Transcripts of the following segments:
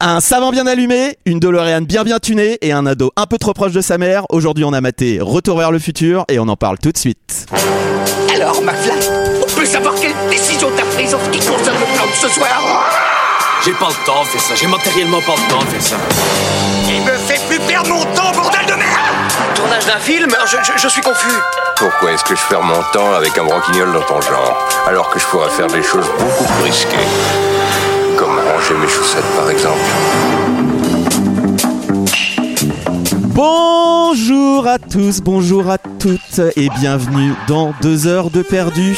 Un savant bien allumé, une DeLorean bien bien tunée et un ado un peu trop proche de sa mère. Aujourd'hui, on a maté Retour vers le futur et on en parle tout de suite. Alors, McFly, on peut savoir quelle décision t'as prise en ce qui concerne le plan de ce soir J'ai pas le temps de faire ça, j'ai matériellement pas le temps de faire ça. Il me fait plus perdre mon temps, bordel de merde Tournage d'un film hein, je, je- je suis confus. Pourquoi est-ce que je perds mon temps avec un branquignol dans ton genre Alors que je pourrais faire des choses beaucoup plus risquées. Comme ranger mes chaussettes par exemple. Bonjour à tous, bonjour à toutes et bienvenue dans 2 heures de perdu.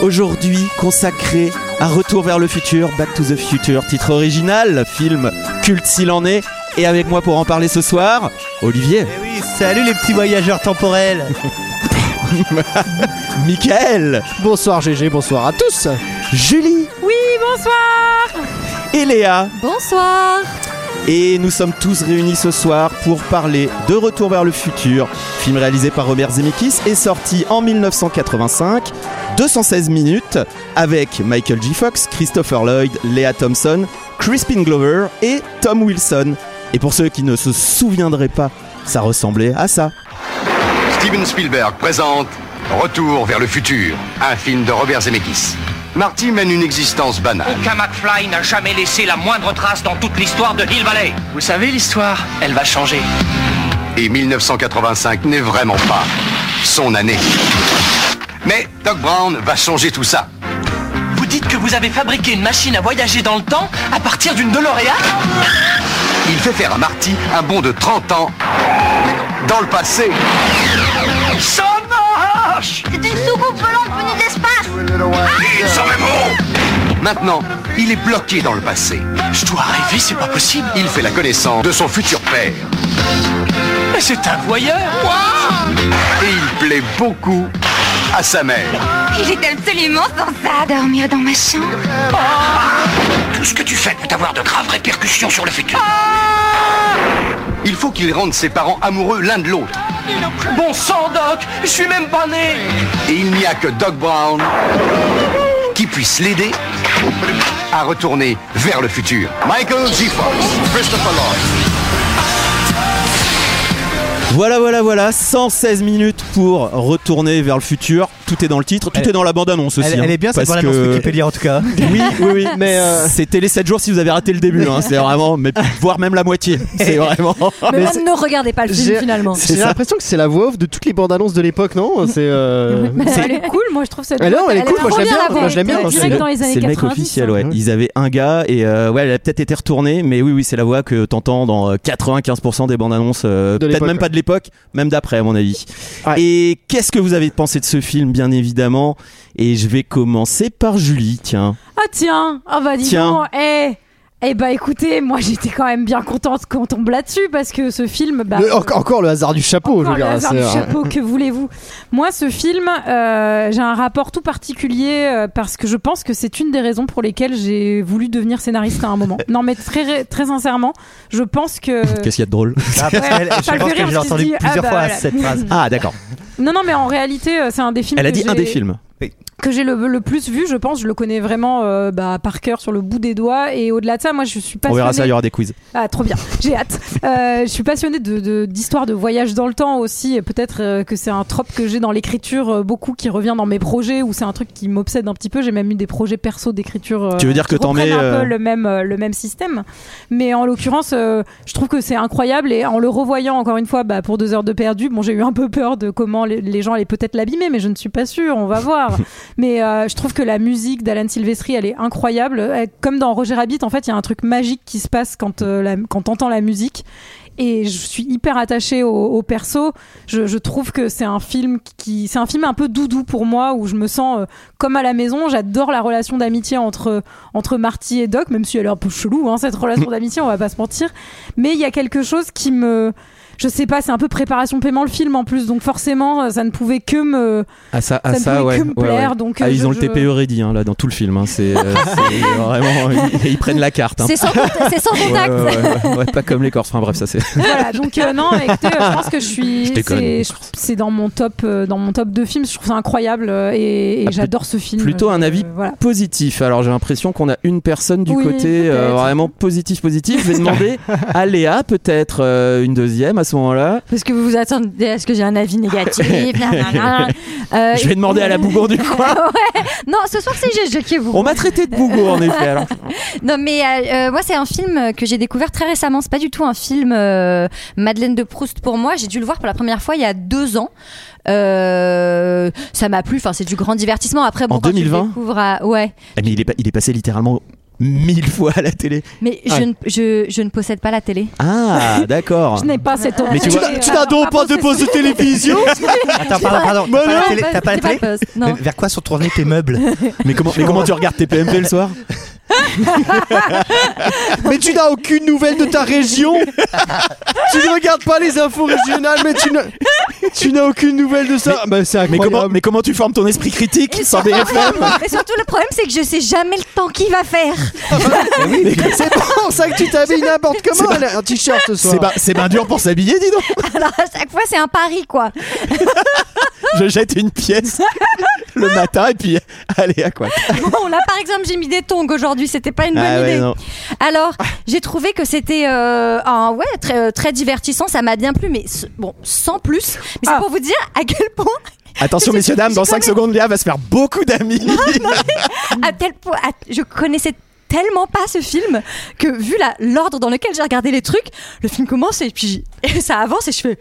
Aujourd'hui consacré à Retour vers le futur, Back to the Future, titre original, film culte s'il en est. Et avec moi pour en parler ce soir, Olivier, Eh Salut les petits voyageurs temporels Michael, Bonsoir GG, bonsoir à tous Julie Oui, bonsoir et Ah, Léa. Bonsoir Et nous sommes tous réunis ce soir pour parler de Retour vers le futur, film réalisé par Robert Zemeckis et sorti en 1985, 216 minutes, avec Michael J. Fox, Christopher Lloyd, Lea Thompson, Crispin Glover et Tom Wilson. Et pour ceux qui ne se souviendraient pas, ça ressemblait à ça. Steven Spielberg présente Retour vers le futur, un film de Robert Zemeckis. Marty mène une existence banale. Aucun McFly n'a jamais laissé la moindre trace dans toute l'histoire de Hill Valley. Vous savez l'histoire, elle va changer. Et 1985 n'est vraiment pas son année. Mais Doc Brown va changer tout ça. Vous dites que vous avez fabriqué une machine à voyager dans le temps à partir d'une DeLorean Il fait faire à Marty un bond de 30 ans dans le passé. Ça Oh, marche Ah, Maintenant, il est bloqué dans le passé. Je dois arriver, c'est pas possible. Il fait la connaissance de son futur père. Mais c'est un voyeur Et il plaît beaucoup à sa mère. Oh, Il est absolument sans ça, dormir dans ma chambre. Tout ce que tu fais peut avoir de graves répercussions sur le futur. Il faut qu'il rende ses parents amoureux l'un de l'autre. Bon sang, Doc Je suis même pas né Et il n'y a que Doc Brown qui puisse l'aider à retourner vers le futur. Michael G. Fox, Christopher Lloyd. Voilà, voilà, voilà, 116 minutes pour retourner vers le futur. Tout est dans le titre, tout Elle- est dans la bande-annonce aussi. elle, hein, elle est bien cette parce bande-annonce que- Wikipédia en tout cas Oui, oui, oui. Mais euh, c'était les 7 jours si vous avez raté le début. hein. C'est vraiment, mais voire même la moitié. C'est vraiment. Mais, même ne regardez pas le film J'ai- finalement. C'est J'ai ça. l'impression que c'est la voix off de toutes les bandes annonces de l'époque, non C'est. euh, Elle est cool, moi je trouve ça Ah non, elle est cool, moi je l'aime bien, moi, je l'aime bien. Direct C'est le, dans les années c'est le mec 90, officiel, hein. ouais. Ils avaient un gars et euh, ouais, elle a peut-être été retournée, mais oui, oui, c'est la voix que t'entends dans euh, 95% des bandes annonces, euh, De peut-être l'époque, même pas de l'époque, même d'après à mon avis. Ouais. Et qu'est-ce que vous avez pensé de ce film, bien évidemment Et je vais commencer par Julie, tiens. Ah tiens, ah bah dis Tiens. donc, eh eh bah écoutez, moi j'étais quand même bien contente qu'on tombe là-dessus parce que ce film, bah, le- en- encore le hasard du chapeau, Encore je le veux dire. hasard c'est- du chapeau, que voulez-vous Moi, ce film, euh, j'ai un rapport tout particulier euh, parce que je pense que c'est une des raisons pour lesquelles j'ai voulu devenir scénariste à un moment. non, mais très, très sincèrement, je pense que. Qu'est-ce qu'il y a de drôle Ah, parce Euh, Ouais, qu'elle- ça Je le fait pense rire que j'ai parce qu'il entendu dit, ah plusieurs bah fois voilà. cette phrase. Ah, d'accord. Non, non, mais en réalité, euh, c'est un des films. Elle a que dit un des j'ai- films. que j'ai le, le plus vu, je pense. Je le connais vraiment euh, bah, par cœur, sur le bout des doigts. Et au-delà de ça, moi, je suis On passionnée. verra ça, il y aura des quiz. Ah, trop bien, j'ai hâte. Euh, je suis passionnée de- de- d'histoires de, voyage dans le temps aussi. Et Peut-être euh, que c'est un trope que j'ai dans l'écriture euh, beaucoup qui revient dans mes projets ou c'est un truc qui m'obsède un petit peu. J'ai même eu des projets perso d'écriture. euh, Tu veux dire qui que t'en reprennent mets, un euh, peu le même, euh, le même système. Mais en l'occurrence, euh, je trouve que c'est incroyable et en le revoyant encore une fois bah, pour deux heures de perdu, bon, j'ai eu un peu peur de comment les, les gens allaient peut-être l'abîmer, mais je ne suis pas sûre, on va voir. mais euh, je trouve que la musique d'Alan Silvestri, elle est incroyable. Euh, Comme dans Roger Rabbit, en fait, il y a un truc magique qui se passe quand, euh, la- quand t'entends la musique. Et je suis hyper attachée au, au perso. Je, je trouve que c'est un film qui, c'est un film un peu doudou pour moi où je me sens euh, comme à la maison. J'adore la relation d'amitié entre entre Marty et Doc, même si elle est un peu chelou, hein, cette relation d'amitié, on va pas se mentir. Mais il y a quelque chose qui me. Je sais pas, c'est un peu préparation paiement le film en plus, donc forcément, ça ne pouvait que me, À ça, ça ne pouvait que me plaire. Donc, Ah, euh, ils je- ont je- le TPE ready hein, là dans tout le film. hein. C'est euh, c'est vraiment ils, ils prennent la carte. hein. C'est sans, cont- c'est sans Ouais, contact. ouais, ouais, ouais. Ouais, pas comme les Corses. Enfin bref, ça c'est. voilà donc euh, non écoutez euh, je pense que je suis Je déconne, c'est- mon je- c'est dans mon top euh, dans mon top de films je trouve ça incroyable euh, et, et Ah, plut- j'adore ce film plutôt un Je- avis voilà Positif. Alors j'ai l'impression qu'on a une personne du Oui, côté euh, peut-être. vraiment positif, positif. Je vais demander à Léa peut-être euh, une deuxième à ce moment-là. Parce que vous vous attendez à ce que j'ai un avis négatif. nanana. Euh, Je vais demander à la bougon du hein. coin. Non, ce soir c'est GG qui vous. On m'a traité de bougon en effet. Alors, Non, mais euh, euh, moi c'est un film que j'ai découvert très récemment. C'est pas du tout un film euh, Madeleine de Proust pour moi. J'ai dû le voir pour la première fois il y a deux ans. Euh, ça m'a plu. Enfin, c'est du grand divertissement. Après, bon, En quand tu le 2020? découvres à- ouais. Ah, mais il est, pas- il est passé littéralement mille fois à la télé. Mais Ah. je, ne, je, je ne possède pas la télé. Ah d'accord. je n'ai pas cette Mais tu opportunité. vois- Tu n'as donc pas de poste de télévision Attends, pardon, pardon. T'as pas la télé, t'as pas la J'ai télé de poste, non. Mais Vers quoi sont tournés tes meubles Mais comment, mais comment tu regardes tes PMP le soir Mais tu n'as aucune nouvelle de ta région Tu ne regardes pas les infos régionales, mais tu n'as, tu n'as aucune nouvelle de ça Bah, c'est mais comment, incroyable. mais comment tu formes ton esprit critique sans BFM Mais surtout, le problème, c'est que je sais jamais le temps qu'il va faire. C'est pour ça que tu t'habilles n'importe comment Un t-shirt ce soir C'est ben, c'est ben dur pour s'habiller, dis donc. Alors, à chaque fois, c'est un pari, quoi. Je jette une pièce le matin et puis allez à quoi Ah Bon, là, par exemple, j'ai mis des tongs aujourd'hui. C'était pas une bonne Ah idée. Alors, j'ai trouvé que c'était euh, un- ouais, très, très divertissant. Ça m'a bien plu, mais ce- bon, sans plus. Mais c'est Ah. pour vous dire à quel point, Attention Je- messieurs dames, je dans 5 connais- secondes Léa va se faire beaucoup d'amis. à tel point, à- je connaissais tellement pas ce film que vu la- l'ordre dans lequel j'ai regardé les trucs, le film commence et puis et ça avance et je fais.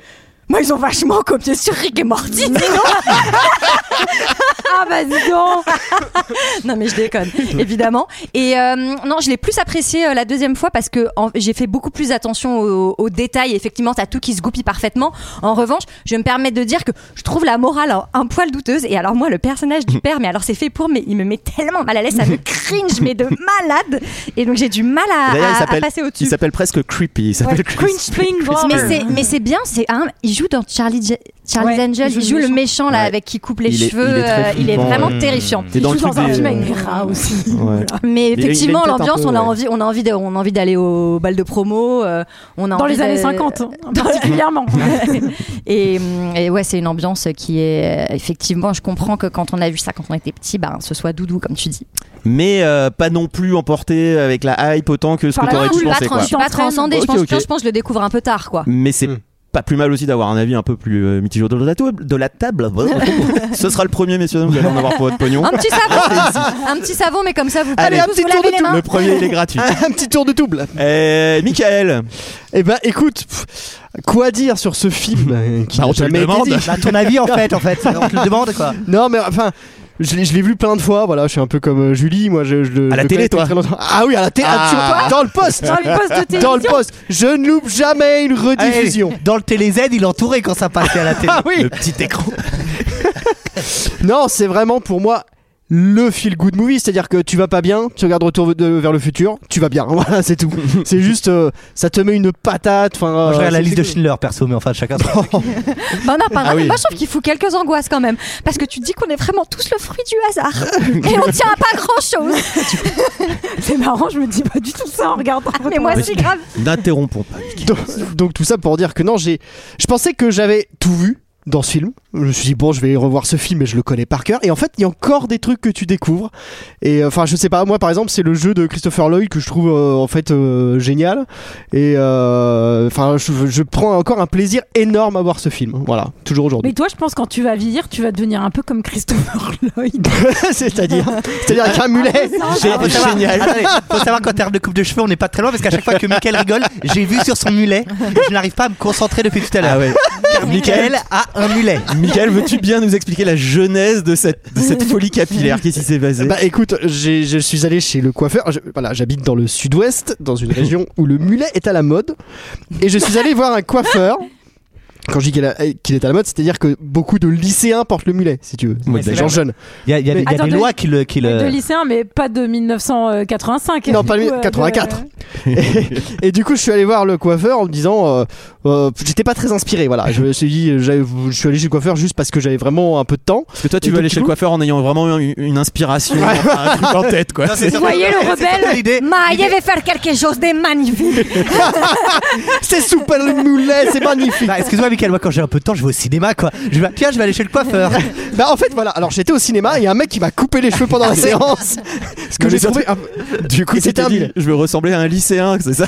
Moi, ils ont vachement copié sur Rick et Morty, dis donc ah bah dis donc Non, mais je déconne, évidemment. Et euh, non, je l'ai plus apprécié euh, la deuxième fois parce que en- j'ai fait beaucoup plus attention aux, aux détails. Effectivement, t'as tout qui se goupille parfaitement. En revanche, je vais me permets de dire que je trouve la morale un, un poil douteuse. Et alors, moi, le personnage du père, mais alors c'est fait pour, mais il me met tellement mal à l'aise, ça me cringe, mais de malade. Et donc, j'ai du mal à, D'ailleurs, il Ah, à- à s'appelle- passer Il au-dessus. s'appelle presque Creepy, il s'appelle Ouais, Chris. Cringe Spring Mais Bomber. c'est, mais c'est bien, c'est hein, il joue dans Charlie, Ja- Charlie's Ouais, Angel, il joue le méchant là Ouais. avec qui coupe les Il est- cheveux, il est très euh, il est flippant, vraiment ouais. terrifiant. Et dans il le joue truc dans un des- film avec des rats aussi Ouais. Mais Il a- il a une effectivement, tête un l'ambiance, peu, on a ouais. envie, on a envie de- on a envie d'aller au bal de promo, euh, on a dans envie les années de- 50 hein, particulièrement Et, hum, et ouais, c'est une ambiance qui est euh, effectivement, je comprends que quand on a vu ça quand on était petit, bah, ce soit doudou comme tu dis. Mais euh, pas non plus emporté avec la hype autant que ce Par là, que t'aurais je pu suis pas, penser trans- quoi. je suis pas transcendée, Ok, je pense, ok. je pense que je le découvre un peu tard quoi. Mais c'est Hmm. pas plus mal aussi d'avoir un avis un peu plus euh, mitigé autour de la table. De la table. ce sera le premier messieurs dames, vous allez en avoir pour votre pognon. Un petit savon, un petit savon, mais comme ça vous Allez, pouvez un tous petit vous tour de laver les tout. mains. Le premier il est gratuit. Un petit tour de double Euh, Michael, Eh ben écoute, pff, quoi dire sur ce film euh, qui Bah, on n'a te le jamais été demande. dit Bah, ton avis en fait, en fait. On te le demande quoi. Non mais enfin, je l'ai je l'ai vu plein de fois, voilà, je suis un peu comme euh, Julie, moi je, je le- À je la le connais télé, toi. très longtemps. Ah oui, à la télé, Ah. tu- dans le poste dans les postes de télévision Dans le poste, je ne loupe jamais une rediffusion. Hey, Dans le télé Z, il entourait quand ça passait à la télé. Ah oui le petit écran. Non, c'est vraiment pour moi le feel good movie, c'est-à-dire que tu vas pas bien, tu regardes Retour de- vers le futur, tu vas bien, voilà, c'est tout. c'est juste, euh, ça te met une patate. Enfin, Moi, euh, je regarde la c'est- liste de Schindler perso, mais enfin chacun. son truc. Bah non, pas Ah oui. Moi, je trouve qu'il faut quelques angoisses quand même. Parce que tu te dis qu'on est vraiment tous le fruit du hasard. Et on tient à pas grand chose. c'est marrant je me dis pas du tout ça en regardant Mais moi, Mais c'est grave. N'interrompons pas. Donc, donc tout ça pour dire que non, j'ai, je pensais que j'avais tout vu dans ce film. Je me suis dit bon, je vais revoir ce film et je le connais par cœur. Et en fait, il y a encore des trucs que tu découvres. Et euh, enfin, je sais pas, moi par exemple, c'est le jeu de Christopher Lloyd que je trouve euh, en fait euh, génial. Et euh, enfin, je, je prends encore un plaisir énorme à voir ce film. Voilà, toujours aujourd'hui. mais toi je pense quand tu vas vieillir tu vas devenir un peu comme Christopher Lloyd Euh, c'est-à-dire, c'est-à-dire Ah, avec un mulet. Gé- faut savoir- génial. Attendez, faut savoir qu'en termes de coupe de cheveux, on n'est pas très loin parce qu'à chaque fois que Michael rigole, j'ai vu sur son mulet. et Je n'arrive pas à me concentrer depuis tout à l'heure. Ah ouais. Car Michael a un mulet. Michael, veux-tu bien nous expliquer la genèse de cette, de cette folie capillaire Qu'est-ce qui s'est passé Bah écoute, j'ai- je suis allé chez le coiffeur. Je- voilà, j'habite dans le sud-ouest, dans une région où le mulet est à la mode. Et je suis allé voir un coiffeur Quand je dis qu'elle a- qu'il est à la mode, c'est-à-dire que beaucoup de lycéens portent le mulet, si tu veux. Oui, des c'est gens vrai. jeunes. Il y a, il y a des- il y a Attends, des de- lois qui le. Qui le... De lycéen, mais pas de 1985. euh, Non, Du pas coup, lui- euh, de- 84. et, et du coup, je suis allé voir le coiffeur en me disant, euh, euh, j'étais pas très inspiré. Voilà, je me suis dit, j'avais- je suis allé chez le coiffeur juste parce que j'avais vraiment un peu de temps. Parce que toi, tu Et veux donc, aller du chez le coup- coiffeur en ayant vraiment une, une inspiration, un truc en tête, quoi. Non, c'est Vous surtout- voyez le c'est surtout l'idée- rebelle Maïe va faire quelque chose de magnifique. C'est super le mulet, c'est magnifique. Bah, Excuse-moi, Michael, moi quand j'ai un peu de temps, je vais au cinéma quoi. Je vais, tiens, je vais aller chez le coiffeur. Bah en fait voilà, alors j'étais au cinéma et un mec qui m'a coupé les cheveux pendant la séance. Ce que Non, mais j'ai trouvé un- Du coup, Et tu c'était t'es un dit, mulet. je veux ressembler à un lycéen, c'est ça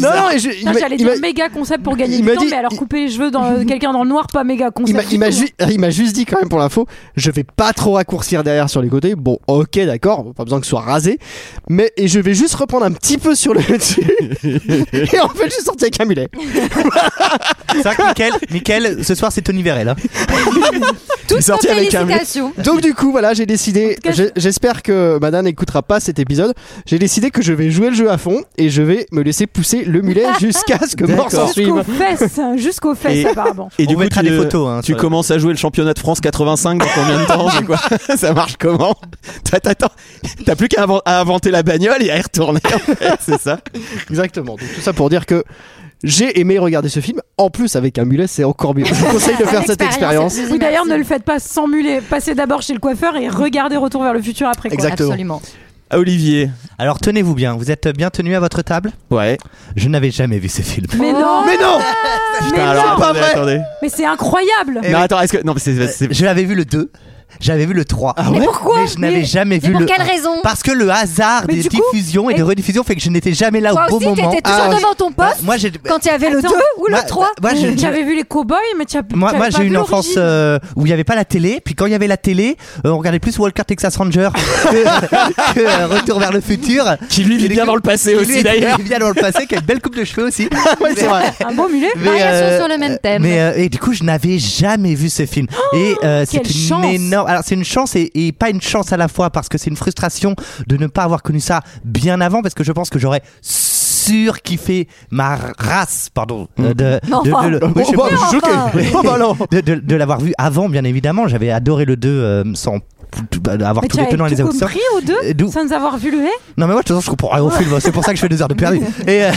Non non, et je- il Putain, m'a- J'allais il dire m'a- méga concept pour gagner il du m'a temps, dit- mais alors couper les cheveux dans euh, quelqu'un dans le noir, pas méga il m'a- concept. il m'a du tout. ju- il m'a juste dit quand même pour l'info, je vais pas trop raccourcir derrière sur les côtés. Bon, OK, d'accord, pas besoin que ce soit rasé, mais et je vais juste reprendre un petit peu sur le dessus. et en fait, je suis sorti avec un mulet. C'est vrai que Michael, Michael, ce soir c'est Tony Vérel. hein. Toutes nos sorti avec un mulet. félicitations. Donc du coup, voilà, j'ai décidé, cas, j'ai- j'espère que madame n'écoutera pas cet épisode. J'ai décidé que je vais jouer le jeu à fond et je vais me laisser pousser le mulet jusqu'à ce que mort s'en D'accord. suive. Jusqu'aux fesses, hein, jusqu'aux fesses Et- apparemment. Et On mettra tu, des euh, photos, hein, tu sur- commences à jouer le championnat de France 85 dans combien de temps c'est quoi Ça marche comment T'as- t'as- t'as- T'as plus qu'à inven- à inventer la bagnole et à y retourner, en fait, c'est ça Exactement. Donc tout ça pour dire que j'ai aimé regarder ce film. En plus, avec un mulet, c'est encore mieux. Je vous conseille de faire cette expérience. Oui, d'ailleurs, ne le faites pas sans mulet. Passez d'abord chez le coiffeur et regardez Retour vers le futur après. quoi. Exact. Exactement. Absolument. Ah, Olivier. Alors tenez-vous bien, vous êtes bien tenu à votre table Ouais. Je n'avais jamais vu ce film. Mais non, mais, Mais non Putain, alors, non, attendez, pas vrai. attendez. mais c'est incroyable. non, attends, est-ce que. Non, mais c'est. c'est- Euh, Ah Je l'avais vu le 2, j'avais vu le 3. Mais pourquoi Mais je n'avais Mais- jamais Mais vu pour le quelle 1. raison Parce que le hasard Mais des du coup, diffusions et des et- rediffusions fait que je n'étais jamais là Toi au bon aussi, moment. t'étais toujours Ah, devant ton Bah, poste moi j'ai quand il y avait le 2 Attends. ou le Moi- 3 moi, je- J'avais vu les cowboys, mais tu as Moi, t'avais moi, pas j'ai eu vu une l'origine. enfance euh, où il n'y avait pas la télé, puis quand il y avait la télé, euh, on regardait plus Walker Texas Ranger que, que, euh, Retour vers le futur. Qui lui vit bien dans le passé Qui, lui, aussi était d'ailleurs. bien dans le passé, qui a une belle coupe de cheveux aussi. Ouais, c'est vrai. Un beau mulet. Ah, Mais, Variation euh, sur le même thème. Mais euh, et du coup, je n'avais jamais vu ce film. Oh, et euh, c'est quelle une chance. énorme. Alors c'est une chance et, et pas une chance à la fois parce que c'est une frustration de ne pas avoir connu ça bien avant parce que je pense que j'aurais sur kiffé ma race, pardon, euh, de, Non, de- de- le- oui, je Oh, sais Bon, bah, pas. choqué. Oui. Bon, bah, alors. de, de- de l'avoir vu avant, bien évidemment. J'avais adoré le 2 euh, sans tout- bah, avoir Mais tu tous les avais tenants et les tout aboutissants. compris aux Euh, deux, d'où- sans avoir vu le hait. Non, mais moi, de toute façon, je comprends rien au film. C'est pour ça que je fais deux heures de perdu. Et, euh,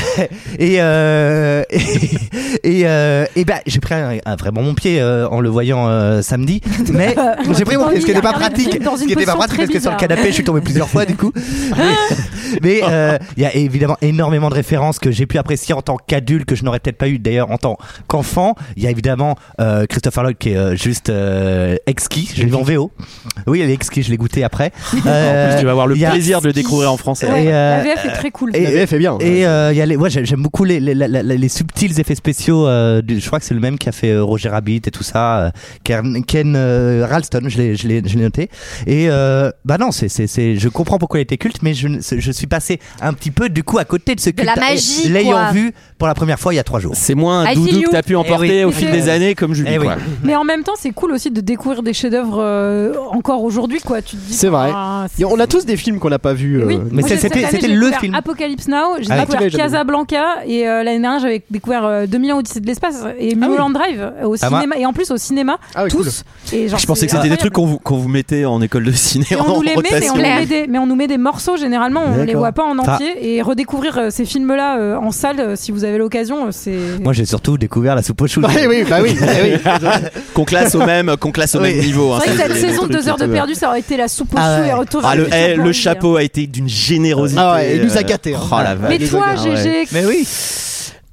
et, euh, et, et, euh, et ben, j'ai pris un, un vrai bon mon pied euh, en le voyant euh, samedi. Mais j'ai pris mon pied, ce qui n'était pas Dans une- pratique. hein, dans Ce une qui n'était pas position pratique très parce que sur le bizarre. canapé, je suis tombé plusieurs fois, du coup. Mais euh, il y a évidemment énormément de références que j'ai pu apprécier en tant qu'adulte, que je n'aurais peut-être pas eu d'ailleurs en tant qu'enfant. Il y a évidemment euh, Christopher Lloyd qui est euh, juste euh, exquis. Je l'ai vu en VO. Oui, il est exquis, je l'ai goûté après. Euh, En plus, tu vas avoir le il y a- plaisir de le découvrir en français. Et, euh, la VF est très cool. et- La VF est bien. et euh, il y a les, ouais, j'ai- j'aime beaucoup les, les, la- la- les subtils effets spéciaux. euh, du- je crois que c'est le même qui a fait euh, Roger Rabbit et tout ça. euh, Ken, Ken, euh, Ralston, je l'ai, je l'ai, je l'ai noté. Et euh, bah non, c'est, c'est, c'est, je comprends pourquoi il était culte, mais je, ne- je suis passé un petit peu du coup à côté de ce culte. la magie, et L'ayant quoi. vu pour la première fois il y a trois jours. C'est moins un I feel doudou you. que t'as pu emporter oui. au fil des années comme Julie. Eh oui. quoi. Mais en même temps, c'est cool aussi de découvrir des chefs-d'œuvre euh, encore aujourd'hui, quoi. Tu te dis. C'est vrai. Ah, c'est- Et on a tous des films qu'on n'a pas vus. euh, Oui. Moi, mais c'est- j'ai- cette c'était- année, c'était j'ai le découvert film. Apocalypse Now, j'ai Ah, tu l'avais découvert jamais vu. Casablanca et euh, l'année dernière j'avais découvert euh, 2000 ans Odyssée de l'espace Ah et Mulholland Drive euh, au bah. Ah, moi. cinéma et en plus au cinéma Ah oui, tous. Et genre, Je pensais que c'est c'était des incroyable. trucs qu'on vous, qu'on vous mettait en école de ciné Et on en nous les met, mais on, rotation. nous met des, mais on nous met des morceaux généralement, on les D'accord. voit pas en Ah. entier. Et redécouvrir euh, ces films-là euh, en salle, euh, si vous avez l'occasion, euh, c'est. Moi j'ai surtout découvert la soupe aux choux. cool. Ouais, oui, bah oui, eh oui. Qu'on classe au même, qu'on classe au Oui. même niveau. hein, C'est vrai ça, que cette c'est des saison de trucs deux heures qui de te- perdu, ça aurait été la soupe aux Ah choux ouais. et retour. Ah, vers le, futur eh, pour le lui, hein. chapeau a été d'une générosité. Ah ouais, il nous a euh, gâtés. hein. Oh la vache. Mais toi, Ah ouais. GG, Mais oui.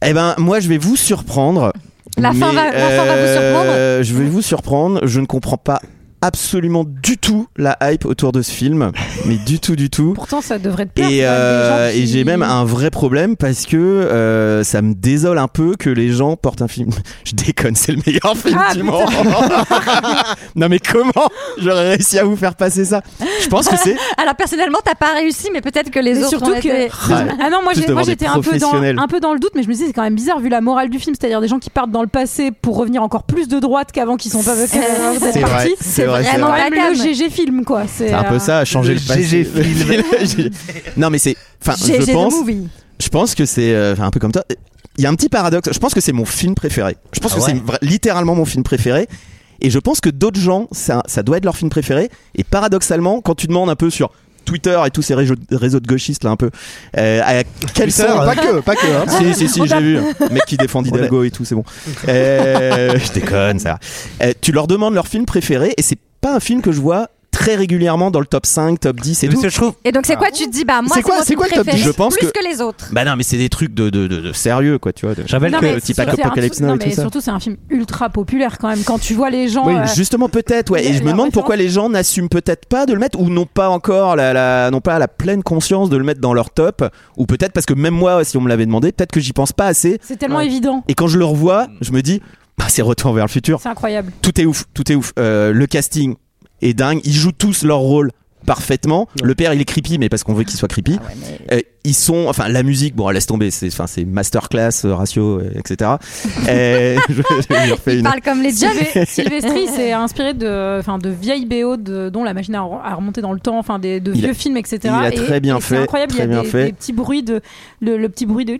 Eh ben, moi, je vais vous surprendre. La fin mais, va- la fin va vous euh, Je vais vous surprendre. Je ne comprends pas absolument du tout la hype autour de ce film, mais du tout, du tout. pourtant ça devrait te plaire. Et, quoi, euh, des gens et qui- j'ai même un vrai problème parce que euh, ça me désole un peu que les gens portent un film. Je déconne, c'est le meilleur film Ah, du putain. monde. non mais comment j'aurais réussi à vous faire passer ça Je pense que c'est Alors personnellement, t'as pas réussi, mais peut-être que les Mais autres surtout ont été- que ah non moi j'ai- Tous moi, devant des j'étais un peu dans professionnels. un peu dans le doute mais je me disais c'est quand même bizarre vu la morale du film c'est-à-dire des gens qui partent dans le passé pour revenir encore plus de droite qu'avant qu'ils sont pas C'est d'être vrai, partis c'est vrai, c'est c'est quand vrai. même le GG film quoi c'est c'est un euh, peu ça, changer le, le passé. GG film. Le GG. non mais c'est enfin GG je the pense movie. je pense que c'est euh, enfin, un peu comme toi. il y a un petit paradoxe. Je pense que c'est mon film préféré. Je pense Ah que ouais. c'est vra- littéralement mon film préféré. Et je pense que d'autres gens, ça, ça doit être leur film préféré. Et paradoxalement, quand tu demandes un peu sur Twitter et tous ces réseaux, réseaux de gauchistes là un peu, euh, à quels Twitter, sont euh, Pas que, pas que. hein. si, si, si, j'ai vu. Mec qui défend Hidalgo et tout, c'est bon. Euh, je déconne, ça. va. Euh, tu leur demandes leur film préféré et c'est pas un film que je vois très régulièrement dans le top 5, top 10 et Parce tout. que je trouve. Ah. Et donc, c'est quoi Tu te dis, bah, moi, C'est c'est quoi- mon c'est film quoi le top préféré, 10? Je pense plus que- que... les autres. Bah non, mais c'est des trucs de, de, de, de sérieux, quoi, tu vois. de- Je rappelle Non, que. mais petit c'est- pack c'est un Apocalypse truc- Now non, et mais tout ça. surtout, c'est un film ultra populaire quand même. Quand tu vois les gens. Oui, euh, Justement, peut-être, ouais. Et je me demande pourquoi les gens n'assument peut-être pas de le mettre ou n'ont pas encore la, la, n'ont pas la pleine conscience de le mettre dans leur top. Ou peut-être parce que même moi, si on me l'avait demandé, peut-être que j'y pense pas assez. c'est tellement évident. Et quand je le revois, je me dis, bah, c'est retour vers le futur. C'est incroyable. tout est ouf, tout est ouf. Euh, le casting est dingue, ils jouent tous leur rôle parfaitement. Le père, il est creepy, mais parce qu'on veut qu'il soit creepy. Ah Euh, ils sont, enfin, la musique, bon, laisse tomber, c'est, enfin, c'est masterclass, euh, ratio, euh, etc. Euh, je, je lui refais Ils une- parlent comme les jeunes. Sylve- Sylvestri s'est inspiré de, enfin, de vieilles BO de, dont la machine à, re- à remonter dans le temps, enfin, des, de Il a- vieux films, etc. il a Et- très bien et c'est fait, incroyable, très il y a bien des, fait. des petits bruits de, le, le petit bruit de.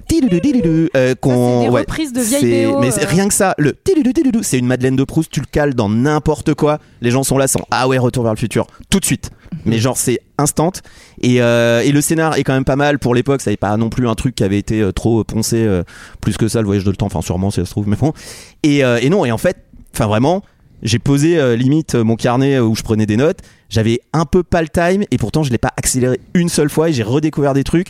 Euh, qu'on- Ça, c'est des ouais, reprises de vieilles c'est- BO, Mais c'est euh. rien que ça, le tidoudou, tidoudou, c'est une Madeleine de Proust, tu le cales dans n'importe quoi. Les gens sont là, sont ah ouais, retour vers le futur, tout de suite. Mais genre, c'est instant. Et, euh, et le scénar est quand même pas mal pour l'époque, ça n'est pas non plus un truc qui avait été euh, trop poncé euh, plus que ça, le voyage de le temps, enfin sûrement si ça se trouve, mais bon. Et, euh, et non, et en fait, enfin vraiment, j'ai posé euh, limite euh, mon carnet euh, où je prenais des notes, j'avais un peu pas le time, et pourtant je l'ai pas accéléré une seule fois, et j'ai redécouvert des trucs,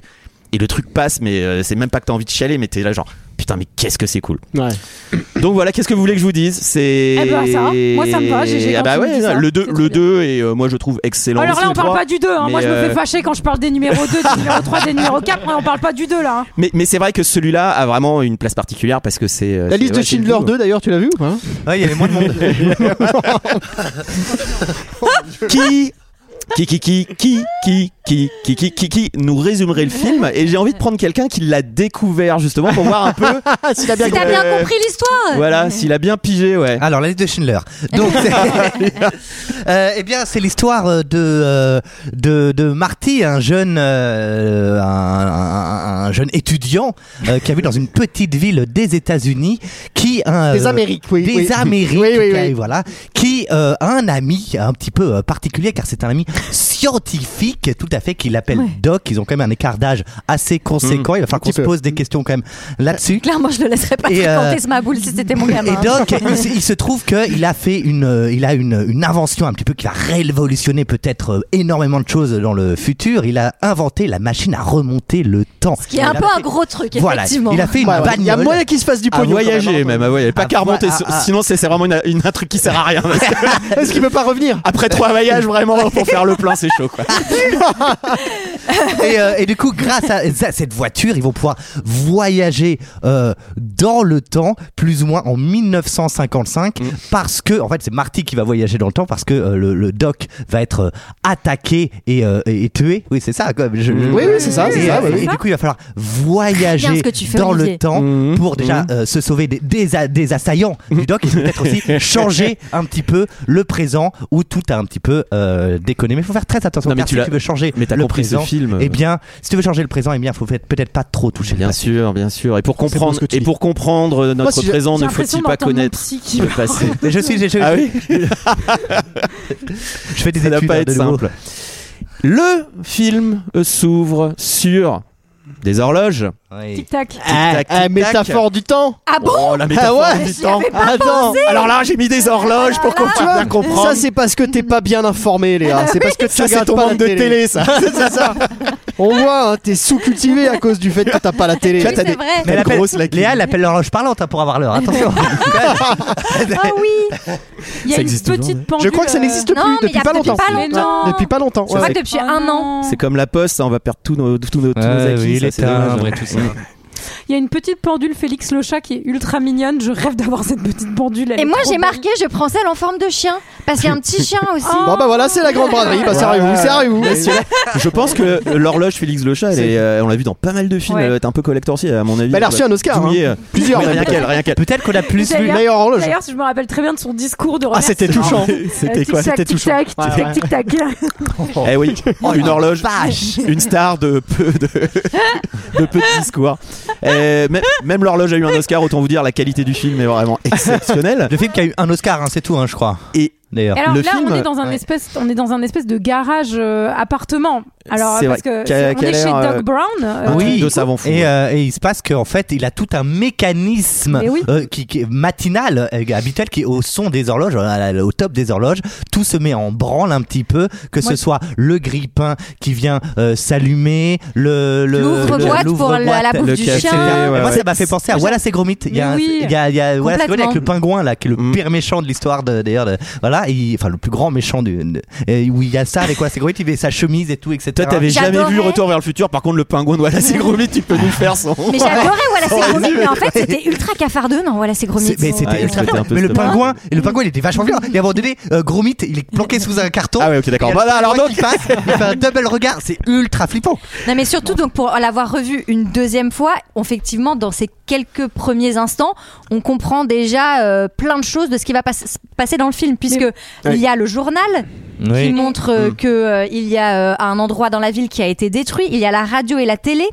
et le truc passe, mais euh, c'est même pas que t'as envie de chialer, mais t'es là genre, putain, mais qu'est-ce que c'est cool. Ouais. Donc voilà, qu'est-ce que vous voulez que je vous dise C'est. Eh ben, ça va. Moi, ça me va, GG, Ah quand bah tu me ouais, dis ça. le 2 C'est trop le bien. deux est euh, moi je trouve excellent. Alors aussi, là, on le parle trois. pas du 2. mais, Moi, je me euh, fais fâcher quand je parle des numéros 2, des numéros 3, des numéros 4. mais on parle pas du 2 là. hein. Mais, mais c'est vrai que celui-là a vraiment une place particulière parce que c'est. euh, La c'est- liste ouais, de c'est une Schindler boule. 2, d'ailleurs, tu l'as vu ou pas Ouais, il y avait moins de monde. Qui qui qui qui qui qui qui qui qui qui qui nous résumerait le film et j'ai envie de prendre quelqu'un qui l'a découvert justement pour voir un peu s'il a bien, Si t'as bien compris l'histoire. Voilà, s'il a bien pigé, ouais. Alors, la liste de Schindler. Donc, c'est- Euh, eh bien, c'est l'histoire euh, de, euh, de de Marty, un jeune euh, un, un- un jeune étudiant euh, qui habite dans une petite ville des États-Unis, qui un, Des euh, Amériques, oui. des oui. Amériques, Oui, oui, qui, oui. voilà, qui euh, a un ami un petit peu euh, particulier, car c'est un ami scientifique, tout à fait, qu'il appelle Doc. Ils ont quand même un écart d'âge assez Mmh. conséquent. Il va falloir qu'on petit se peu. pose des questions quand même là-dessus. Clairement, je le laisserais pas Et, euh, fréquenter ce maboule si c'était mon gamin. Et donc, il, se- il se trouve qu'il a fait une, euh, il a une, une invention un petit peu qui va révolutionner peut-être euh, énormément de choses dans le futur. Il a inventé la machine à remonter le temps. Ce qui est un peu un gros truc, Voilà, effectivement. il a fait une Ouais, ouais. Il y a bagnole. moyen qu'il se fasse du À pognon. quand hein, voyager, même, à voyager. Pas À qu'à voi- remonter, à- so- à- sinon c'est c'est vraiment une, une- un truc qui sert à rien. parce que même. Est-ce qu'il peut pas revenir Après trois voyages, vraiment, pour faire le plein, c'est chaud, quoi. et, euh, et du coup, grâce à, à cette voiture, ils vont pouvoir voyager euh, dans le temps, plus ou moins en 1955, parce que, en fait, c'est Marty qui va voyager dans le temps, parce que euh, le, le doc va être euh, attaqué et, euh, et- et tué. Oui, c'est ça, quand même. Je- je- Oui, oui, c'est ça, Et, c'est ça, euh, oui. et du coup, il va falloir Bien voyager ce que tu fais, dans le Olivier. temps Mhm. pour déjà euh, se sauver des, des, a- des assaillants du doc et peut-être aussi changer un petit peu le présent où tout a un petit peu euh, déconné. Mais il faut faire très attention Non, mais car tu si l'as- tu veux changer mais t'as le compris ce présent, film. eh bien, si tu veux changer le présent, eh bien, faut peut-être- peut-être pas trop toucher le Bien passé. sûr, bien sûr. Et pour comprendre- comprendre, ce que tu et dis. pour comprendre euh, notre si j'ai- présent, J'ai ne l'impression faut-il pas d'entendre mon connaître psy qui- le passé Mais je suis, je, je- Ah oui je fais des Ça n'a études pas hein, été de nouveau. simple. Le film euh, s'ouvre sur des horloges. Oui. Tic-tac. Tic-tac, Ah, tic-tac. métaphore du temps Ah bon Oh, la métaphore Ah ouais du temps. Attends Alors là, j'ai mis des horloges pour qu'on Tu puisse vois, bien comprendre. Ça, c'est parce que t'es pas bien informé, Léa. C'est parce que tu Ça, c'est regardes ton pas la manque de télé, ça. C'est ça. On voit, hein, t'es sous-cultivé à cause du fait que t'as pas la télé. Oui, c'est vrai. Mais elle appelle- grosse lacune. Léa, elle appelle l'horloge parlante hein, pour avoir l'heure. Attention. Ah oui Il y a une Ça existe toujours, petite pendule. Je crois que ça euh, n'existe Non, plus mais il y depuis a pas depuis longtemps. pas Ouais, longtemps. depuis pas longtemps. Je crois ouais. que depuis Oh un an. non. C'est comme la poste, ça, on va perdre tous nos, tous nos, tous nos Ah acquis. oui, ça, les c'est dommage. timbres et tout ça. Il y a une petite pendule Félix le chat qui est ultra mignonne. Je rêve d'avoir cette petite pendule. elle Et est moi, trop j'ai belle. marqué, je prends celle en forme de chien. Parce qu'il y a un petit chien aussi. Bon, bah voilà, c'est la grande braderie. Bah, sérieux, sérieux. Je pense que l'horloge Félix Le Chat, elle est, euh, on l'a vu dans pas mal de films, Ouais. elle doit être un peu collector aussi, à mon avis. Bah, elle a reçu un Oscar, Douillet, hein. euh, Plusieurs, mais même, rien qu'elle, rien qu'elle. Peut-être qu'on a plus vu. D'ailleurs- Meilleure horloge. D'ailleurs, si je me rappelle très bien de son discours de Euh, Ah, c'était touchant. C'était quoi C'était touchant. Tic tac, tic tac, tic tac. Eh Oh, oui, une horloge, Vache. une star de peu de, de peu de discours. Euh, même même l'horloge a eu un Oscar, autant vous dire, la qualité du film est vraiment exceptionnelle. Le film qui a eu un Oscar, hein, c'est tout, hein, je crois. Et D'ailleurs. Alors Le là, film, on est dans un ouais. espèce, on est dans un espèce de garage euh, appartement. Alors C'est parce vrai, que qu'a- c'est- on qu'a est chez l'air, euh, Doc Brown. euh, truc de savant fou, ouais. Et, euh, et il se passe qu'en fait, il a tout un mécanisme Mais oui. euh, qui, qui est matinal, euh, habituel, qui est au son des horloges, euh, à la- au top des horloges. Tout se met en branle un petit peu, que ce Moi- soit le grippin qui vient euh, s'allumer, le le- L'ouvre-boîte le- pour la- l'ouvre-boîte, la bouffe le du café, chien. etc. Ouais, Et Moi, ouais. ça m'a fait penser à Wallace et Gromit. Il y a, Mais un- oui. il y a, il y a Wallace et Gromit avec le pingouin là, qui est le Mm. pire méchant de l'histoire de d'ailleurs. de- Voilà, et il- enfin le plus grand méchant du. de- et où il y a ça avec Wallace et Gromit, il met sa chemise et tout, etc. toi, t'avais jamais J'adorais. vu Retour vers le futur. Par contre, le pingouin de Wallace et Gromit, tu peux nous le faire sans. Mais j'adorais Wallace et Gromit, mais en fait c'était ultra cafardeux, non Wallace et Gromit. C'est- Mais c'était Ouais, ultra c'était bien. un peu Mais le stomach. pingouin, et le pingouin, il était vachement violent. Et à un moment donné, euh, Gromit, il est planqué sous un carton. Ah ouais, ok, d'accord. Et il y a le Voilà, alors pingouin donc. qui passe, il fait un double regard, c'est ultra flippant. Non mais surtout donc pour l'avoir revu une deuxième fois, effectivement dans ces quelques premiers instants, on comprend déjà euh, plein de choses de ce qui va pas- se passer dans le film puisque il y a le journal qui montre euh, que euh, il y a euh, un endroit dans la ville qui a été détruit, il y a la radio et la télé.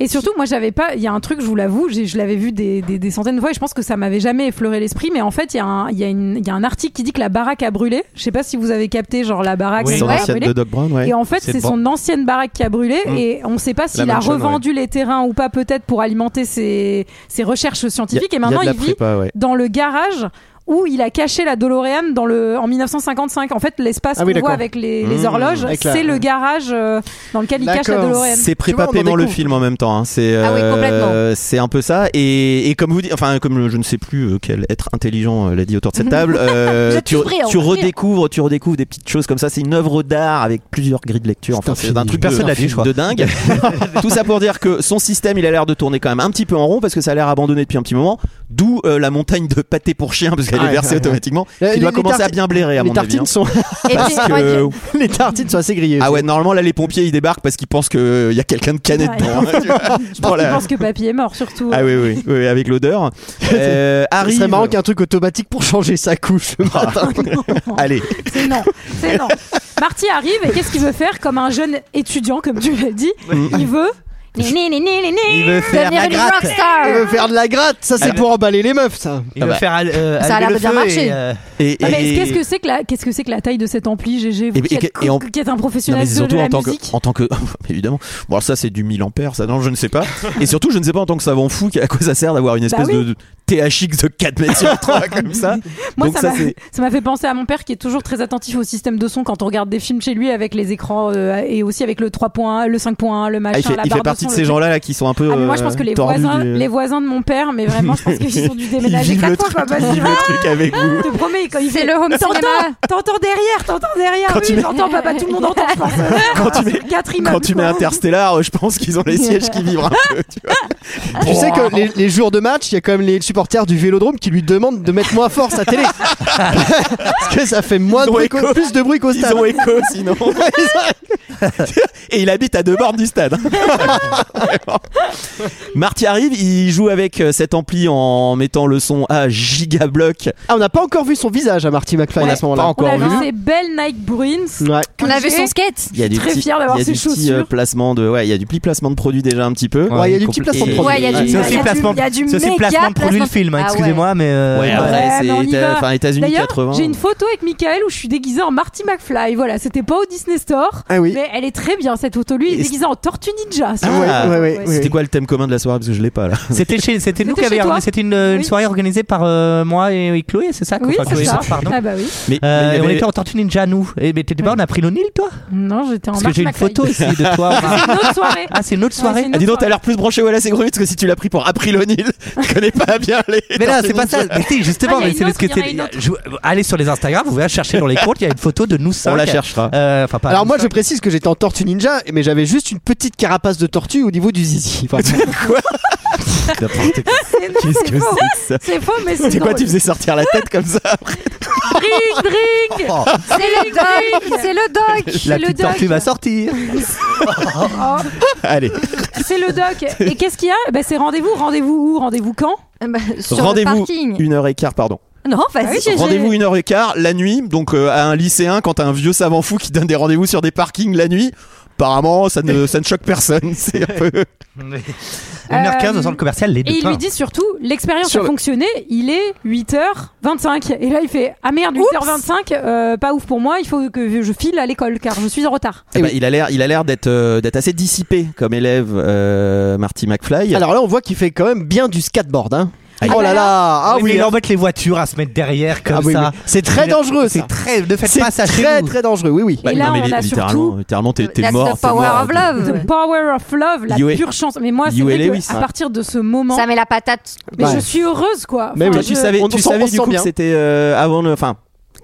Et surtout, moi, j'avais pas. Il y a un truc, je vous l'avoue, j'ai- je l'avais vu des, des- des centaines de fois et je pense que ça m'avait jamais effleuré l'esprit. Mais en fait, il y, a un- il y, a une- il y a un article qui dit que la baraque a brûlé. Je sais pas si vous avez capté, genre la baraque Oui. c'est Son vrai, a ancienne brûlé. de Doc Brown, ouais. Mm. Et en fait, C'est c'est bon. son ancienne baraque qui a brûlé et on ne sait pas s'il a mansion, revendu les terrains ou pas, peut-être pour alimenter ses, ses recherches Il y a- scientifiques. Et il y a de maintenant, la il vit prépa, ouais. dans le garage où il a caché la DeLorean dans le, en 1955. En fait, l'espace Ah oui, qu'on voit d'accord. avec les, les Mmh, horloges, avec la- c'est le garage euh, dans lequel il cache la D'accord. DeLorean. C'est Tu vois, prépa on en paiement le découvre. film en même temps. hein. C'est euh, Ah oui, complètement. c'est un peu ça. Et, et comme vous dites, enfin comme je ne sais plus euh, quel être intelligent euh, l'a dit autour de cette table, euh, Vous êtes hein, tu, tous brillant, tu brillant. redécouvres, tu redécouvres des petites choses comme ça. C'est une œuvre d'art avec plusieurs grilles de lecture. Enfin, infini. c'est un truc Personne de, l'a dit, je crois. de dingue. Tout ça pour dire que son système, il a l'air de tourner quand même un petit peu en rond parce que ça a l'air abandonné depuis un petit moment. D'où euh, la montagne de pâté pour chien parce qu'elle Ouais, est versée Ah, ouais, ouais. automatiquement. Les- Il doit les commencer à tarti- bien blairer à les mon avis. tartines hein. sont euh, Et puis, Parce ouais, que- les tartines sont assez grillées. ah aussi. ouais, normalement là les pompiers ils débarquent parce qu'ils pensent qu'il y a quelqu'un de canet Ouais. dedans. hein, tu vois. Je prends Je la- pense que papy est mort, surtout. Ah oui, oui, oui, oui, avec l'odeur. Euh, Ah. Ce arrive... serait marrant qu'il y ait un truc automatique pour changer sa couche. Allez, C'est non, c'est non. Marty arrive et qu'est-ce qu'il veut faire comme un jeune étudiant, comme tu l'as dit Il veut. Il veut faire devenir la une gratte. rockstar. Il veut faire de la gratte, ça c'est Ah. pour emballer les meufs, ça. Il Ah veut bah. faire euh, Ça a allumer l'air le de bien feu marcher. et, euh, et, Ah, Mais et- qu'est-ce que c'est que la qu'est-ce que c'est que la taille de cet ampli GG vous Et- qui et- êtes, et en- qui êtes un Non, professionnel mais de, c'est surtout la en tant que, musique en tant que, évidemment. Bon, alors ça c'est du 1000 ampères, ça non, je ne sais pas. Et surtout, je ne sais pas en tant que savant fou à quoi ça sert d'avoir une Bah espèce oui. de, de THX de 4 mètres sur 3 comme ça. Moi, Donc ça ça, m'a- c'est- Ah, ça m'a fait penser à mon père qui est toujours très attentif au système de son quand on regarde des films chez lui avec les écrans euh, et aussi avec le 3.1, le 5.1, le Ah, machin. il fait, la il barre fait partie son, de le ces truc. gens-là là, qui sont un peu. Ah, mais moi, je pense que les euh, tordus voisins, du- les voisins de mon père, mais vraiment, je pense qu'ils ont dû Ils déménager vivent le quatre fois. truc, Quoi, parce ah. ils que- vivent le truc avec vous. Je te promets, quand il C'est fait le home T'entends, cinéma. t'entends derrière, t'entends derrière. Quand tu oui, mets- j'entends, papa, tout le monde entend. Je pense. Quand tu mets- Quatre immeubles, Quand tu mets quoi. Interstellar, euh, je pense qu'ils ont les sièges qui vibrent un peu. Tu, vois. Ah, Tu sais que les, les jours de match, il y a quand même les supporters du Vélodrome qui lui demandent de mettre moins fort sa télé. Parce que ça fait moins de ont bruit qu'au- écho. plus de bruit qu'au Ils stade. ont écho sinon. Et il habite à deux bords du stade. Vraiment. Marty arrive, il joue avec euh, cet ampli en mettant le son à gigabloc. Ah, on n'a pas encore vu son visage à Marty McFly à ce pas moment-là. On a encore vu vu. ces belles Nike Bruins. Ouais. On a J'ai- vu son skate. Il y a du Très petit, fier d'avoir il y a ces du petit, chaussures. euh, placement de, ouais, il y a du petit placement de produit déjà un petit peu. Ouais, il y a du petit placement de Et- produit. Ouais, il y a du- C'est aussi il y a placement, il y a du c'est aussi méga placement de produit le placement. film, hein, Ah ouais. excusez-moi, mais. euh, Ouais, après, Ouais, c'est mais on y Ita- va. enfin, États-Unis D'ailleurs, 80. j'ai une photo avec Michael où je suis déguisée en Marty McFly. Voilà, c'était pas au Disney Store, Ah oui. mais elle est très bien cette photo. Lui, il Et est déguisé en Tortue Ninja. c'est Ah, vrai. Ouais, ouais, ouais, ouais. C'était quoi le thème commun de la soirée parce que je l'ai pas là. C'était chez, c'était nous C'était qui chez toi. avions, c'était une, une Oui. soirée organisée par euh, moi et, et Chloé, c'est ça Oui, Enfin, c'est Chloé, ça. pardon. Ah bah oui. Mais, Euh, mais il y on avait- était en Tortue Ninja, nous. Et, mais t'étais pas, on a pris l'Onil, toi Non, j'étais en Parce que Marty j'ai une McFly. photo ici de toi. C'est une autre soirée. Ah, c'est une autre Ouais, soirée c'est une Ah, dis donc, autre t'as l'air plus branché Wallace et Gromit parce que si tu l'as pris pour April O'Neil, tu connais pas bien les. Mais là, c'est pas ça. Mais tu sais, justement, Ah, il y a mais une c'est autre, parce il y en a que une autre. t'es- je- allez sur les Instagram, vous verrez chercher dans les comptes, il y a une photo de nous cinq. On la cherchera. Euh, Enfin, pas. Alors nous moi cinq. je précise que j'étais en tortue ninja mais j'avais juste une petite carapace de tortue au niveau du zizi. Enfin, Qu'est-ce que c'est C'est faux, mais c'est C'est quoi, drôle. tu faisais sortir la tête comme ça Ring, ring Oh, C'est le doc, c'est le doc. la le petite doc. tortue va sortir. Oh, Allez, C'est le doc. Et qu'est-ce qu'il y a bah, C'est rendez-vous, rendez-vous où, rendez-vous quand Bah, sur le rendez-vous parking. une heure et quart, pardon. Non, Ah vas-y, j'ai- j'ai- Rendez-vous une heure et quart la nuit, donc euh, à un lycéen quand t'as un vieux savant fou qui donne des rendez-vous sur des parkings la nuit. Apparemment, ça ne, ça ne choque personne. C'est un peu. 1h15 au centre commercial, les deux. Euh, Et il trains. lui dit surtout, l'expérience Sur a le- fonctionné, il est 8h25. Et là, il fait Ah merde, 8h25, euh, pas ouf pour moi, il faut que je file à l'école car je suis en retard. Eh ben, il a l'air, il a l'air d'être, euh, d'être assez dissipé comme élève, euh, Marty McFly. Alors là, on voit qu'il fait quand même bien du skateboard. Hein. Ah, Oh là là, ah mais oui, il hein. embête les voitures à se mettre derrière comme Ah oui, ça. mais c'est très dangereux. ça. C'est très. Ne faites C'est pas ça chez très vous. très dangereux. Oui, oui. et là, non, on mais a littéralement, surtout littéralement, t'es, t'es That's mort. the t'es power mort. of love. The Power of Love, la You- pure chance. Mais moi, c'est You vrai et que Lewis, à hein. partir de ce moment, Ça met la patate. mais Ouais. je suis heureuse quoi. Mais Enfin, Toi, oui. tu je- savais, on tu sent- savais on du sent coup bien. que c'était euh, avant le. Enfin,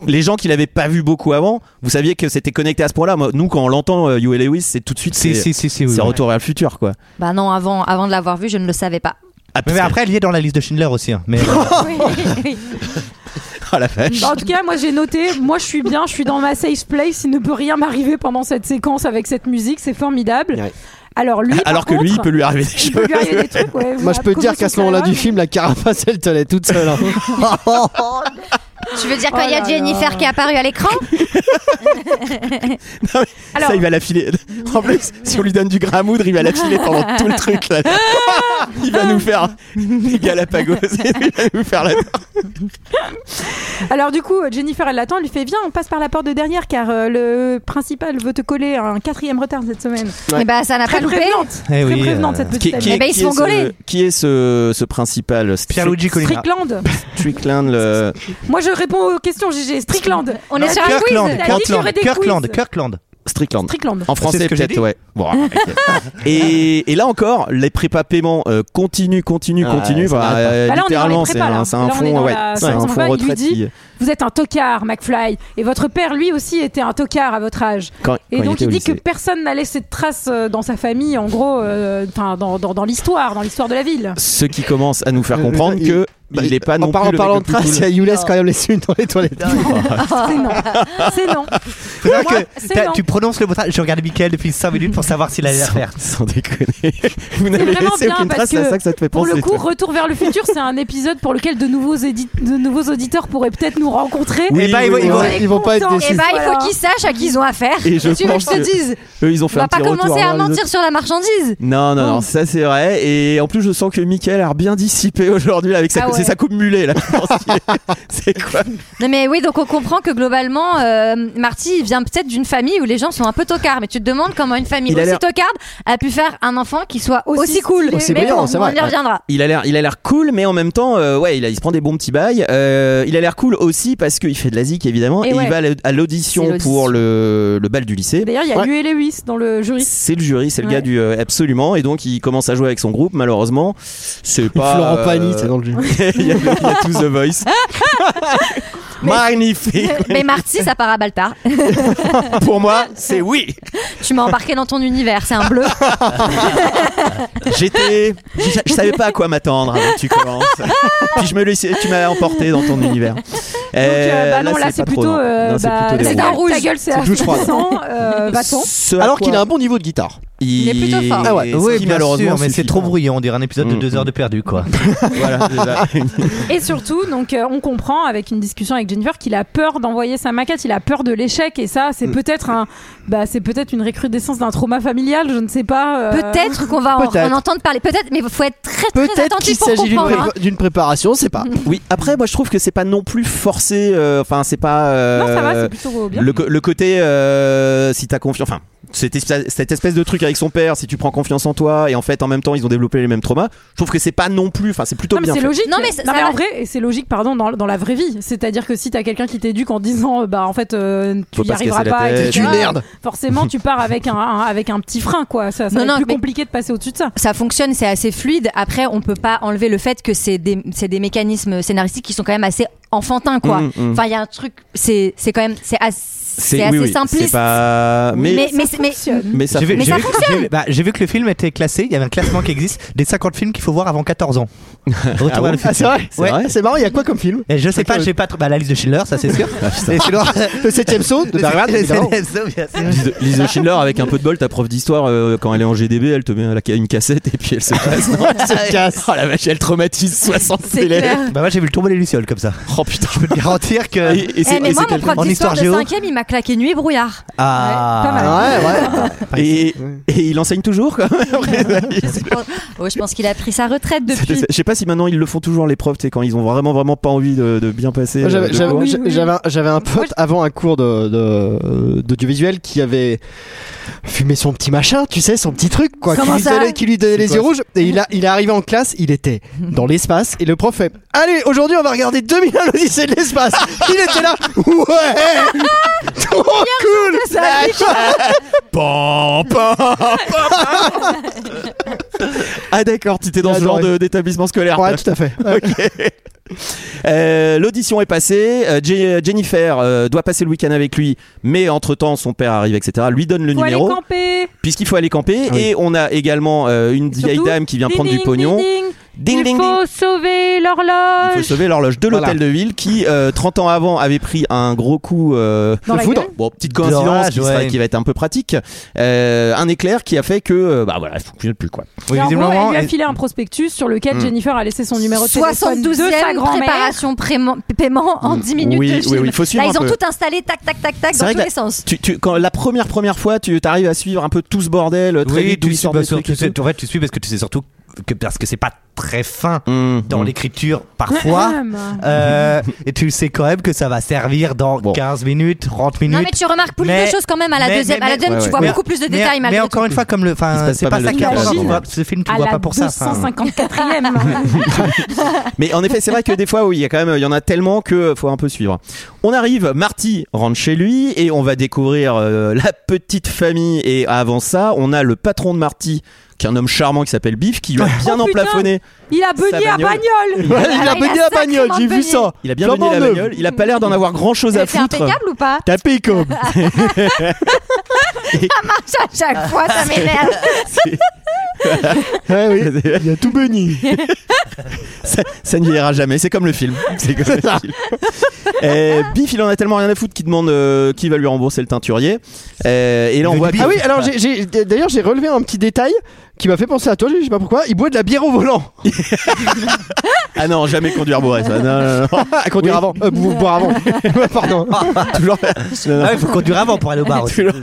les gens qui l'avaient pas vu beaucoup avant, vous saviez que c'était connecté à ce point-là. Moi, Nous, quand on l'entend, euh, You et Lewis, c'est tout de suite. Si, si, si, si, oui, c'est oui. retour vers le futur, quoi. Bah non, avant, avant de l'avoir vu, je ne le savais pas. Ah, Mais, parce que- après, elle y est dans la liste de Schindler aussi. hein. Mais Ah, la vache. En tout cas, moi j'ai noté, moi je suis bien, je suis dans ma safe place, il ne peut rien m'arriver pendant cette séquence avec cette musique, c'est formidable. Ouais. Alors lui, par Alors que lui, il contre, peut lui arriver des il peut choses. lui arriver des trucs, ouais, Moi, je voilà, peux te dire comme qu'à son ce moment-là Clara, du film, la carapace, elle tenait toute seule. hein. Tu veux dire quand il y Oh a là Jennifer là. qui est apparue à l'écran Alors- Ça, il va l'affiler. En plus, si on lui donne du gramoudre, il va l'affiler pendant tout le truc. là. il va nous faire des Galapagos. il va nous faire la. Eh Alors du coup, euh, Jennifer, elle l'attend, elle lui fait viens, on passe par la porte de derrière car euh, le principal veut te coller un quatrième retard cette semaine. Eh bah ça n'a Très pas loupé. prévenante, Eh très oui, prévenante euh, cette petite Qui, qui- amie. Eh ben, ils qui se font est ce, gauler. qui est ce, ce principal Pierluigi Ah. Colina. Strickland. Strickland, le. Moi je réponds aux questions GG. Strickland. On est sur un Kirkland, quiz. T'as dit qu'il y aurait Kirkland, des Kirkland, quiz. Kirkland. Strickland. Strickland. En C'est français ce que j'ai peut-être, dit. ouais. Bon, ok. et, et là encore, les prépas paiements euh, continuent, continuent, Ah, continuent. ça Bah, s'arrête pas. euh, Bah là, on est dans littéralement, les c'est prépas, un, là. c'est un Là, on est fond, dans ouais, la c'est un séquence fond où on va, il lui retraite. dit- qui- Vous êtes un tocard, McFly, et votre père lui aussi était un tocard à votre âge. quand- Et quand donc était il, au dit lycée. que personne n'a laissé de traces euh, dans sa famille, en gros, euh, enfin dans, dans, dans l'histoire, dans l'histoire de la ville. Ce qui commence à nous faire Euh, comprendre il- que Bah, il est pas en non par- plus En le parlant mec de le plus traces, cool. il y a Younes quand même laissé une dans les toilettes. C'est non, Oh, c'est non. Faut dire moi, que c'est t'as- non. tu prononces le mot. Je regarde Mickaël depuis 5 minutes pour savoir s'il allait la faire. Sans déconner. Vous n'avez vraiment laissé bien, aucune parce trace, c'est à que ça que ça te fait Pour penser. le coup, toi. Retour vers le futur, c'est un épisode pour lequel de nouveaux, édi- de nouveaux auditeurs pourraient peut-être nous rencontrer. Oui, Eh ben, oui, ils vont- oui, ils vont- oui. ils vont pas être Content. déçus. Et bah il Voilà. faut qu'ils sachent à qui ils ont affaire. Et je tu veux que pense je te que- dise Eux, ils ont On fait un va pas petit retour. commencer à avant les mentir sur la marchandise. Non, non, Bon. Oh. non, ça c'est vrai. Et en plus, je sens que Mickaël a l'air bien dissipé aujourd'hui là, avec sa, Ah ouais. c'est sa coupe mulet là. je pense qu'il est- c'est quoi Non mais oui, donc on comprend que globalement, euh, Marty il vient peut-être d'une famille où les gens sont un peu tocards. Mais tu te demandes comment une famille Il a l'air- aussi tocarde a pu faire un enfant qui soit Aussi aussi, cool. stylé. Aussi mais brillant, bon, c'est on vrai. y reviendra. Il a l'air, il a l'air cool, mais en même temps, euh, ouais, il, a- il se prend des bons petits bails. Euh, il a l'air cool aussi parce qu'il fait de la zik évidemment et, Et ouais. il va à l'aud- à C'est l'audition l'audition. pour le, le bal du lycée. D'ailleurs, il y a Ouais. lui et Lewis dans le jury. C'est le jury, c'est le Ouais. gars du euh, absolument, et donc il commence à jouer avec son groupe. Malheureusement, c'est pas Florent euh, Pagny, c'est dans le jeu. il y a, il y a tout The Voice. Magnifique. mais Marty, ça part à Baltar. Pour moi, c'est oui. tu m'as embarqué dans ton univers, c'est un bleu. J'étais, je, je savais pas à quoi m'attendre avant que tu commences. Puis je me laissais, tu m'as emporté dans ton univers. Donc, euh, bah non, là, c'est pas trop, plutôt. non. euh, Non, c'est bah, plutôt c'est des rouges. un rouge. Ta gueule, c'est C'est douche froide. assourdissant. euh, Va-t'en. Ce à Alors quoi qu'il a un bon niveau de guitare. il est plutôt fort. Ah ouais, ce qui, bien malheureusement, sûr, mais c'est suffit trop pas. bruyant. On dirait un épisode de Mm. 2 heures de perdu, quoi. Voilà, déjà. Et surtout, donc, euh, on comprend avec une discussion avec Jennifer qu'il a peur d'envoyer sa maquette, il a peur de l'échec, et ça, Mm. c'est peut-être un, bah, c'est peut-être une recrudescence d'un trauma familial, je ne sais pas. euh, Peut-être qu'on va en, Peut-être. en entendre parler. Peut-être, mais faut être très très Peut-être qu'il attentif pour s'agit d'une comprendre. hein. prépa- d'une préparation, c'est pas. oui, après, moi, je trouve que c'est pas non plus forcé. euh, Enfin, c'est pas. euh, Non, ça va, c'est plutôt bien. le, co- le côté, euh, si t'as confiance, enfin, cette espèce, cette espèce de truc avec son père, si tu prends confiance en toi, et en fait, en même temps, ils ont développé les mêmes traumas. Je trouve que c'est pas non plus, enfin, c'est plutôt Non mais bien. c'est fait. logique. Non, mais ça- ça en va. vrai, et c'est logique, pardon, dans, dans la vraie vie. C'est-à-dire que si t'as quelqu'un qui t'éduque en disant, euh, bah en fait, euh, tu Faut n'y pas se arriveras casser la pas, tête. etc., Tu merdes. Forcément, tu pars avec un, un- avec un petit frein, quoi. Ça, ça Non, va être non, plus mais- compliqué de passer au-dessus de ça. ça fonctionne, c'est assez fluide. Après, on peut pas enlever le fait que c'est des, c'est des mécanismes scénaristiques qui sont quand même assez enfantins, quoi. Mm, mm. Enfin, il y a un truc, c'est, c'est quand même, c'est assez, c'est oui, assez oui, simpliste. C'est pas. Mais, mais, mais, mais, c'est- mais- ça, vu, Mais ça vu, j'ai vu- bah, j'ai vu que le film était classé. Il y avait un classement qui existe des 50 films qu'il faut voir avant 14 ans. Retour vers le Ah, c'est futur. vrai C'est vrai C'est marrant, il y a quoi comme film Et je sais Ok, pas, oui. j'ai pas trop. Bah, la liste de Schindler, ça c'est sûr. Et sinon- Le 7ème saut de Bergman, Le évidemment. CNSO, bien sûr. Lise- Lise Schindler, avec un peu de bol, ta prof d'histoire, euh, quand elle est en GDB, elle te met la- une cassette et puis elle se casse. se casse. Oh la vache, elle traumatise 60 c'est élèves. clair. Bah, moi j'ai vu le tombeau des Lucioles comme ça. Oh putain. Je peux te garantir que. Et, et Eh, c'est- mais et moi, c'est mon quel- prof En histoire d'histoire de géo 5 il m'a claqué nuit et brouillard. Ah. Ouais, pas mal. Ouais, ouais. et, et il enseigne toujours quoi. Je pense- oh, je pense qu'il a pris sa retraite C'était- depuis. Je sais pas si maintenant ils le font toujours les profs, c'est quand ils ont vraiment vraiment pas envie de, de bien passer. Moi, euh, J'avais de j'avais- cours. j'a- j'avais un, j'avais un pote avant un cours de- de- d'audiovisuel de, qui avait fumé son petit machin, tu sais, son petit truc, quoi, qui Comment lui, ça donnait, qui lui donnait les yeux rouges. Et il, a, il est arrivé en classe, il était dans l'espace, et le prof fait Allez, aujourd'hui, on va regarder 2001 l'Odyssée de l'espace. il était là, ouais, trop cool. Pam, pam, pam, pam. ah d'accord, tu étais dans ce genre de- d'établissement scolaire. Ouais, toi. tout à fait. Ok. Euh, L'audition est passée. euh, J- Jennifer euh, doit passer le week-end avec lui, mais entre temps son père arrive, etc. Lui donne le Faut aller numéro camper. puisqu'il faut aller camper. Et on a également euh, une Surtout, vieille dame qui vient ding, prendre du ding, pognon. ding, ding. Ding, Il ding, faut sauver l'horloge. Il faut sauver l'horloge de l'hôtel de ville qui, euh, 30 ans avant, avait pris un gros coup euh, Dans de la foudre. gueule. Bon, petite coïncidence D'orage, qui, sera- ouais. qui va être un peu pratique. Euh, un éclair qui a fait que, euh, bah voilà, ça fonctionne plus quoi. Oui, Et en gros, visiblement, elle lui a elle- filé un prospectus sur lequel Hmm. Jennifer a laissé son numéro de téléphone de sa 72e grand-mère. préparation préman- paiement Hmm. en 10 minutes. Oui, de oui, film. oui, faut suivre Là, un ils ont peu. tout installé, tac, tac, tac, tac, C'est dans vrai tous que les sens. Tu, tu, quand la première première fois, tu arrives à suivre un peu tout ce bordel, euh, très Oui, vite, d'où tu il suis sort bah, des sur- trucs et tu sais- tout. en fait, tu suis parce que tu sais surtout que parce que c'est pas très fin Mmh, dans mmh. l'écriture Ah, parfois. bah. Euh, et tu sais quand même que ça va servir dans Bon. 15 minutes, 30 minutes. Non, mais tu remarques plus Mais- de choses quand même à la mais- deuxième. mais- à la deuxième, ouais, tu ouais. vois Mais- beaucoup plus de mais- détails mais, malgré encore une fois, comme le, Il se enfin, passe c'est pas pas mal ça de hein. qui est trucs, important. Tu j'imagine. vois, Ce film, tu à vois la pas pour ça. enfin. 254e. Mais en effet, c'est vrai que des fois, oui, il y a quand même, il y en a tellement que euh, faut un peu suivre. On arrive, Marty rentre chez lui et on va découvrir euh, la petite famille. Et avant ça, on a le patron de Marty, qui est un homme charmant qui s'appelle Biff, qui lui a bien Oh, putain. emplafonné. Il a beugné à bagnole. bagnole. Ah, Ouais, il a baigné la bagnole, j'ai vu ça. Il a bien Flambant mené la neuve. bagnole. Il a pas l'air d'en avoir grand chose à tout. C'est foutre. impeccable ou pas Tapé comme. À chaque fois, ça m'énerve. Ouais, oui. Il a tout béni. ça, ça ne ira jamais. C'est comme le film. C'est comme le film. Euh, Biff, il en a tellement rien à foutre qu'il demande euh, qui va lui rembourser le teinturier. Euh, et là, on voit. Ah oui, alors j'ai- j'ai- d'ailleurs j'ai relevé un petit détail qui m'a fait penser à toi, je sais pas pourquoi. Il boit de la bière au volant. Ah non, jamais conduire bourré. Ça. Non, non, non. À conduire avant, Euh, bo- boire avant. Pardon. Toujours. Non, non. Ah, il faut conduire avant pour aller au bar. aussi. Alors,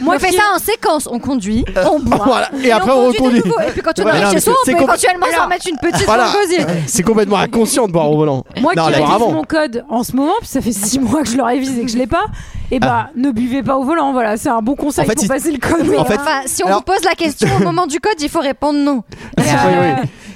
Moi, on fait ça en séquence. On conduit, on boit. Voilà. Et et après on conduit de reconduit. nouveau. Et puis quand on Ouais, non, arrive mais chez soi, c'est- on c'est peut com- éventuellement Alors, s'en mettre une petite voilà. sur le gosier. C'est complètement inconscient de boire au volant. moi Non, qui la révise avant. mon code en ce moment, puis ça fait 6 mois que je le révise et que je l'ai pas, et bah ne buvez pas au volant. Voilà, c'est un bon conseil Ah. En fait, pour il- passer le code. Mais En fait- enfin, si on alors- vous pose la question au moment du code, il faut répondre non. Et, euh,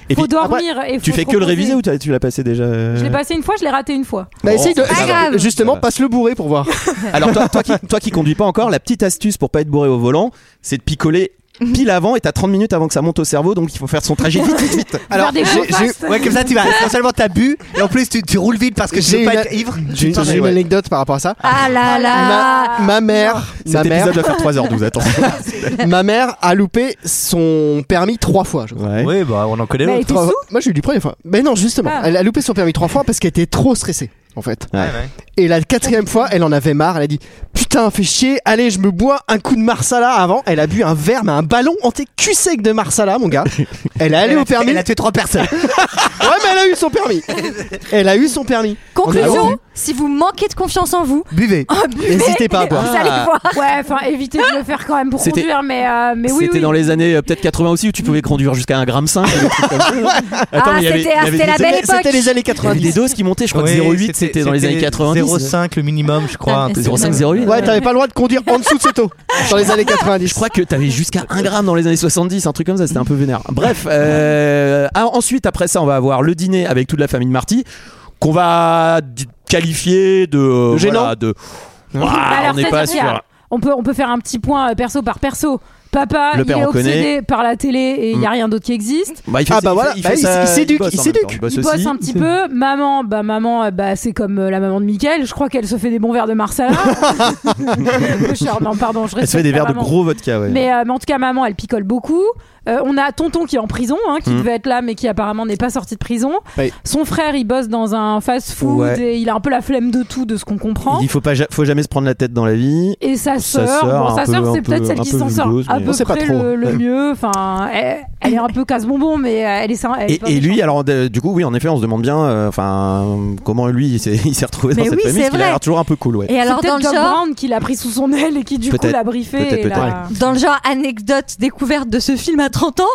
Et faut puis, dormir. et faut tu fais que le proposer. réviser ou t'as- tu l'as passé déjà euh Je l'ai passé une fois, je l'ai raté une fois. Bah, Bon, essaye de. c'est pas grave. Justement, Ça va. passe le bourré pour voir. Alors toi, toi, qui, toi qui conduis pas encore, la petite astuce pour pas être bourré au volant, c'est de picoler pile avant et t'as 30 minutes avant que ça monte au cerveau, donc il faut faire son trajet vite, vite, vite. Alors, des j'ai- gros j'ai- fastes. ouais, comme ça, tu vas. Non seulement t'as bu, et en plus, tu, tu roules vite parce que je J'ai veux pas une- être ivre. J'ai Putain, j'ai ouais. une anecdote par rapport à ça. Ah là là. Ma, ma mère, ma Cet mère, épisode va faire 3h12, attention. ma mère a loupé son permis trois fois. Je crois. Ouais. Oui, bah, on en connaît Mais elle l'autre. était Trois sous. fois. Moi, j'ai eu du premier fois. Mais non, justement, Ah. elle a loupé son permis trois fois parce qu'elle était trop stressée, en fait. Ah, Ouais, Et la quatrième fois, elle en avait marre. Elle a dit Putain, fais chier, allez, je me bois un coup de Marsala avant. Elle a bu un verre, mais un ballon entier cul sec de Marsala, mon gars. Elle est allée Elle a- au permis. Elle a tué trois personnes. Ouais, mais elle a eu son permis. Elle a eu son permis. Ah On est Conclusion, si vous manquez de confiance en vous, Oh, Buvez. Ah, buvez. N'hésitez pas à boire. Vous allez voir. Ouais, enfin, évitez de le faire quand même pour C'était- conduire, mais, euh, mais oui. C'était oui. dans les années euh, peut-être 80 aussi où tu pouvais conduire jusqu'à 1,5 gramme Attends, mais il ah, y avait- c'était il y ah, avait c'était la des- belle C'était- C'était époque. les années Il y avait 90. des doses qui montaient, je crois que 0,8 c'était dans les années 90. 0,5 le minimum, je crois. Ah, mais 0,5, 0,8. Ouais, t'avais pas le droit de conduire en dessous de ce taux dans les années 90. Je crois que t'avais jusqu'à 1 gramme dans les années 70, un truc comme ça, c'était un peu vénère. Bref, euh, ah, ensuite, après ça, on va avoir le dîner avec toute la famille de Marty, qu'on va d- qualifier de. euh, De gênant. voilà, de. Ouah, Bah, alors, on n'est ça, pas c'est sûr. clair. On peut, on peut faire un petit point euh, perso par perso. Papa, Le il père, est on connaît. Mm. obsédé par la télé et il n'y a rien d'autre qui existe. Bah, il fait, Ah, bah il fait- voilà, il fait bah, il- ça- il s'éduque, bosse en il même s'éduque. temps, bosse Il bosse aussi. un petit peu. Maman, bah maman, euh, bah c'est comme euh, la maman de Mickaël. Je crois qu'elle se fait des bons verres de Marsala. Je- non, pardon, je Elle se fait respecte des la verres de maman. gros vodka, ouais. Mais, euh, mais en tout cas, maman, elle picole beaucoup. Euh, on a tonton qui est en prison, hein, qui Mm. devait être là, mais qui apparemment n'est pas sorti de prison. Bah, Oui. Son frère, il bosse dans un fast-food Ouais. et il a un peu la flemme de tout, de ce qu'on comprend. Il dit faut, pas, ja- faut jamais se prendre la tête dans la vie. Et sa Sa sœur, sœur, bon, un sa peu- sœur, un c'est peu- peut-être celle un qui peu s'en sort vulgose, un mais- peu On sait pas près trop. le, le mieux. Enfin, elle, elle est un peu casse-bonbon, mais euh, elle est sympa. elle est Et, pas et lui, méchante. alors de- du coup, oui, en effet, on se demande bien, euh, enfin, comment lui, il s'est il s'est retrouvé Mais dans cette oui, famille, c'est parce qu'il a vrai. l'air toujours un peu cool, ouais. Et alors C'est dans peut-être le Doc genre, Brown qui l'a pris sous son aile et qui du coup Peut-être, l'a briefé. peut-être, et l'a- dans le genre anecdote découverte de ce film à 30 ans,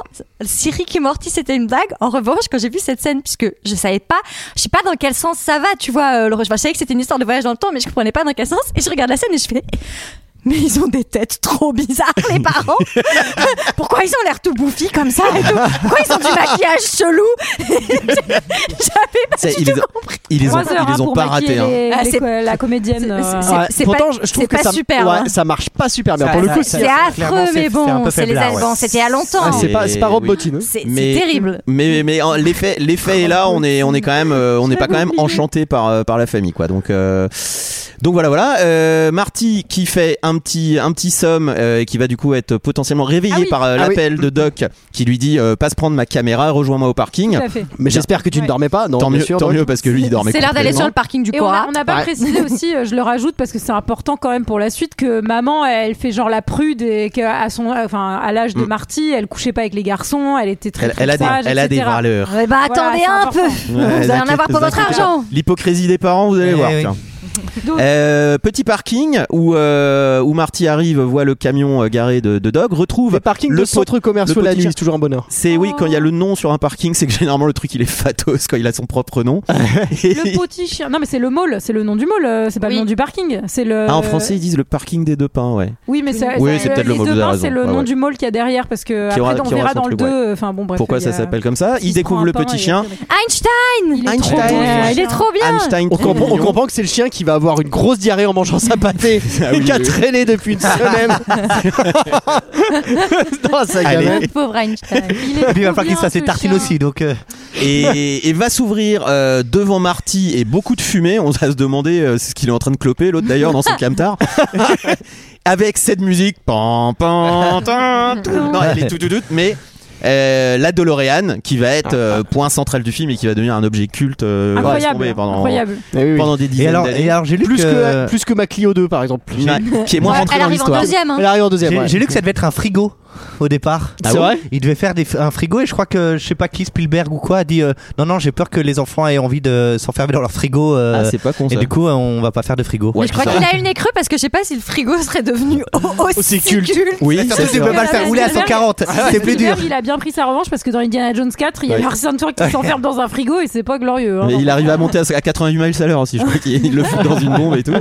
si Rick et Morty c'était une blague, en revanche quand j'ai vu cette scène, puisque je savais pas, je sais pas dans quel sens ça va, tu vois, euh, le... enfin, je savais que c'était une histoire de voyage dans le temps, mais je comprenais pas dans quel sens, et je regarde la scène et je fais... Mais ils ont des têtes trop bizarres, les parents. Pourquoi ils ont l'air tout bouffis comme ça et tout Pourquoi ils ont du maquillage chelou J'avais pas Ça, du ils tout les ont- compris. Ils les ont, Trois heures, ils hein, les ont pour pas maquiller ratés. hein. les- Ah, les- c'est- co- la comédienne. c'est- euh, c'est- Ouais, c'est pourtant, pas- je trouve c'est que pas ça, super, ouais, hein. ça marche pas super bien. Ça- Pour le ça- coup, ça- c'est- C'est clairement, affreux, c'est- mais c'est un bon, peu c'est les faiblard, ouais. Allemands, c'était il y a longtemps. ah, c'est pas, c'est pas hein. Rob Oui. Bottin. C'est c'est Mais- terrible. Mais mais en- l'effet l'effet est là, on est on est quand même euh, on n'est pas quand même enchanté par euh, par la famille quoi. Donc euh, donc voilà voilà euh, Marty qui fait un petit un petit somme euh, et qui va du coup être potentiellement réveillé Ah oui. par Ah euh, oui. l'appel de Doc qui lui dit euh, passe prendre ma caméra rejoins-moi au parking. Tout à fait. Mais j'espère que tu ne Ouais. dormais pas. Non, Tant bien mieux sûr, tant donc. mieux parce que lui il dormait. C'est l'air d'aller sur le complètement. parking du Et on Cora. a- on n'a pas Ouais. précisé aussi, euh, je le rajoute parce que c'est important quand même pour la suite, que maman, elle fait genre la prude et qu'à son, enfin, à l'âge de Mm. Marty, elle couchait pas avec les garçons, elle était très Elle, elle a des sage, elle a des etc. valeurs. Eh ben, Voilà, attendez c'est un peu. Ouais, vous allez en inquiétez- avoir pour votre inquiétez- argent. L'hypocrisie des parents, vous allez Eh voir. oui. tiens. Donc- Euh, petit parking où, euh, où Marty arrive, voit le camion euh, garé de, de Dog, retrouve Les parkings le de pot- centres commerciaux le la potiche. nuit, c'est toujours un bonheur. C'est oui, quand il y a Oh. le nom sur un parking, c'est que généralement le truc il est fatos quand il a son propre nom. Et- Le petit chien. Non, mais c'est le mall, c'est le nom du mall, euh, c'est pas Oui. le nom du parking. C'est le. Ah, en français ils disent le parking des deux pins, ouais. Oui, mais euh, c'est Oui, c'est peut-être le les mall, deux vous avez bains, raison. C'est le Ouais, nom ouais. du mall qu'il y a derrière parce que Qui aura- après, on qui aura verra son dans le truc, 2. euh, Enfin, bon, bref. Pourquoi il y ça a- s'appelle comme ça s'il Il se prend découvre un le pain, petit il y a- chien. Einstein. Il est trop Einstein. bon. Ouais, il est trop bien. Einstein. On très comprend, on mignon. comprend que c'est le chien qui va avoir une grosse diarrhée en mangeant sa pâtée et qui a traîné depuis une semaine dans la saga. Allez. mec. Le pauvre Einstein. Il est Et puis il va trop falloir qu'il se bien, fasse les ce tartines chien. aussi, donc. euh, Et, et va s'ouvrir euh, devant Marty et beaucoup de fumée. On va se demander euh, ce qu'il est en train de cloper. L'autre d'ailleurs dans son camtar. Avec cette musique. Pan, pan, tin, tout. Non, elle est tout, tout, tout, mais. euh, la DeLorean qui va être Ah. euh, point central du film et qui va devenir un objet culte euh, Incroyable. laisse tomber pendant, Incroyable. Eh oui, oui. pendant des dizaines Et alors, d'années. et alors j'ai lu Plus, que. Euh. euh, que, plus que ma Clio 2, par exemple. Ouais, qui est moins Ouais, rentré elle dans arrive en l'histoire. deuxième. hein. Elle arrive en deuxième. J'ai ouais. j'ai lu que ça devait être un frigo au départ. Ah C'est bon vrai Il devait faire des, un frigo et je crois que je sais pas qui Spielberg ou quoi a dit euh, non non j'ai peur que les enfants aient envie de s'enfermer dans leur frigo euh, Ah, c'est pas con et ça. du coup euh, on va pas faire de frigo. Mais je crois qu'il a eu le nez creux parce que je sais pas si le frigo serait devenu au- aussi, Aussi culte. culte. Oui, Surtout, c'est tu peux vrai. pas le faire rouler à Ah 140, c'est plus dur. Spielberg, Il a bien pris sa revanche parce que dans Indiana Jones 4, il y a Ouais. Arsène Tour qui s'enferme dans un frigo et c'est pas glorieux. hein. Mais il arrive à monter à à 88 miles à l'heure aussi. Je crois qu'il le fout dans une bombe et tout.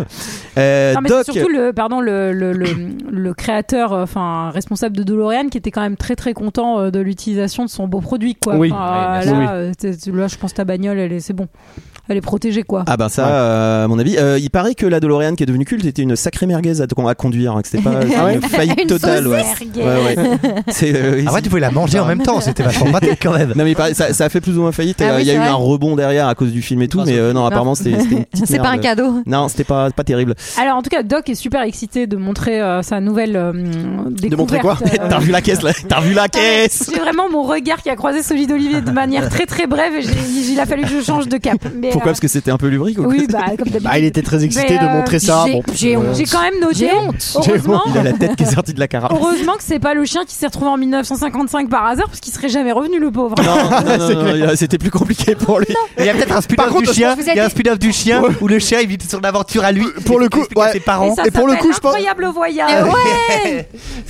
Euh, Non, mais Doc, c'est surtout le, pardon, le, le, le, le créateur, euh, enfin responsable de DeLorean, qui était quand même très très content euh, de l'utilisation de son beau produit. Quoi. Oui. Enfin, Oui, là, bien sûr. euh, t'es- t'es- là, je pense ta bagnole, elle est, c'est bon, elle est protégée quoi. ah ben ça, euh, à mon avis, euh, il paraît que la DeLorean qui est devenue culte était une sacrée merguez à, à conduire, hein, que c'était pas ouais une faillite Une totale. Ouais. saucisse. Ouais, ouais. C'est, euh, oui, Ah ouais tu pouvais la manger en même temps c'était vachement pratique quand même. c'est- non mais il paraît- ça, ça a fait plus ou moins faillite. et, Ah euh, oui, Il y a eu c'est vrai. un rebond derrière à cause du film et tout, mais euh, non apparemment c'était, c'était une petite C'est pas merde. un cadeau. Non, c'était pas pas terrible. Alors en tout cas, Doc est super excité de montrer euh, sa nouvelle euh, découverte. De montrer quoi euh, T'as vu la caisse là T'as vu la caisse J'ai vraiment mon regard qui a croisé celui d'Olivier de manière très très brève et j'ai- il a fallu que je change de cap. Mais, Pourquoi euh, Parce que c'était un peu lubrique. ou quoi Oui, bah comme d'habitude. Ah, il était très excité Mais, de euh, montrer ça. j'ai- Bon. j'ai honte. J'ai quand même noté. J'ai honte. Heureusement, Il a la tête qui est sortie de la carafe. heureusement que c'est pas le chien qui s'est retrouvé en 1955 par hasard parce qu'il serait jamais revenu le pauvre. Non, non, non, non, il a- c'était plus compliqué pour lui. Il y a peut-être un spin-off du chien. Il y a un spin-off du chien où le chien il vit son aventure à lui. Pour le coup, Il explique à ouais. ses Et parents. ça Et pour le s'appelle hein. coup, je pense- incroyable Eh voyage.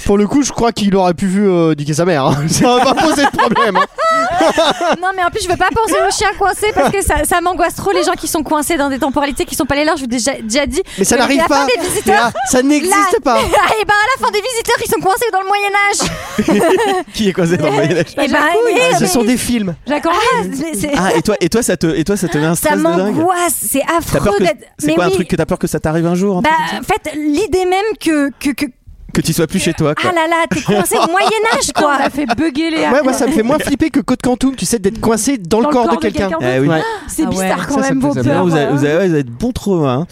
Pour le coup, je crois qu'il aurait pu vu euh, niquer sa mère. hein. Ça va pas poser de problème. hein. Non, mais en plus, je veux pas penser aux chiens coincés parce que ça, ça m'angoisse trop les gens qui sont coincés dans des temporalités qui sont pas les leurs. Je vous ai déjà, déjà dit. Mais ça que n'arrive la Fin pas. des visiteurs. Ah, ça n'existe la- pas. et ben à la fin des visiteurs, ils sont coincés dans le Moyen-Âge. Qui est causé dans le voyage Et ben, euh, eh, Ce mais- sont des films. J'accorde. Ah, mais c'est- Ah et toi et toi ça te et toi ça te met un ça stress de dingue. m'angoisse. C'est T'as peur affreux que d'être. c'est mais quoi un oui. truc que t'as peur que ça t'arrive un jour hein, Bah, en fait, l'idée même que, que, que. que tu sois plus chez toi Ah quoi. là là, t'es coincé au Moyen-Âge, quoi. On a fait bugger les. Ouais, moi, ça me fait moins flipper que Code Quantum, tu sais, d'être coincé dans, le corps de quelqu'un. Eh oui. Ouais. C'est Ah ouais. bizarre quand Ça, ça même me vos faisait peurs. hein. Non, Ah, vous, avez, ouais. vous, avez, vous êtes bon trauma. hein.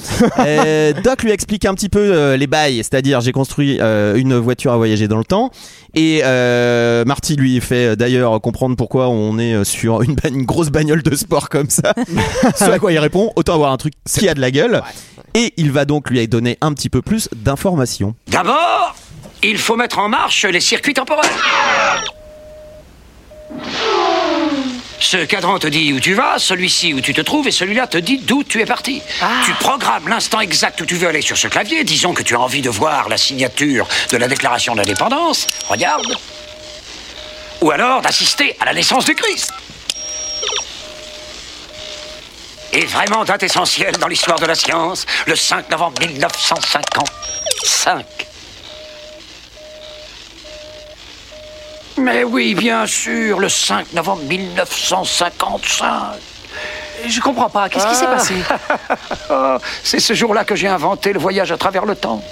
Euh, Doc lui explique un petit peu euh, les bails, c'est-à-dire j'ai construit euh, une voiture à voyager dans le temps et euh, Marty lui fait euh, d'ailleurs comprendre pourquoi on est euh, sur une, ba- une grosse bagnole de sport comme ça. Ce à quoi il répond autant avoir un truc qui a de la gueule et il va donc lui donner un petit peu plus d'informations. D'abord, Il faut mettre en marche les circuits temporels. Ce cadran te dit où tu vas, celui-ci où tu te trouves et celui-là te dit d'où tu es parti. Tu programmes l'instant exact où tu veux aller sur ce clavier. Disons que tu as envie de voir la signature de la déclaration d'indépendance. Regarde. Ou alors d'assister à la naissance du Christ. Et vraiment date essentielle dans l'histoire de la science, le 5 novembre 1955. Mais oui, bien sûr, le 5 novembre 1955. Je comprends pas, qu'est-ce qui s'est passé Ah. Oh, c'est ce jour-là que j'ai inventé le voyage à travers le temps.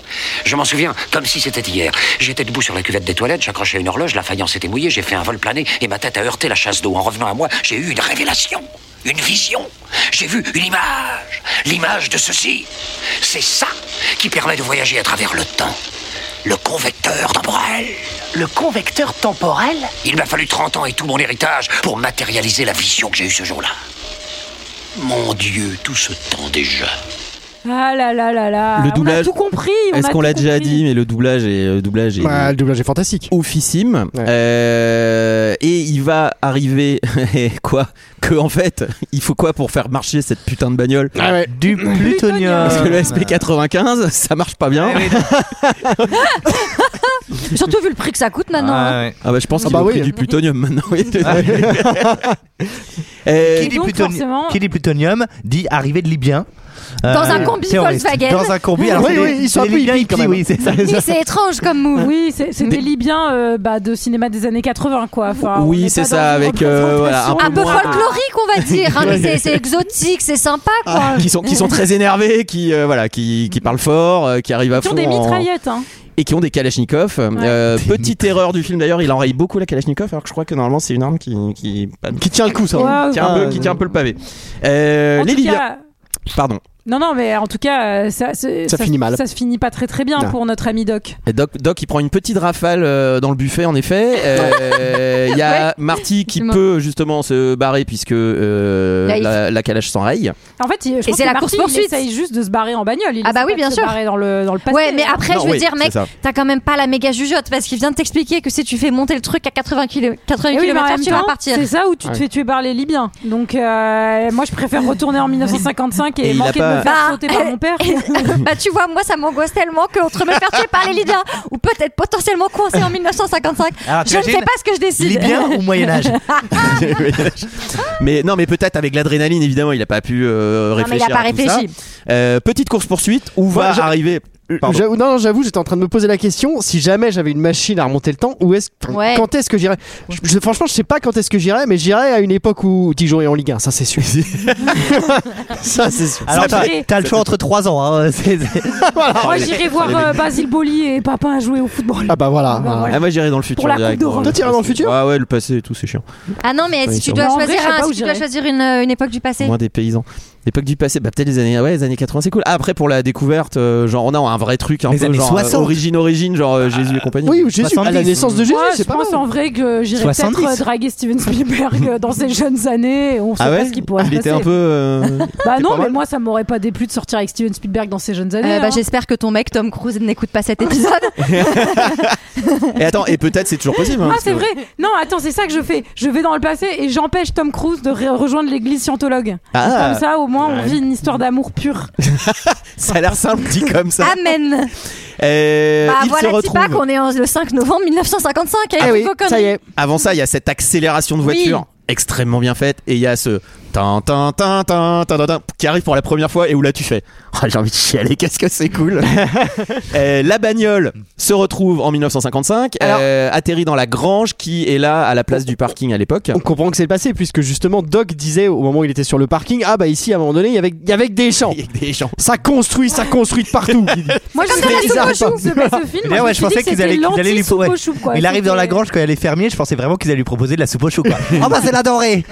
Je m'en souviens, comme si c'était hier. J'étais debout sur la cuvette des toilettes, j'accrochais une horloge, la faïence était mouillée, j'ai fait un vol plané et ma tête a heurté la chasse d'eau. En revenant à moi, j'ai eu une révélation, une vision. J'ai vu une image, l'image de ceci. C'est ça qui permet de voyager à travers le temps. Le convecteur temporel. Le convecteur temporel Il m'a fallu 30 ans et tout mon héritage pour matérialiser la vision que j'ai eue ce jour-là. Mon Dieu, tout ce temps déjà. Ah là là là là. Le doublage- On a tout compris. on Est-ce a qu'on tout l'a déjà compris. dit, mais le doublage est, le doublage est Bah, le doublage est fantastique. oufissime. Ouais. Euh, et il va arriver quoi Que en fait, il faut quoi pour faire marcher cette putain de bagnole Ah ouais. Du plutonium. Parce que le SP95, ça marche pas Ah bien. Surtout vu le prix que ça coûte maintenant. hein. Ah, ouais. Ah bah je pense Ah qu'il bah a oui. pris du plutonium maintenant. oui. Euh, Qui dit donc, plutoni- forcément- qui dit plutonium dit arrivée de Libyens. Dans un combi terroristes. Volkswagen. Dans un combi. Alors Oui, c'est oui, des- ils sont c'est un des peu Libyens hippies, quand hippies, même. oui, c'est ça. Oui, c'est étrange comme move. Oui, c'est- c'était libyen euh, bah, de cinéma des années 80, quoi. Enfin, Ah, on oui, est c'est pas ça, dans une avec euh, voilà, un peu, Un peu moins de- folklorique, on va dire. hein, mais c'est- c'est exotique, c'est sympa, quoi. Ah, qui sont qui sont très énervés, qui euh, voilà, qui, qui parlent fort, euh, qui arrivent à Qui fond ont des en- mitraillettes, hein. et qui ont des kalachnikovs. Euh, petite erreur du film d'ailleurs, il enraye beaucoup la kalachnikov alors que je crois que normalement c'est une arme qui qui, Qui tient le coup, ça. hein. Ah, Ouais, qui, tient un peu, qui tient un peu le pavé. Euh, En les tout Libyens, cas, pardon. non, non, mais en tout cas, euh, ça, c'est- Ça finit mal. Ça se finit pas très très bien Non. pour notre ami Doc. Et Doc, Doc, il prend une petite rafale euh, dans le buffet, en effet. Euh, Il y a Marty qui Dis-moi. peut justement se barrer puisque euh, Là, il- la, la calèche s'enraye. En fait, il- je Et pense c'est que la Marty, course-poursuite. Il essaye juste de se barrer en bagnole. Il Ah bah essaie oui, pas bien de se sûr. barrer dans le dans le passé. Ouais, mais après, Non, je veux oui, dire, c'est mec, ça. t'as quand même pas la méga jugeote parce qu'il vient de t'expliquer que si tu fais monter le truc à 80 km, Eh 80 oui, mais en km même tu vas temps, partir. C'est ça où tu te Ouais. fais tuer par les Libyens. Donc, euh, moi, je préfère retourner en 1955 et, Et il a manquer de pas- me faire Bah, sauter par mon père. bah tu vois, moi ça m'angoisse tellement qu'entre me faire tuer par les Libyens ou peut-être potentiellement coincé en 1955, Alors, je ne sais t'imagines pas ce que je décide. Libyen ou Moyen-Âge Ah. mais non, mais peut-être avec l'adrénaline, évidemment, il n'a pas pu euh, Non, mais il réfléchir. a pas à tout réfléchi. ça. Euh, petite course-poursuite où Moi, va j'a- arriver. Pardon. J'avoue- non, non, j'avoue, j'étais en train de me poser la question si jamais j'avais une machine à remonter le temps, où est-ce, enfin, Ouais. quand est-ce que j'irais Je- je- Franchement, je sais pas quand est-ce que j'irais, mais j'irais à une époque où Dijon est en Ligue 1, ça c'est sûr. ça c'est sûr. Alors, Ça t'as fait- t'as le choix entre 3 ans. hein, c'est- c'est- moi, j'irai voir euh, Basile Boli et Papin jouer au football. Ah bah voilà. Bah, hein. voilà. Ah, moi j'irai dans le futur. la Coupe direct. d'Europe. Toi, t'irais dans le futur Ah ouais, le passé et tout, c'est chiant. Ah non, mais Oui, si tu c'est dois vrai. En choisir, vrai, je sais un- pas si où tu dois j'irais. choisir une, euh, une époque du passé. Moins des paysans. L'époque du passé, bah peut-être les années, ouais, les années 80, c'est cool. Ah, après pour la découverte, euh, genre on a un vrai truc un Les peu années genre euh, 60. origine origine, genre euh, Jésus et compagnie. Oui, ou Jésus, à la 70. naissance de Jésus, Moi, je c'est pas pense mal. en vrai que j'irais 70. peut-être euh, draguer Steven Spielberg euh, dans ses jeunes années. On sait Ah ouais. pas ce qui pourrait se il était passer. un peu. euh, Bah T'es non, pas mais mal. moi, ça m'aurait pas déplu de sortir avec Steven Spielberg dans ses jeunes années. Euh, bah, hein. J'espère que ton mec Tom Cruise n'écoute pas cet épisode. Et attends, et peut-être c'est toujours possible. hein, Ah parce c'est que- vrai Non attends c'est ça que je fais Je vais dans le passé et j'empêche Tom Cruise de re- rejoindre l'église scientologue Ah, Comme ça au moins on vit une histoire d'amour pur ça a l'air simple dit comme Ah, ça. Amen. Euh, bah il se voilà, retrouve. pas qu'on est en- le 5 novembre 1955. Ah oui, ça y est. Avant ça, il y a cette accélération de Oui. voiture extrêmement bien faite, et il y a ce tin, tin, tin, tin, tin, tin, tin, qui arrive pour la première fois et où là tu fais. Oh, J'ai envie de chialer, qu'est-ce que c'est cool. Euh, la bagnole se retrouve en 1955, Alors- euh, atterrit dans la grange qui est là à la place du parking à l'époque. On comprend que c'est le passé, puisque justement Doc disait au moment où il était sur le parking Ah bah ici à un moment donné, il y avait, il y avait que des champs. Avec des gens. Ça construit, ça construit de partout. Moi je comme dans la sais soupe pas aux ce ce film D'ailleurs, moi, ouais, je me suis dit pensais que qu'ils allaient- c'était qu'ils allaient lui- l'anti-soupe ouais. au chou, quoi. Il arrive dans la C'était- grange quand il y a les fermiers. Je pensais vraiment qu'ils allaient lui proposer de la soupe au chou. quoi. Ah bah c'est la denrée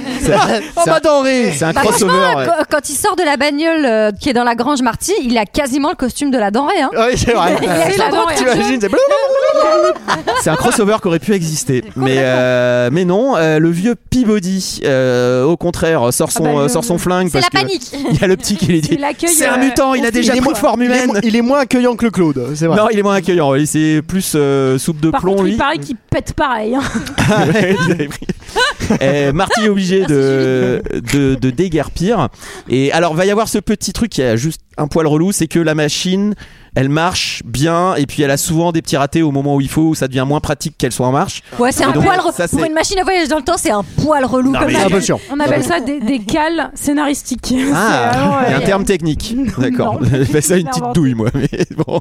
Oh bah denrée oui, c'est un Bah, crossover. franchement, ouais. quand- Quand il sort de la bagnole euh, qui est dans la grange Marty, il a quasiment le costume de la denrée. Hein. Ah Oui, c'est vrai. Il a la denrée. T'imagines, c'est C'est un crossover qui aurait pu exister, mais euh, mais non. euh, le vieux Peabody, euh, au contraire, sort son Ah bah, euh, le- sort son flingue C'est parce la que panique. il y a le petit qui lui dit. C'est l'accueil, C'est un euh, mutant, il a on déjà fait pris quoi. forme Il est, humaine. mo- il est moins accueillant que le Claude, c'est vrai. Non, il est moins accueillant. oui, C'est plus euh, soupe de Par plomb, contre, lui. il paraît qu'il pète pareil. hein. Ouais, vous avez pris. Euh, Marty est obligé de, de, de déguerpir. Et alors, va y avoir ce petit truc qui est juste un poil relou c'est que la machine, elle marche bien et puis elle a souvent des petits ratés au moment où il faut, où ça devient moins pratique qu'elle soit en marche. Ouais, c'est Et un donc, poil. re- ça, c'est- Pour une machine à voyage dans le temps, c'est un poil relou Non, comme mais- ça. un peu chiant. On appelle ça des, des cales scénaristiques. C'est vraiment, Ah, il y a euh, un terme technique. D'accord. Non. Je fais ça une petite douille, moi. Mais bon.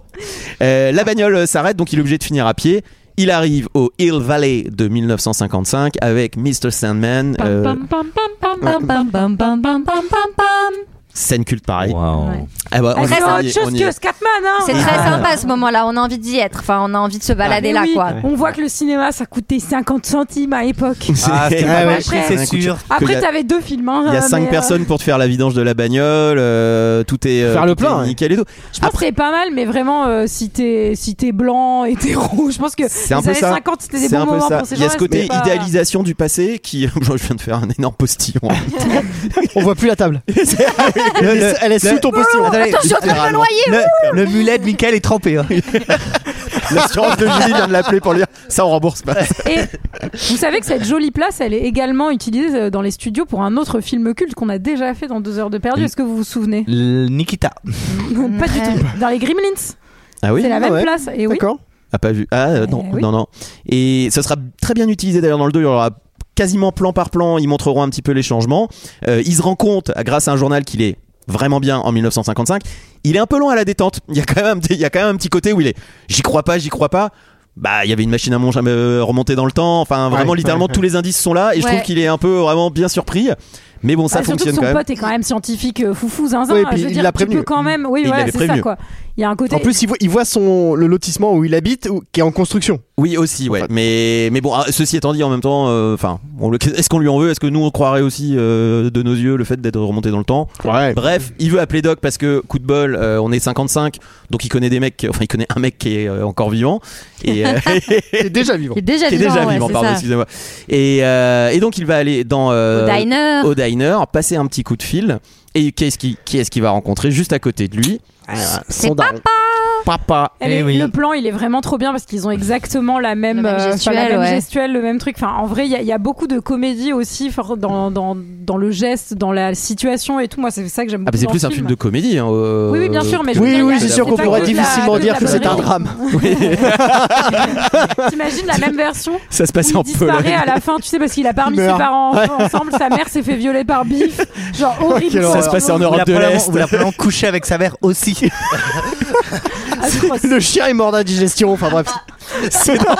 Euh, la bagnole s'arrête, donc il est obligé de finir à pied. Il arrive au Hill Valley de 1955 avec Mr. Sandman. pam, euh, pam, pam, pam, pam, Bam, bam, bam, bam, bam, bam, bam, bam. scène culte pareil. Wow. Ouais. Ah bah, on Ah, y- c'est on y autre est, on chose y est. Ah. que Scatman, hein. C'est très sympa à ce moment-là. On a envie d'y être. Enfin, on a envie de se balader Ah, Mais là, oui, quoi. On voit que le cinéma, ça coûtait 50 centimes à l'époque. Ah, c'était Ah pas ouais, mal pris, après- c'est sûr. Que y Après, a- t'avais deux films. hein, Il y a mais, cinq euh, personnes pour te faire la vidange de la bagnole, euh, tout est euh, Faire le tout est plein, ouais. nickel et tout. Je pense que c'est pas mal, mais vraiment, euh, si t'es si t'es blanc, hétéro, je pense que C'est un les peu années ça. 50, c'était des C'est bons un peu moments ça. pour ces Il y a gens-là, ce côté c'était pas- idéalisation du passé qui, je viens de faire un énorme postillon. On voit plus la table. elle, est, elle est sous ton postillon. Attendez, euh, Attention, tu vas me noyer. le, le mulet de Michael est trempé. hein. L'assurance de Julie vient de l'appeler pour lui dire ça on rembourse pas. Et vous savez que cette jolie place, elle est également utilisée euh, dans les studios pour un autre film culte qu'on a déjà fait dans Deux heures de perdu. Oui. Est-ce que vous vous souvenez Le Nikita. Pas du tout. Dans les Gremlins, Ah oui c'est la ah même ouais. place. Et oui. D'accord. Ah pas vu. Ah euh, non, Eh oui. non, non. Et ce sera très bien utilisé d'ailleurs dans le 2, il y aura quasiment plan par plan, ils montreront un petit peu les changements. Euh, il se rend compte, grâce à un journal qu'il est vraiment bien en 1955, il est un peu long à la détente. Il y a quand même un petit, il y a quand même un petit côté où il est j'y crois pas, j'y crois pas. Bah, il y avait une machine à monge euh, remontée dans le temps. Enfin, vraiment, Ouais, littéralement, ouais, ouais. tous les indices sont là et je Ouais. trouve qu'il est un peu vraiment bien surpris. Mais bon, ça Bah, surtout que fonctionne son quand même. pote est quand même scientifique euh, foufou zinzin. Ouais, et puis je veux il dire, l'a tu prévenu. peux quand même. Oui, Et il voilà, l'avait c'est ça prévenu. quoi. Il y a un côté. En plus, il voit, il voit son, le lotissement où il habite, où- qui est en construction. Oui aussi, ouais. fait. Mais mais bon, ah, ceci étant dit, en même temps, euh, enfin, on le- est-ce qu'on lui en veut Est-ce que nous on croirait aussi euh, de nos yeux le fait d'être remonté dans le temps Ouais. Bref, il veut appeler Doc parce que coup de bol, euh, on est 55, donc il connaît des mecs, enfin il connaît un mec qui est euh, encore vivant et euh, Il est déjà vivant. Il est déjà qui est dedans, déjà ouais, vivant, c'est pardon, ça. excusez-moi. Et euh, et donc il va aller dans euh, Au diner. au diner, passer un petit coup de fil. Et qu'est-ce qui, qui est-ce qu'il va rencontrer juste à côté de lui Euh, C'est Son daron. Papa. Ah, Elle Eh est- oui. Le plan, il est vraiment trop bien parce qu'ils ont exactement la même, Le même euh, enfin, la gestuelle, même ouais. gestuelle, le même truc. Enfin, en vrai, il y, a- il y a beaucoup de comédie aussi for- dans, dans, dans le geste, dans la situation et tout. Moi, c'est ça que j'aime beaucoup. Ah bah c'est dans plus le un film de comédie. hein, euh, Oui, oui, bien sûr, mais que- je veux Oui, dire, oui, il y a- c'est sûr c'est qu'on pas pourrait que de la- difficilement que de dire la que c'est un bonne drame. T'imagines la même version Ça se où passe il en disparaît Pologne. à la fin, tu sais, parce qu'il a pas Il remis ses meurt. parents en- ensemble, sa mère s'est fait violer par Biff. Genre horrible. Quelle Ça horreur. se passait en Vous la Europe de l'Est. Vous la couché avec sa mère aussi. Atroce. Le chien est mort d'indigestion. Enfin bref. Ah. C'est dans...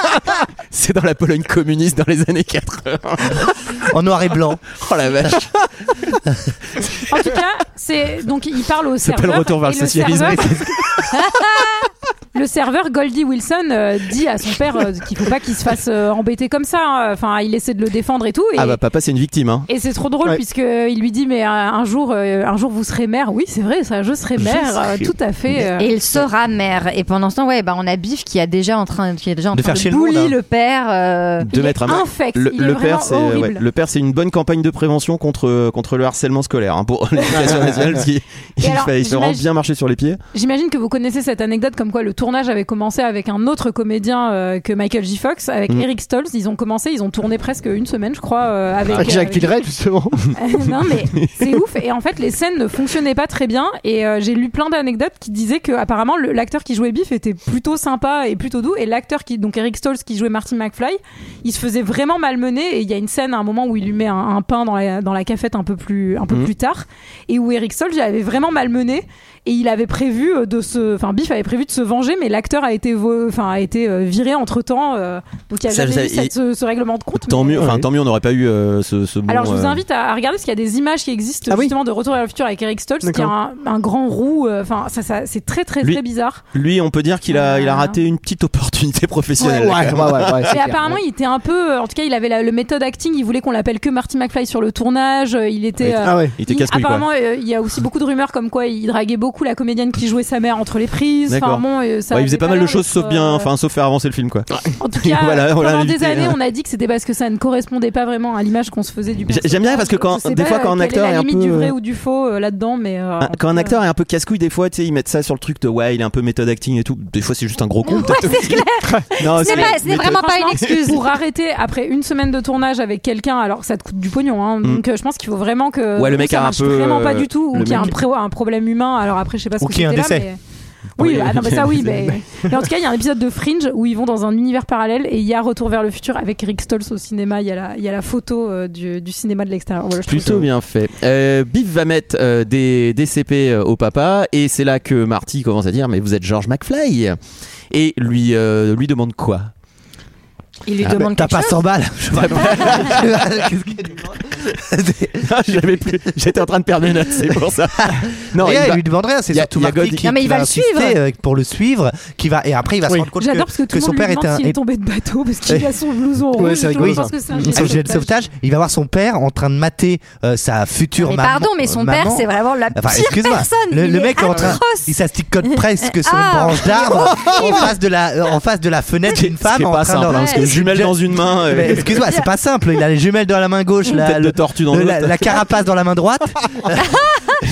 c'est dans la Pologne communiste dans les années 80. en noir et blanc. Oh la vache. En tout cas, c'est donc il parle au s'appelle serveur. Retour vers et le socialisme. serveur- le serveur Goldie Wilson euh, dit à son père euh, qu'il faut pas qu'il se fasse euh, embêter comme ça. hein. Enfin, il essaie de le défendre et tout. Et, Ah bah papa c'est une victime hein. et c'est trop drôle Ouais. puisque il lui dit mais euh, un jour, euh, un jour vous serez mère. Oui, c'est vrai, ça, je serai mère, euh, tout à fait. euh. Et il sera mère. Et pendant ce temps, ouais, bah, on a Biff qui, a déjà en train, qui est déjà en De train faire chier de le monde, bully hein. le père. euh, De Il mettre est un infect. le, il est le vraiment père c'est ouais, horrible. le père c'est une bonne campagne de prévention contre contre le harcèlement scolaire hein, pour l'éducation nationale parce qu'il il alors, fait il fait vraiment j'imagine- bien marcher sur les pieds. J'imagine que vous connaissez cette anecdote comme quoi le tournage avait commencé avec un autre comédien euh, que Michael J. Fox, avec Mm. Eric Stoltz. Ils ont commencé, ils ont tourné presque une semaine, je crois, euh, avec, Avec Ah, Jacques avec- Euh, Villeray, justement. non mais c'est ouf et en fait les scènes ne fonctionnaient pas très bien et euh, j'ai lu plein d'anecdotes qui disaient que apparemment le- l'acteur qui jouait Biff était plutôt sympa et plutôt doux et l'acteur qui donc Eric Stoltz qui jouait Martin McFly il se faisait vraiment malmener et il y a une scène à un moment où il lui met un, un pain dans la, dans la cafette un peu plus un peu Mhm. plus tard euh, et où Eric Stoltz il avait vraiment malmené et il avait prévu de se enfin Biff avait prévu de se venger changé, mais l'acteur a été, vo- enfin, a été euh, viré entre temps. donc il n'y a Ça, jamais je eu savais, cette- ce, ce règlement de compte. Tant mais- mieux, enfin tant mieux, on n'aurait pas eu euh, ce, ce bon. Alors, je vous euh, invite à, à regarder parce qu'il y a des images qui existent Ah oui. justement de Retour vers le futur avec Eric Stoltz, qui a D'accord. un, un grand roux. euh, Enfin, ça, ça- c'est très, très, Lui- très bizarre. Lui, on peut dire qu'il a, Ah. il a raté une petite opportunité professionnelle. Ouais, ouais, ouais, ouais, ouais, c'est Et clair. apparemment, il était un peu. euh, En tout cas, il avait la- le méthode acting. Il voulait qu'on l'appelle que Marty McFly sur le tournage. euh, Il était. Ouais. euh, Ah ouais. Il était il- casse-couille, quoi. apparemment, euh, il y a aussi beaucoup de rumeurs comme quoi il draguait beaucoup la comédienne qui jouait sa mère entre les prises. D'accord. Enfin, bon, euh, ça Ouais, avait il faisait pas mal l'air de choses, d'être, sauf bien, euh, enfin, sauf faire avancer le film, quoi. En tout cas, Voilà, on l'a pendant des invité, années, hein. on a dit que c'était parce que ça ne correspondait pas vraiment à l'image qu'on se faisait du. J'ai- J'aime bien parce que quand, Je sais des pas, fois, euh, quand un quelle acteur est, est, la un limite peu, du euh, vrai ou du faux euh, là-dedans, mais euh, un- en quand un tout cas, acteur est un peu casse-couille, des fois, tu sais, ils mettent ça sur le truc de ouais, il est un peu méthode acting et tout. Des fois, c'est juste un gros con. peut-être. Non, Ce n'est pas- ce n'est oh, mais- vraiment pas une Franchement, excuse. pour arrêter après une semaine de tournage avec quelqu'un alors que ça te coûte du pognon hein, donc euh, je pense qu'il faut vraiment que Mm. Ouais, le mec ça a un marche peu, vraiment pas euh, du tout ou le qu'il y a un, mec- pré- un problème humain alors après je sais pas ce Ou que qu'il y a un c'était là, décès. mais- oui, Oui. ah non, mais ça oui, mais... mais en tout cas, il y a un épisode de Fringe où ils vont dans un univers parallèle et il y a Retour vers le futur avec Rick Stolz au cinéma. Il y a la, il y a la photo euh, du, du cinéma de l'extérieur. Voilà, je trouve Plutôt ça- bien fait. Euh, Biff va mettre euh, des, des CP euh, au papa et c'est là que Marty commence à dire mais vous êtes George McFly et lui euh, lui demande quoi Il lui Ah, demande T'as quelque pas chose. 100 balles Je sais pas. Qu'est-ce qu'il demande Ah, j'avais plus- J'étais en train de perdre mes notes, c'est pour ça. Non, Rien, il il va- lui demande rien, c'est il y a- surtout il y a Marty God- qui, Non, mais qui il va le insister, suivre. euh, pour le suivre, qui va et après il va se Oui. rendre compte que, J'adore parce que tout que le son monde père lui est demande un s'il est tombé de bateau parce qu'il a son blouson Ouais, rouge. c'est Oh, Je rigolo, pense que c'est un est un gilet gilet de sauvetage. Il va voir son père en train de mater euh, sa future Mais maman. Euh, pardon, mais son père, maman. c'est vraiment la Enfin, pire excuse-moi. personne. Le, Il le est mec est en train, atroce. il s'astique presque sur Ah, Oh. une branche d'arbre en face de la, euh, en face de la fenêtre Ce d'une qui femme est en pas train simple, de- hein, parce que Ouais. jumelle dans une main, euh, Mais Excuse-moi, c'est pas simple. Il a les jumelles dans la main gauche, la, tête de le- tortue dans le- l'autre. la, la carapace dans la main droite.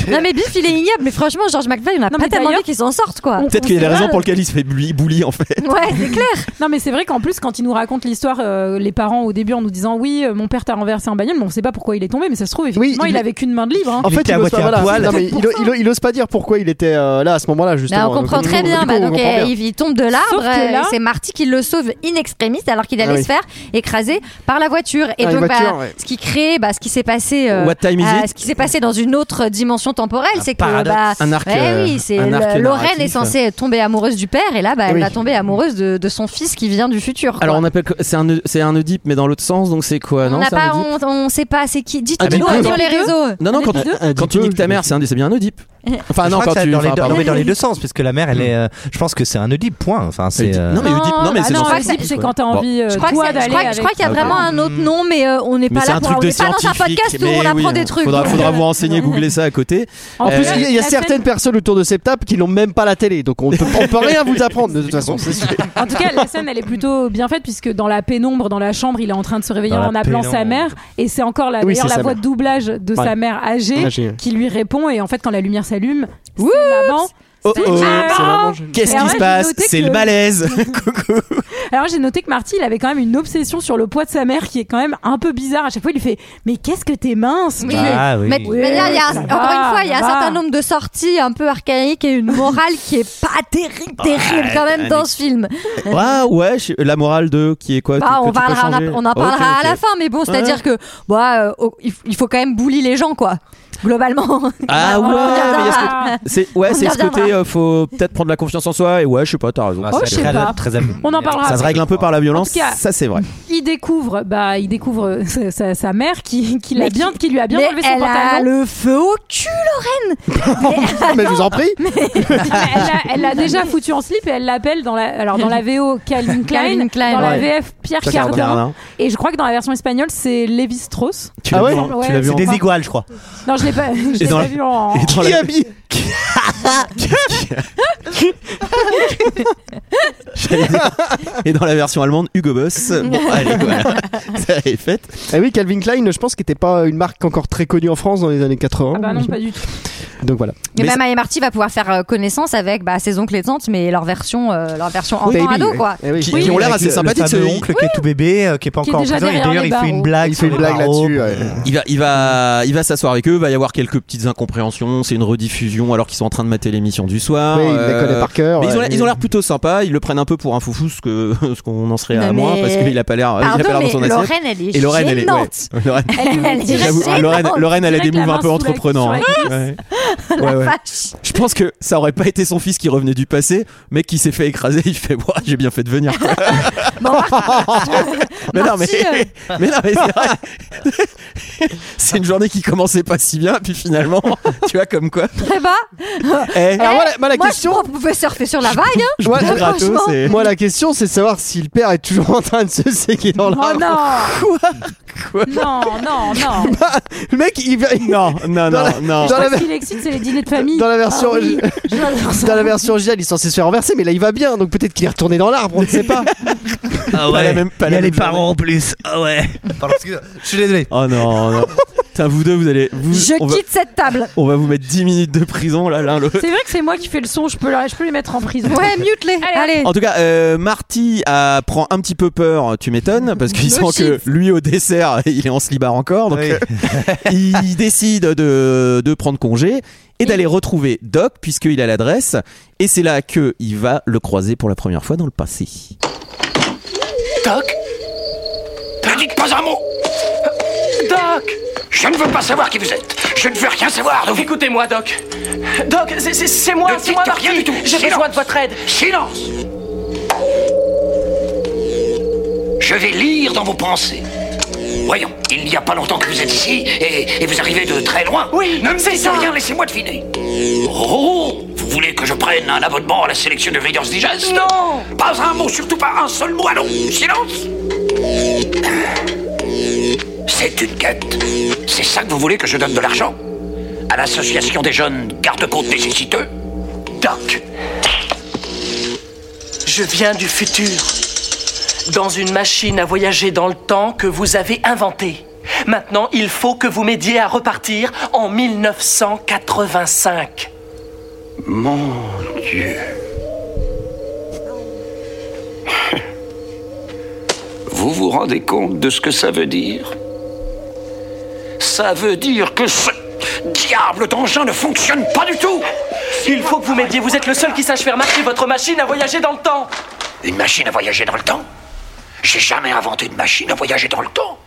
Non mais Biff il est ignoble mais franchement George McFly on a Non, pas mais tellement d'ailleurs- envie qu'il s'en sorte quoi. On- Peut-être on qu'il y a sait des raisons pas. pour lesquelles il se fait bully, bully, en fait. Ouais c'est clair. Non mais c'est vrai qu'en plus quand ils nous racontent l'histoire, euh, les parents au début en nous disant oui euh, mon père t'a renversé en bagnole, mais on sait pas pourquoi il est tombé, mais ça se trouve effectivement il- il avait qu'une main de libre. hein. En Il fait, était il à ose, pas, moitié à voilà, poil. non, mais il, il- il ose pas dire pourquoi il était euh, là à ce moment-là, justement. Bah, on comprend Donc, très du bien. coup, Bah, on donc comprend euh, bien. il il tombe de Sauf l'arbre que euh, là- et c'est Marty qui le sauve in extremis alors qu'il allait Ah oui. se faire écraser par la voiture. Et Ah, une donc bah, voiture, ouais. ce qui crée bah, ce qui s'est passé euh, What time is euh, it ce qui s'est passé dans une autre dimension temporelle c'est que paradoxe. bah, Un arc, ouais, euh, oui, c'est un le- arc Lorraine narratif. Eh est censée tomber amoureuse du père et là bah, elle Oui. va tomber amoureuse de, de son fils qui vient du futur. quoi. Alors on appelle c'est un c'est un Oedipe mais dans l'autre sens donc c'est quoi on non n'a c'est un pas, Oedipe on, on sait pas c'est qui. Ah, Dites-nous dis-le. sur les réseaux. Non non Un quand, Oedipe quand tu niques ta mère c'est un c'est bien un Oedipe. Enfin Je non crois quand que ça- tu dans, les, enfin, deux- pardon. non, mais dans les deux sens, parce que la mère, elle est, euh, je pense que c'est un Oedipe. Point. Enfin, c'est. Oedipe. euh, Non mais Oedipe non mais Ah bah c'est non, je dans son crois que sens. c'est- c'est quoi. quand t'as Bon. envie euh, Je crois que toi c'est- je d'aller crois- avec. je crois qu'il y a Ah, vraiment un autre nom, mais euh, on n'est Mais pas c'est là un pour. truc on de n'est pas dans un scientifique. podcast où mais on oui, apprend hein. des trucs. Faudra, donc, faudra euh, vous renseigner, googler ça à côté. Euh, En En plus, plus, il y a- il y a la certaines scène- personnes autour de cette table qui n'ont même pas la télé, donc on ne peut, on peut rien vous apprendre de toute façon. c'est sûr. En tout cas, la scène, elle est plutôt bien faite puisque dans la pénombre, dans la chambre, il est en train de se réveiller Dans la en appelant sa pénombre. mère. Et c'est encore la, Oui, d'ailleurs, c'est la sa voix mère. de doublage de Ouais. sa mère âgée Âgée, ouais. qui lui répond. Et en fait, quand la lumière s'allume, c'est maman. Oh C'est oh, maman. qu'est-ce Et en qui vrai, se j'ai passe noté C'est que- le malaise. Coucou. Alors j'ai noté que Marty, il avait quand même une obsession sur le poids de sa mère qui est quand même un peu bizarre. À chaque fois, il lui fait Mais qu'est-ce que t'es mince Oui. tu es- Ah oui. Mais, Oui, mais là, il y a, ça encore va, une fois, il y a un ça va. certain nombre de sorties un peu archaïques et une morale qui est pas terrible, terrible quand même dans ce film. Ah ouais, je- la morale de qui est quoi Bah, que on, tu peux parlera- changer on en Ok, parlera à ok. la fin, mais bon, c'est-à-dire que bah, euh, oh, il f- il faut quand même bully les gens, quoi, globalement. Ah ouais, On y mais il y a ce reviendra. côté- c'est ouais, On c'est y ce côté reviendra. euh, faut peut-être prendre la confiance en soi et ouais, je sais pas, t'as raison. Ah, Oh, c'est je sais très- pas. très amusant. On en parlera. ça se règle un peu par la violence, En tout cas- ça c'est vrai. Il découvre, bah, il découvre euh, sa, sa- sa mère qui, qui, l'a Mais bien, qui- qui lui a bien mais enlevé son elle a pantalon. le feu au cul, Mais je vous en prie. elle l'a- elle l'a déjà foutu en slip et elle l'appelle dans la, alors dans la VO Calvin Klein, Calvin Klein, dans la ouais. VF Pierre Cardin. Et je crois que dans la version espagnole, c'est Levi Strauss. Tu l'as Ah vu ouais en- Ouais, tu l'as vu c'est en- Des iguales, je crois. Non, je l'ai pas, je l'ai dans pas la- vu en. et dans Qui la- habille J'allais dire. Et dans la version allemande, Hugo Boss. Bon, allez, voilà. Ça est fait. Ah oui, Calvin Klein, je pense, qui n'était pas une marque encore très connue en France dans les années 80. Ah bah non, pas du tout. Eh bah, Donc voilà. Mais Mais Mama et Marty va pouvoir faire euh, connaissance avec bah, ses oncles et tantes, mais leur version, euh, leur version enfant Baby, ado, oui. quoi. Eh oui. Qui- qui ont l'air Avec assez le- le sympathiques, fameux ce- oncle qui est tout bébé, euh, qui est pas Qui est encore en déjà prison. Et derrière d'ailleurs, les il fait une barreaux. blague. Il sur fait une les blague barreaux. là-dessus. ouais. Il va, il va, il va s'asseoir avec eux. Il va y avoir quelques petites incompréhensions. C'est une rediffusion alors qu'ils sont en train de mater l'émission du soir. Euh, Oui, il les connaît par cœur. Mais ils ont ouais. l'air- ils ont l'air plutôt sympas. Ils le prennent un peu pour un foufou, ce que ce qu'on en serait à Non, moins mais- parce qu'il a pas l'air, il a pas l'air Pardon, dans mais son assiette. Lorraine, elle est Et Lorraine, elle est, ouais. gênante. Lorraine, Elle est j'avoue, gênante. Lorraine, Lorraine, elle a C'est vrai des que la moves un main peu sous la- entreprenants. sur la hein. Ouais. La Ouais, ouais. vache. Je pense que ça aurait pas été son fils qui revenait du passé, mais qui s'est fait écraser. Il fait, Ouah, j'ai bien fait de venir. quoi. Bon, bah, mais non, mais, Marty, euh. mais non, mais c'est vrai. c'est une journée qui commençait pas si bien, puis finalement, tu vois comme quoi. très bas. Eh, Alors, moi, la- moi, la Moi, question- je pouvais surfer sur la vague. hein. je moi, bouffe gratos, franchement, et- Moi, la question, c'est de savoir si le père est toujours en train de se séquer dans Oh l'arbre. non Non, non, non Le mec, il va. Non, non, Dans non, non. Dans la, Ce qui l'excite, c'est les dîners de famille. dans la version. Ah oui, j'adore ça. Dans la version originale, il est censé se faire renverser, mais là il va bien, donc peut-être qu'il est retourné dans l'arbre, on ne sait pas. Ah Pas ouais. la même- pas Il y la a les même journée. parents en plus. Ah ouais. Pardon, excusez-moi. je suis désolé. Oh non, non. Putain, vous deux, vous allez. Vous, Je on, va, quitte cette table. on va vous mettre 10 minutes de prison, là, l'un l'autre. C'est vrai que c'est moi qui fais le son, je peux, la- je peux les mettre en prison. Ouais, mute-les. Allez. En tout cas, euh, Marty euh, prend un petit peu peur, tu m'étonnes, parce qu'il Le sent que lui au dessert, il est en slibard encore, donc euh, Oui. il décide de, de prendre congé et d'aller retrouver Doc, puisqu'il a l'adresse, et c'est là que il va le croiser pour la première fois dans le passé. Doc Ne dites pas un mot Doc Je ne veux pas savoir qui vous êtes Je ne veux rien savoir de vous Écoutez-moi, Doc. Doc, c'est- c'est c'est moi, Ne c'est moi, dites rien Marty. du tout. J'ai Silence. besoin de votre aide. Silence Je vais lire dans vos pensées. Voyons, il n'y a pas longtemps que vous êtes ici et, et vous arrivez de très loin. Oui, ne me c'est dites ça. rien, laissez-moi deviner. Oh, vous voulez que je prenne un abonnement à la sélection de Veillance Digest Non. Pas un mot, surtout pas un seul mot, allons Silence C'est une quête. C'est ça que vous voulez que je donne de l'argent À l'association des jeunes garde-côtes nécessiteux Doc, Je viens du futur. Dans une machine à voyager dans le temps que vous avez inventée. Maintenant, il faut que vous m'aidiez à repartir en 1985. Mon Dieu. Vous vous rendez compte de ce que ça veut dire Ça veut dire que ce diable d'engin ne fonctionne pas du tout Il faut que vous m'aidiez. Vous êtes le seul qui sache faire marcher votre machine à voyager dans le temps. Une machine à voyager dans le temps J'ai jamais inventé une machine à voyager dans le temps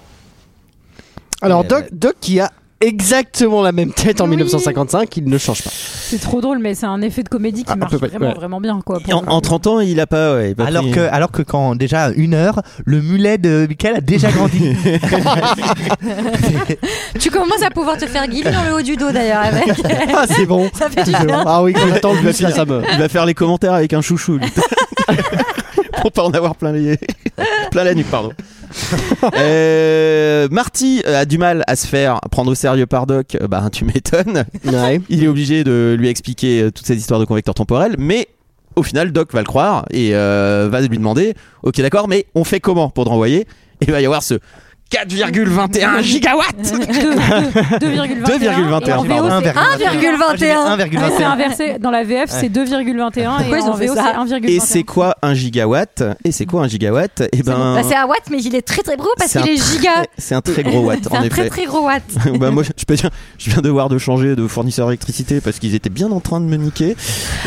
Alors, Eh Doc, Doc qui a exactement la même tête en Oui. 1955, il ne change pas. C'est trop drôle, mais c'est un effet de comédie qui Ah, un marche peu pas- vraiment, ouais. vraiment bien. Quoi, pour En, le- en 30 ans, il a Ah pas. euh, ouais, il a pas Alors pris- que, alors que quand déjà une heure, le mulet de Michael a déjà grandi. Tu commences à pouvoir te faire guiller dans le haut du dos d'ailleurs avec. Ah, c'est bon! Ça fait du C'est bon. bien. Ah oui, attends, il, va lui, ça, ça me. faire, il va faire les commentaires avec un chouchou, lui. Pour pas en avoir plein, les... plein la nuque, pardon. Euh, Marty a du mal à se faire prendre au sérieux par Doc, Euh, bah tu m'étonnes. Ouais. Il est obligé de lui expliquer euh, toute cette histoire de convecteur temporel, mais au final, Doc va le croire et euh, va lui demander Ok, d'accord, mais on fait comment pour te renvoyer Et il va y avoir ce 4,21 gigawatts Deux- deux- 2,21. 2,21, Et en pardon. Ah, VO, c'est 1,21. Ouais, c'est 1,21. inversé. Dans la VF, c'est 2,21 et Pourquoi ils en ont fait VO, c'est ça 1,21. Et c'est quoi un gigawatt Et c'est quoi un gigawatt Et ben. Bah, c'est un watt, mais il est très très gros parce c'est qu'il un est très- giga. C'est un très gros watt, C'est en un effet. très très gros watt. bah moi, je peux dire, je viens de voir de changer de fournisseur d'électricité parce qu'ils étaient bien en train de me niquer. Et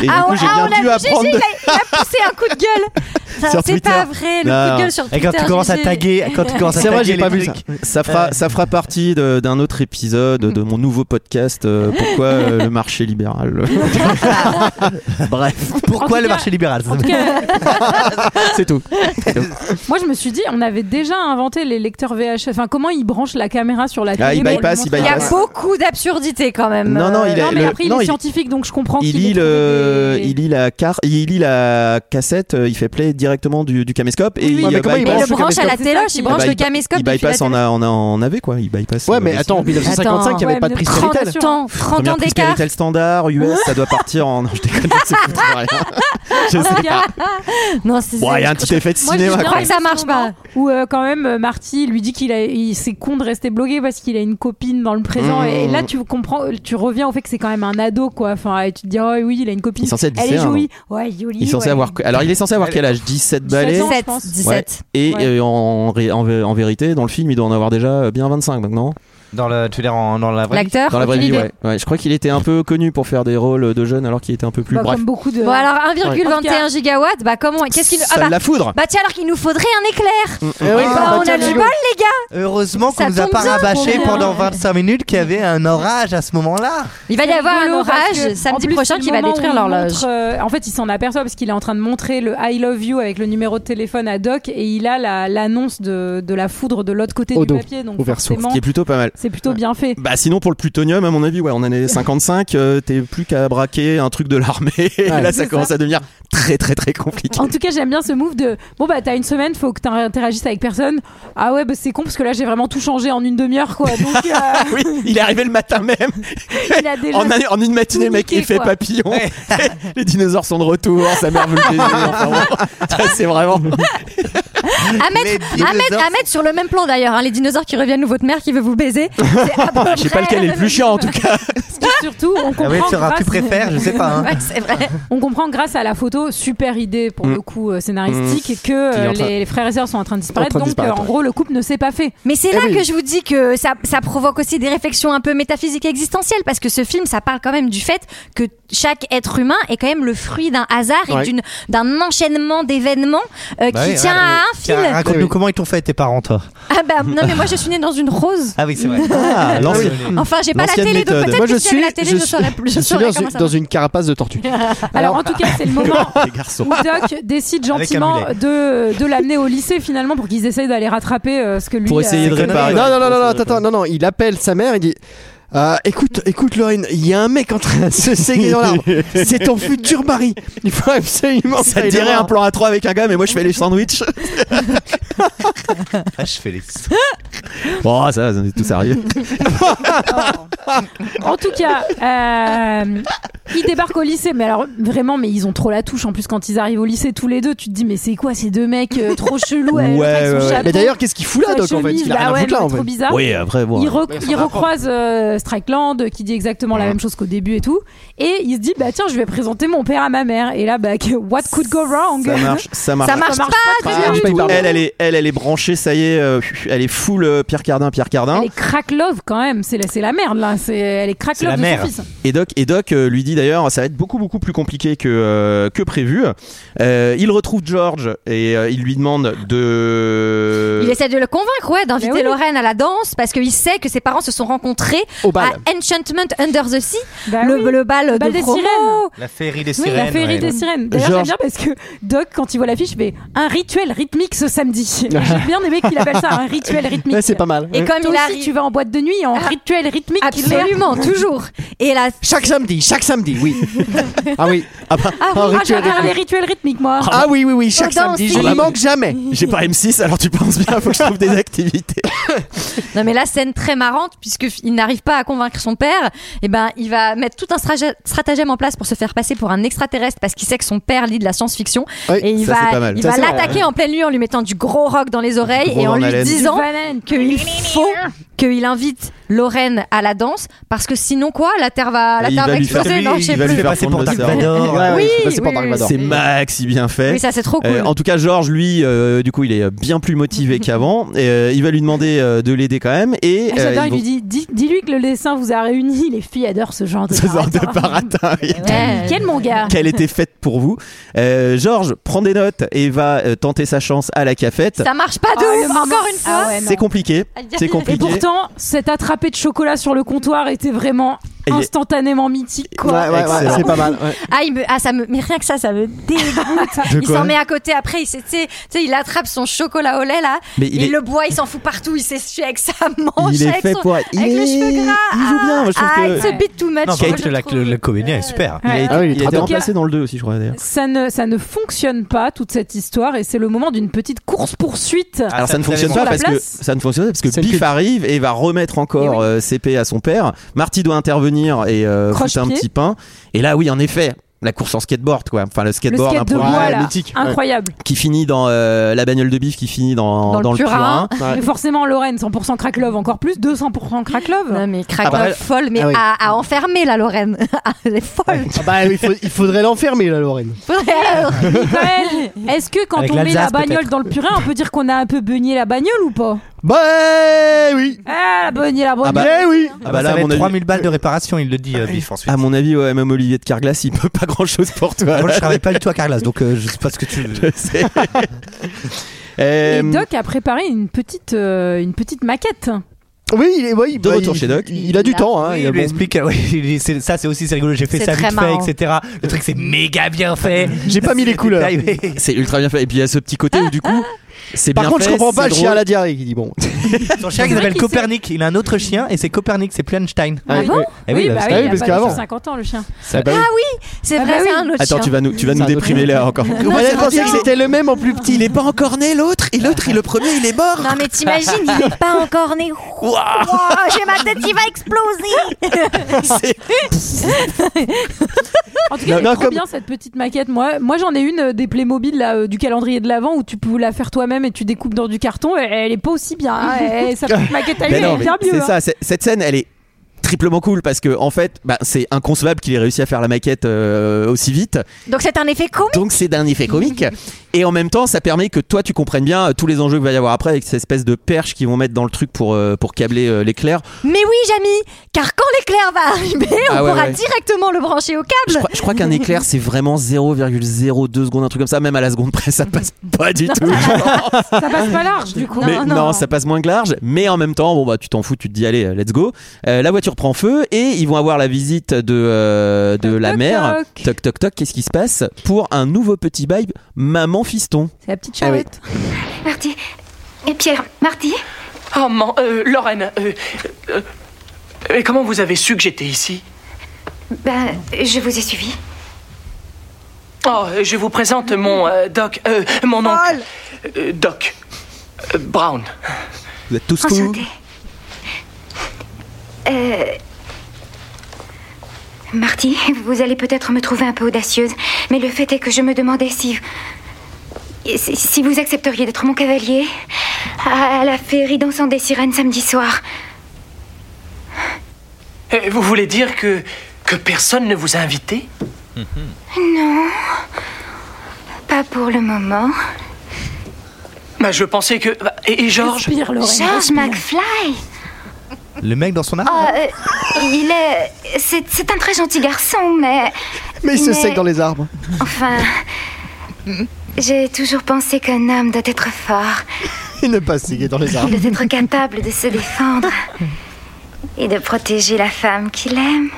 ah, du coup, on- j'ai ah, bien on a dû vu, apprendre. Gégé, il, a, il a poussé un coup de gueule. Ça, Sur C'est pas Twitter. vrai, le Non. coup de gueule sur Et Twitter. Eh, quand tu commences à Gégé. taguer, quand tu commences à C'est vrai, taguer j'ai pas les vu trucs. euh. Ça fera, ça fera partie de- d'un autre épisode de mon nouveau podcast euh, Pourquoi euh, le marché libéral Bref, En Pourquoi tout le cas- marché libéral En tout cas, c'est tout. moi je me suis dit, on avait déjà inventé les lecteurs VHS. Enfin, comment ils branchent la caméra sur la télé Ah, il pour lui bypass, il montrer- Il y a bypass. beaucoup d'absurdités quand même. Euh, Non, non, il a- Non, mais le- après, il non, est il- scientifique, donc je comprends Il qu'il lit, ait trouvé le, des- il lit la car, il lit la cassette, euh, il fait play directement du, du caméscope et il, mais euh, comment il Mais bypass, il le branche le branche à la caméscope. téloche, il Il branche bah, le il- caméscope. il depuis la bypass en, télé. a- en, a- en AV quoi, il bypass. Ouais, euh, mais le- attends, en 1955, il n'y Attends, avait pas de ouais, prise mais sur 30 Télétel. ans, 30 Première ans prise d'écart. Péritel standard, US, ça doit partir en. Non, je déconne, c'est foutu rien. Je sais pas. Non, c'est Bon, il y a un petit effet de Moi, j'ai cinéma. bien quoi. crois que ça aimé ce marche pas. moment Où euh, quand même euh, Marty lui dit qu'il a, il- c'est con de rester bloqué parce qu'il a une copine dans le présent. Mmh. Et, et là, tu comprends, euh, tu reviens au fait que c'est quand même un ado, quoi. Enfin, et tu te dis, oh oui, il a une copine. Il est censé être Elle est lycéen, hein. jolie. Ouais, elle est jolie. Il est censé ouais. avoir. Alors, il est censé avoir quel âge 17 balais. 17 ans. 17, pense. 17. Et Ouais. euh, en, ré- en, vé- en vérité, dans le film, il doit en avoir déjà euh, bien 25 maintenant. Dans le, tu veux dire en- dans la vraie vie L'acteur Dans la vraie aucune vie, idée. ouais. Ouais, Je crois qu'il était un peu connu pour faire des rôles de jeunes alors qu'il était un peu plus. Bah, bref. comme beaucoup de. Bon alors 1,21 En tout cas- gigawatts, bah comment Qu'est-ce qu'il Ça ah, bah, la foudre Mm, bah tiens alors qu'il nous faudrait un éclair. Eh oui, Ah, bah, on a tiens, du Lego. bol. Heureusement qu'on Ça nous a tombe pas bien, rabâché pour pendant bien. 25 minutes qu'il y avait un orage à ce moment-là. Il va y C'est avoir un rigolo parce orage que, samedi en plus, prochain c'est qui le va moment détruire où il l'horloge. montre, euh, en fait, il s'en aperçoit parce qu'il est en train de montrer le I love you avec le numéro de téléphone à Doc et il a la- l'annonce de, de la foudre de l'autre côté Au du dos, papier. Donc au verso. forcément, Qui est plutôt pas mal. c'est plutôt bien fait. Bah sinon pour le plutonium à mon avis ouais en année 55 euh, t'es plus qu'à braquer un truc de l'armée et Ouais. là C'est ça ça. commence à devenir très très très compliqué. En tout cas, j'aime bien ce move de bon bah t'as une semaine, faut que t'interagisses avec personne. Ah ouais, bah c'est con parce que là j'ai vraiment tout changé en une demi-heure quoi. Donc euh, Ah Oui, il est arrivé le matin même. il a déjà. En, un- en une matinée, le tout mec, il niqué, fait quoi. papillon. Les dinosaures sont de retour. Sa mère veut le baiser. Enfin, bon, ça, c'est vraiment. À Les mettre, à mettre, dinosaures. à mettre sur le même plan d'ailleurs. hein, les dinosaures qui reviennent ou votre mère qui veut vous baiser. Je sais pas lequel est le plus chiant, en tout cas. surtout, on comprend. Ah oui, sur un grâce- tu préfères, je sais pas. hein. Ouais, c'est vrai. On comprend grâce à la photo, super idée pour Mm. le coup euh, scénaristique, que euh, Qui est en train- les, les frères et sœurs sont en train de disparaître. En train de donc disparaître, euh, en ouais. gros, le couple ne s'est pas fait. Mais c'est Eh là oui. que je vous dis que ça, ça provoque aussi des réflexions un peu métaphysiques et existentielles parce que ce film, ça parle quand même du fait que chaque être humain est quand même le fruit d'un hasard Ouais. et d'une d'un enchaînement d'événements euh, Bah qui oui, tient regarde, à un tiens, fil. Eh Raconte-nous oui. comment ils t'ont fait tes parents, toi. Ah bah non mais moi je suis née dans une rose. Ah oui, c'est vrai. l'ancienne. Enfin j'ai pas la L'ancienne télé méthode. donc peut-être Moi, que je si j'avais la suis- télé je je, saurais plus. Je Je suis saurais dans, comment une, ça dans marche. une carapace de tortue. Alors, en tout cas, c'est le moment Les garçons. où Doc décide gentiment mulet. de, de l'amener au lycée finalement pour qu'ils essayent d'aller rattraper euh, ce que lui. Pour essayer de c'est réparer. Ouais, non, ouais, non, non, non, ouais, non, ouais, attends, ouais. non, non, il appelle sa mère, il dit euh, écoute, écoute, Lorraine, il y a un mec en train de se séguer dans l'arbre. C'est ton futur mari. Il faut absolument. Ça te aller le dirait voir. un plan à 3 avec un gars, mais moi je fais les sandwichs. Ah, je fais les. Bon, Oh, ça va, c'est tout sérieux. Oh. En tout cas, euh, ils débarquent au lycée, mais alors vraiment, mais ils ont trop la touche. En plus, quand ils arrivent au lycée tous les deux, tu te dis, mais c'est quoi ces deux mecs euh, trop chelous Ouais, avec ouais, son ouais. chapeau, Mais d'ailleurs, qu'est-ce qu'il fout là, sa Doc, en fait chemise, Il a bah rien à ouais, foutre là, mais en fait. trop bizarre. Oui, après, bon. Il, rec- il recroise euh, Strickland euh, qui dit exactement la même chose qu'au début et tout. Et il se dit, bah tiens, je vais présenter mon père à ma mère. Et là, bah, que- what could go wrong Ça marche, ça marche. Ça marche pas très bien. du Ah, pas tout. hyper bien. Elle, elle est, elle, elle est branchée, ça y est, euh, elle est full euh, Pierre Cardin, Pierre Cardin. Elle est crack love quand même, c'est la, c'est la merde là, c'est, elle est crack C'est love la de mère. son fils. Et Doc, et Doc euh, lui dit d'ailleurs, ça va être beaucoup beaucoup plus compliqué que euh, que prévu. Euh, il retrouve George et euh, il lui demande de. Il essaie de le convaincre, ouais, d'inviter Mais oui. Lorraine à la danse parce qu'il sait que ses parents se sont rencontrés Au bal. à Enchantment Under the Sea, Bah le, oui. le bal, Le bal de des promo. sirènes. La féerie des Oui, sirènes. la féerie ouais. des sirènes. D'ailleurs, George- j'aime bien parce que Doc, quand il voit l'affiche, fait un rituel rythmique ce samedi. J'ai bien aimé qu'il appelle ça un rituel rythmique. Ouais, c'est pas mal. Et Toi comme il aussi, arrive, tu vas en boîte de nuit en rituel rythmique. absolument, toujours. Et la Chaque samedi, chaque samedi, oui. ah oui. Ah, bah, Ah, un oui, ah, j'ai rituel un rythmique. rituel rythmique, moi. Ah oui, oui, oui, chaque Faut danser. samedi. Je ne manque jamais. J'ai pas M6, alors tu penses bien, faut que je trouve des activités. Non mais la scène très marrante puisque f- il n'arrive pas à convaincre son père, et ben il va mettre tout un strage- stratagème en place pour se faire passer pour un extraterrestre parce qu'il sait que son père lit de la science-fiction Oui, et il ça, c'est pas va mal. il Ça, va c'est vrai, l'attaquer en pleine nuit en lui mettant du gros rock dans les oreilles gros et dans en lui la laine. disant Du Valen. qu'il faut qu'il invite Lorraine à la danse parce que sinon quoi la terre va Ah, la Et il terre va va lui faire- exploser lui, non je sais il va lui plus. faire passer prendre pour le Dark cerveau. Vador. Ouais, ouais, Oui, je suis passé oui, par Dark oui. Vador. C'est maxi bien fait. Oui ça c'est trop cool. Euh, en tout cas, George, lui, euh, du coup, il est euh, bien plus motivé qu'avant. Et, euh, il va lui demander euh, de l'aider quand même. Ah, Et euh, Eh, J'adore, ils il lui vont- dit, dis- dis-lui que le dessin vous a réunis, les filles adorent ce genre de ce genre de baratin. baratin. Ouais. Quel mon gars Qu'elle était faite pour vous. Euh, Georges prend des notes et va euh, tenter sa chance à la cafette. Ça marche pas de Ah, le ouf moment. encore une fois. Ah ouais, non. C'est compliqué. Aïe, aïe, C'est aïe. compliqué. Et pourtant, cet attrapé de chocolat sur le comptoir était vraiment Et- instantanément mythique, Ouais, quoi. ouais, ouais, Excellent. c'est pas mal. ouais. Ah, il me- ah, ça me, mais rien que ça, ça me dégoûte. De il quoi s'en met à côté après, il s'est- tu sais, tu sais, il attrape son chocolat au lait là, Mais il il, est- le boit, il s'en fout partout, il s'essuie avec sa manche, il est avec, fait son- pour. Il avec est- le cheveu gras. Il joue bien. Moi, je trouve ah, que. it's a bit too much. Non, moi, par contre, je la- trouve. le, le comédien est super. Il a Ouais. été, Ah oui, il est il a très été bien. remplacé dans le 2 aussi, je crois d'ailleurs. Ça ne, ça ne fonctionne pas toute cette histoire et c'est le moment d'une petite course-poursuite. Ah, Alors ça, ne fonctionne sur pas la parce que place. ça ne fonctionne pas parce que C'est le Biff cul. arrive et va remettre Eh encore oui. euh, CP à son père. Marty doit intervenir et euh, foutre un Croche-pied. petit pain. Et là oui en effet la course en skateboard quoi. Enfin le Le skateboard un skate de peu Ouais, bois, là, mythique. incroyable. qui finit dans euh, la bagnole de Biff qui finit dans Dans le purin. purin. Et forcément, Lorraine, 100% crack love, encore plus, 200% crack love. Non, mais craque Ah, bah, euh, folle, mais ah oui. à, à enfermer la Lorraine. Ah, Elle est folle. Ah bah, il, faut- il faudrait l'enfermer, là, Lorraine. Michael, Est-ce que quand Avec on met la l'Alsace, bagnole peut-être. dans le purin, on peut dire qu'on a un peu beugné la bagnole ou pas Bah oui Ah, la bonne et la bonne. Ah bah- Eh oui Ah bah là, ça à va mon être avis- 3000 balles de réparation, il le dit, Ah, euh, Biff, ensuite. À mon avis, ouais, même Olivier de Carglass, il peut pas grand chose pour toi. Moi, je travaille pas du tout à Carglass, donc euh, je sais pas ce que tu. C'est- Et Euh, Doc a préparé une petite, euh, une petite maquette. Oui, il est, oui, De retour il- chez Doc. Il, a du Il a- temps, hein. Oui, il a il lui bon- explique, euh, oui, il dit, c'est- ça c'est aussi c'est rigolo, j'ai fait C'est ça très vite marrant. fait, etc. Le truc c'est méga bien fait. J'ai pas mis les C'est couleurs. détaillé, oui. C'est ultra bien fait. Et puis il y a ce petit côté où du coup, c'est bien Par contre, fait, je comprends pas c'est le chien à drôle. la diarrhée qui dit bon. Son chien qui vrai s'appelle qu'il sait. Copernic, il a un autre chien et c'est Copernic, c'est Planstein. Ah bon Eh oui, bah, bah parce oui, que- il oui, a parce pas qu'avant. 50 ans le chien. Ah bah oui. C'est Ah vrai, bah c'est oui. un autre Attends, chien. tu vas nous, tu vas C'est nous un autre déprimer là encore. Vous c'est allez pas penser bien. que c'était le même en plus petit. Il est pas encore né l'autre et l'autre il le premier il est mort. Non mais t'imagines, il est pas encore né. Ouah, J'ai ma tête qui va exploser. En tout cas, Non, c'est trop comme- bien cette petite maquette. Moi, moi j'en ai une euh, des Playmobil là, euh, du calendrier de l'Avent où tu peux la faire toi-même et tu découpes dans du carton. Et elle est pas aussi bien. hein. Et Sa petite maquette à lui, Ben elle non, est mais bien mieux. c'est hein. ça. c'est- Cette scène, elle est triplement cool parce que en fait, bah, c'est inconcevable qu'il ait réussi à faire la maquette euh, aussi vite. Donc c'est un effet comique. Donc c'est d'un effet comique. Et en même temps, ça permet que toi, tu comprennes bien euh, tous les enjeux qu'il va y avoir après avec cette espèce de perche qu'ils vont mettre dans le truc pour, euh, pour câbler euh, l'éclair. Mais oui, Jamy, car quand l'éclair va arriver, on Ah ouais, pourra ouais. directement le brancher au Je câble. crois, je crois qu'un éclair, c'est vraiment 0,02 secondes, un truc comme ça. Même à la seconde près, ça passe pas du tout. hein. Ça passe pas large du coup. mais non, ça passe moins que large. Mais en même temps, bon bah tu t'en fous, tu te dis allez, euh, let's go. Euh, la voiture prend feu et ils vont avoir la visite de euh, de Toc, la toc, mère. toc. Toc toc toc. Qu'est-ce qui se passe pour un nouveau petit bail maman fiston Ah C'est la petite charrette. Marty. Et Pierre, Marty Oh, man, euh, Lorraine, euh, euh, euh, comment vous avez su que j'étais ici Ben, je vous ai suivi. Oh, je vous présente mon euh, doc, euh, mon oncle. Euh, doc euh, Brown. Vous êtes Ah, tous fous. Enchantée. Euh... Marty, vous allez peut-être me trouver un peu audacieuse, mais le fait est que je me demandais si... Si, si vous accepteriez d'être mon cavalier à la féerie dansant des sirènes samedi soir. Euh, vous voulez dire que, que personne ne vous a invité Pas pour le moment. bah, Je pensais que... bah, Et, et Georges Respire, Lorraine. George respire. McFly Le mec dans son arbre. Ah, euh, Il est... C'est c'est un très gentil garçon, mais... Mais il se Mais- sec dans les arbres. Enfin... J'ai toujours pensé qu'un homme doit être fort. Il n'est pas sec dans les arbres. Il doit être capable de se défendre et de protéger la femme qu'il aime.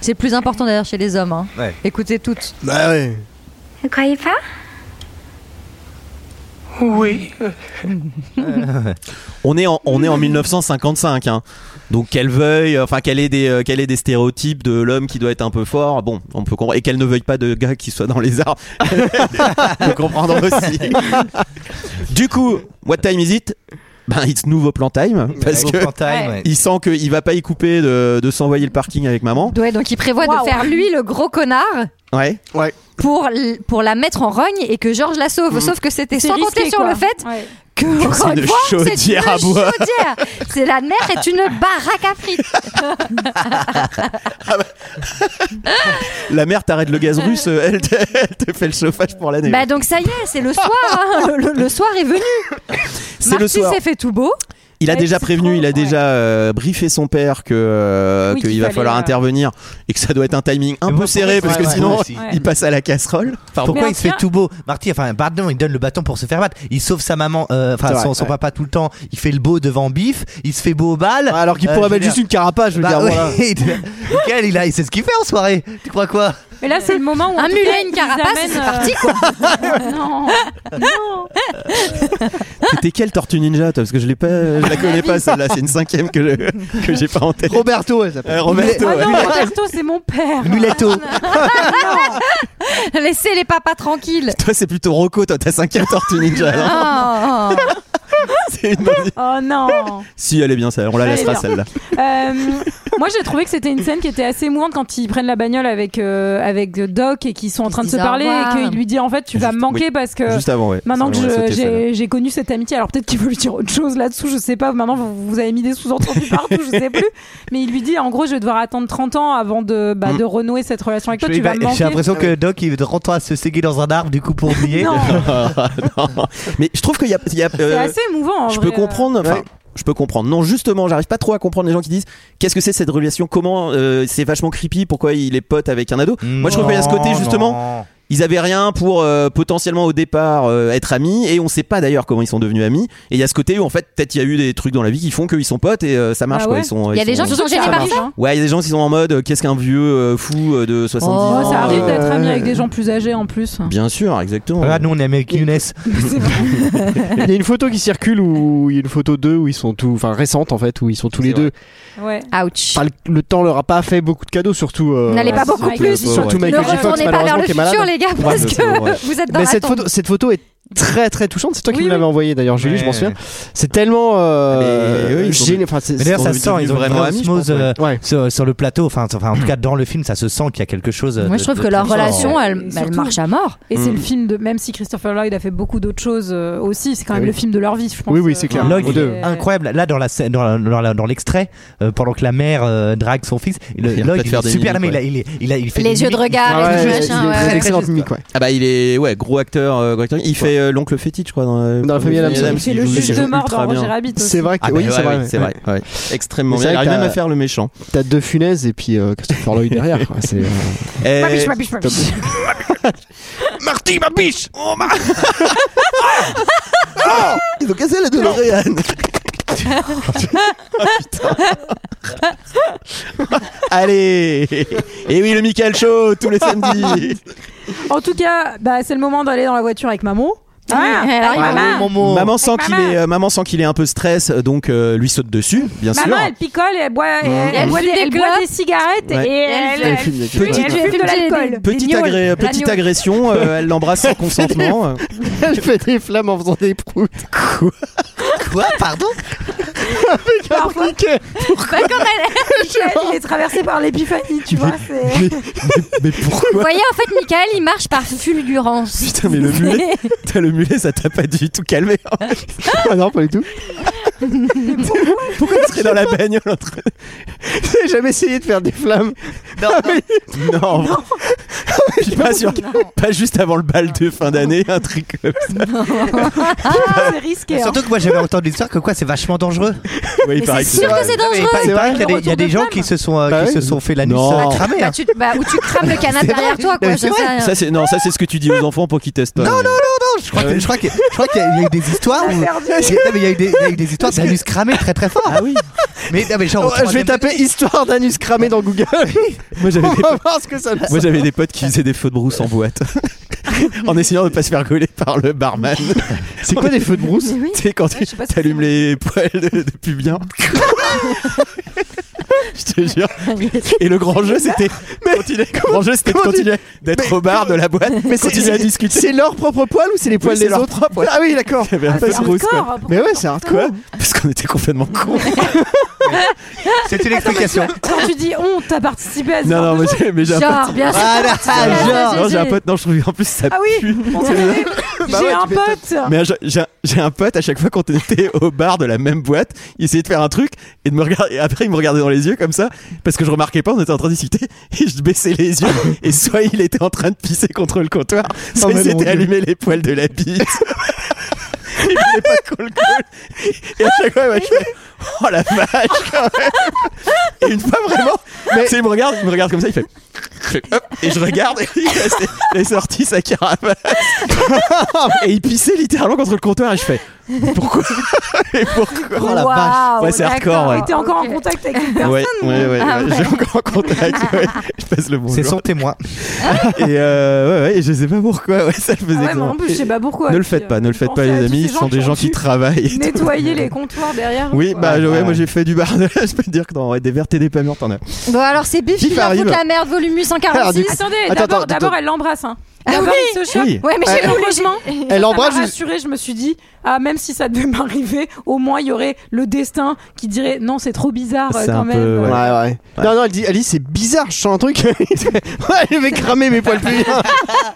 C'est le plus important d'ailleurs chez les hommes. hein. Ouais. Écoutez toutes. Bah ouais. Vous croyez pas Oui. euh, On est en on est en 1955. Hein. Donc qu'elle veuille, euh, enfin qu'elle ait des euh, qu'elle ait des stéréotypes de l'homme qui doit être un peu fort. Bon, on peut comprendre et qu'elle ne veuille pas de gars qui soit dans les arbres. on peut comprendre aussi. du coup, what time is it? Ben, it's nouveau plan time parce que il sent qu'il va pas y couper de, de s'envoyer le parking avec maman. Ouais, donc il prévoit Waouh. de faire lui le gros connard Ouais. pour, l- pour la mettre en rogne et que Georges la sauve. Sauf que c'était C'est sans compter risqué, sur quoi. le fait Ouais. que, encore Mm. une une fois, c'est une chaudière à bois. chaudière. C'est la mer est une baraque à frites. La mère t'arrête le gaz russe, euh, elle te, elle te fait le chauffage pour l'année. Bah donc ça y est, c'est le soir. hein. Le, le- le soir est venu. C'est le Marty soir. s'est fait tout beau. Il a Ouais, déjà c'est prévenu, trop, il a ouais. déjà euh, briefé son père que euh, Oui, qu'il qu'il va fallait, falloir euh, intervenir et que ça doit être un timing un Mais peu moi, serré parce que ouais, ouais, sinon moi aussi. il passe à la casserole. Enfin, bon, Pourquoi Mais il se fait enfin- tout beau Marty, enfin, pardon, il donne le bâton pour se faire battre. Il sauve sa maman, euh, enfin, C'est vrai, son, son ouais. papa tout le temps. Il fait le beau devant Biff. Il se fait beau au bal. Alors qu'il Euh, pourrait je mettre veux juste dire- une carapace, je veux Bah dire. ouais, Voilà. Michael, il, a, il sait ce qu'il fait en soirée. Tu crois quoi Mais là, c'est le moment où. en tout Un mulet, cas, une ils carapace, amènent, c'est euh, parti, non. c'était quelle Tortue Ninja toi Parce que je l'ai pas, je la connais pas celle-là. C'est une cinquième que je- que j'ai pas en tête. Roberto, elle s'appelle. Euh, Roberto, Ah ouais. non, Roberto, c'est mon père. Muletto. Laissez les papas tranquilles. Toi, c'est plutôt Rocco, toi, ta cinquième Tortue Ninja. non Oh. C'est une bonne idée. Oh non. Si elle est bien celle, on la Elle est laissera bien. celle-là. Euh, Moi, j'ai trouvé que c'était une scène qui était assez émouvante quand ils prennent la bagnole avec, euh, avec Doc et qu'ils sont en train de se se disent au parler et revoir. qu'il lui dit en fait, tu vas me manquer oui. parce que Juste avant, ouais. maintenant que Ça, on l'a je- sauté, j'ai- j'ai connu cette amitié, alors peut-être qu'il veut lui dire autre chose là-dessous, je sais pas. Maintenant, vous, vous avez mis des sous-entendus partout, je sais plus. Mais il lui dit en gros, je vais devoir attendre 30 ans avant de, Mm. bah, de renouer cette relation avec toi. Tu Il va- vas me manquer. J'ai l'impression Ah que Doc il rentre à se séguer dans un arbre du coup pour oublier. Non. Non. Mais je trouve qu'il y a. il y a, C'est euh, assez émouvant. en je vrai, peux euh. comprendre. enfin, Je peux comprendre. Non, justement, j'arrive pas trop à comprendre les gens qui disent qu'est-ce que c'est cette relation Comment euh, c'est vachement creepy Pourquoi il est pote avec un ado Moi, je trouve qu'il y a ce côté Non, justement. non. Ils avaient rien pour euh, potentiellement au départ euh, être amis et on sait pas d'ailleurs comment ils sont devenus amis. Et il y a ce côté où en fait peut-être il y a eu des trucs dans la vie qui font qu'ils sont potes et euh, ça marche Ah quoi. ouais. Ils sont. Il y a ils des gens qui sont gênés Ça par marche, ça hein. Ouais, il y a des gens qui sont en mode euh, qu'est-ce qu'un vieux euh, fou euh, de 70 Ouais, ans Oh, ça arrive euh, d'être ami avec des gens plus âgés en plus. Bien sûr, exactement. Ah, nous on est avec Younes. Il y a une photo qui circule où il y a une photo d'eux où ils sont tous, enfin récente en fait, où ils sont tous les deux. Ouais. Ouch. Enfin, le, le temps leur a pas fait beaucoup de cadeaux, surtout. euh, N'allez pas surtout beaucoup c'est plus. vrai. Surtout Ouais. Ne Michael J. Fox, retournez pas vers malheureusement, le qui est malade. futur, les gars, parce c'est vrai. que vous êtes dans Mais la cette tombe. photo, cette photo est très très touchante. C'est toi qui Oui, me l'avais oui. envoyée d'ailleurs, Julie, je m'en Ouais. souviens. C'est tellement. euh, Ah, Mais eux, ils sont- gêné, enfin, c'est- Mais d'ailleurs, Ils ça sont se sent, ils ont devenus vraiment vraiment amis, je osmose pense, ouais. euh, Ouais. sur, sur le plateau. Enfin, enfin, en tout cas, dans le film, ça se sent qu'il y a quelque chose. euh, Moi, je trouve que leur relation, Et elle, elle surtout- marche à mort. Et c'est le film de. Même si Christopher Lloyd a fait beaucoup d'autres choses euh, aussi, c'est quand même Oui. le film de leur vie, je pense. Oui, oui, c'est clair. euh, Lloyd, Log Aux deux. et- incroyable. Là, dans la scène- dans la- dans la- dans l'extrait, euh, pendant que la mère euh, drague son fils, Il va le, Log peut-être il faire est des super là, mais mimiques, il, a- il, est- il, a- il fait Les des yeux de mimiques. regard, les Ah ouais, yeux de il y a machin. une ouais, très ouais. excellente mimique, ouais. Ah bah il est ouais gros acteur, euh, gros acteur. il fait euh, l'oncle fétiche je crois dans, euh, Dans la famille Adams. Il fait le joue- juge il joue de mort ultra dans bien. Roger Rabbit aussi. C'est vrai que Ah bah oui, ouais, c'est vrai. oui, c'est ouais. vrai, ouais. Extrêmement Mais bien. c'est Il vrai arrive que même à t'as- faire le méchant. T'as deux funaises et puis euh, Christopher Lloyd derrière. quoi. C'est, euh, Euh, Ma biche, ma biche, ma biche. Marty, ma biche Oh, ma- Ah Ils ont cassé la DeLorean Oh, putain. Allez Et oui, le Michael Show, tous les samedis En tout cas, bah, c'est le moment d'aller dans la voiture avec maman. Ah, elle arrive, maman. maman. Maman sent Avec qu'il maman. est, euh, maman sent qu'il est un peu stress, donc euh, lui saute dessus, bien sûr. Maman, elle picole, et elle boit, et elle, Elle boit, des, fume des elle boit clopes. des cigarettes Ouais. et elle, elle elle, filme des films, Petite- ouais. elle fume de l'alcool. Petite, agré- petite gnôles. agression, euh, elle l'embrasse sans consentement. euh. Elle fait des flammes en faisant des proutes. Quoi, pardon Parfois, Bah, comme elle- il est traversé par l'épiphanie, tu vois. c'est- Mais pourquoi Vous voyez, en fait, Michael, il marche par fulgurance. Putain, mais le mulet, putain, le mulet, ça t'a pas du tout calmé. hein. Ah non, pas du tout. Pourquoi tu serais dans la bagnole en train J'ai jamais essayé de faire des flammes. Ah de- Non, Je suis pas sûr. que- Pas juste avant le bal de fin d'année, un truc comme ça. Ah, c'est risqué. hein. Surtout que moi, j'avais entendu l'histoire que quoi, c'est vachement dangereux. Ouais, il Mais paraît c'est que sûr que c'est dangereux. Il C'est vrai paraît qu'il y a des- il y a des gens qui se sont euh, Bah qui oui. se sont fait l'anus Non. euh, cramé. Bah, hein. tu, bah, ou tu crames le canapé derrière toi, quoi. j'en sais rien. Ça c'est non, ça c'est ce que tu dis aux enfants pour qu'ils testent. pas. Non, non, non, non, je crois que- je crois que- je crois qu'il y, a- il y a eu des histoires où. Non, mais il y a eu des, il y a eu des histoires d'anus cramé très très fort. Ah oui. Mais, non, mais genre, au je vais troisième Oh, taper histoire d'anus cramé dans Google. Moi j'avais On des, va voir ce que ça moi, j'avais des potes qui faisaient des feux de brousse en boîte, en essayant de pas se faire gauler par le barman. C'est quoi des feux de brousse Tu sais quand tu je sais pas ce que t'allumes les poêles de, de pubien. Je te jure. Et le grand jeu c'était quand il est- le grand jeu c'était de comment tu- continuer d'être au bar de la boîte, mais continuer à discuter. C'est leur propre poil ou c'est les poils c'est des leur autres Ah oui, d'accord. Il y avait un feu de brousse, quoi. Hardcore, Mais ouais, c'est hardcore. Quoi Parce qu'on était complètement cons. degré, C'est une explication. Quand tu dis on, t'as participé à ce Non, genre de non, mais j'ai- mais j'ai un Genre, bien sûr. Ah, là, Ah, genre. j'ai- Non, j'ai un j'ai- pote, non, je trouve en plus ça Ah oui. pue. J'ai un pote. Mais un- j'ai j'ai un pote à chaque fois qu'on était au bar de la même boîte, il essayait de faire un truc et de me regarder. et après, il me regardait dans les yeux comme ça parce que je remarquais pas, on était en train de discuter et je baissais les yeux et soit il était en train de pisser contre le comptoir, Oh, soit il mais mon s'était Dieu. allumé les poils de la bite. il voulait pas qu'on le colle. Et à chaque fois, il m'a fait Oh la vache quand même. Et une fois vraiment, tu sais, il me regarde, il me regarde comme ça, il fait. Je fais, hop, et je regarde et il est- il est sorti sa carapace et il pissait littéralement contre le comptoir et je fais pourquoi et pourquoi la vache. Ouais, c'est hardcore, ouais. Et t'es encore en Ok. contact avec une ouais personne. ouais ouais, ouais, Ah ouais. j'ai encore en contact ouais. je passe le bonjour C'est son témoin. et euh, ouais, ouais et je sais pas pourquoi ouais ça le faisait Ah ouais, mais exactement. en plus, je sais pas pourquoi. ne le Puis, faites euh, pas ne le je faites pas pensais à les tous amis ces ce gens sont des qui ont gens qui dû travaillent et tout. Nettoyer les comptoirs derrière. oui eux, bah quoi. ouais, moi j'ai fait du bar je peux te dire que dans ouais, des vertes et des pas mûres t'en as Bon, alors, c'est Biff, Biff il leur arrive. fout de la merde, volume Alors, du 846. Attendez, Attends, d'abord, attends, d'abord, attends. elle l'embrasse. hein. Ah d'avoir Ah oui eu ce choc. Oui. Ouais, mais j'ai Et voulu- heureusement, Elle elle embrasse- embrasse. rassurée, je me suis dit, ah, même si ça devait m'arriver, au moins il y aurait le destin qui dirait, non, c'est trop bizarre euh, C'est quand un même. peu- ouais. Ouais, ouais. Non, non, elle dit Alice, c'est bizarre, je sens un truc. ouais, je vais cramer mes poils plus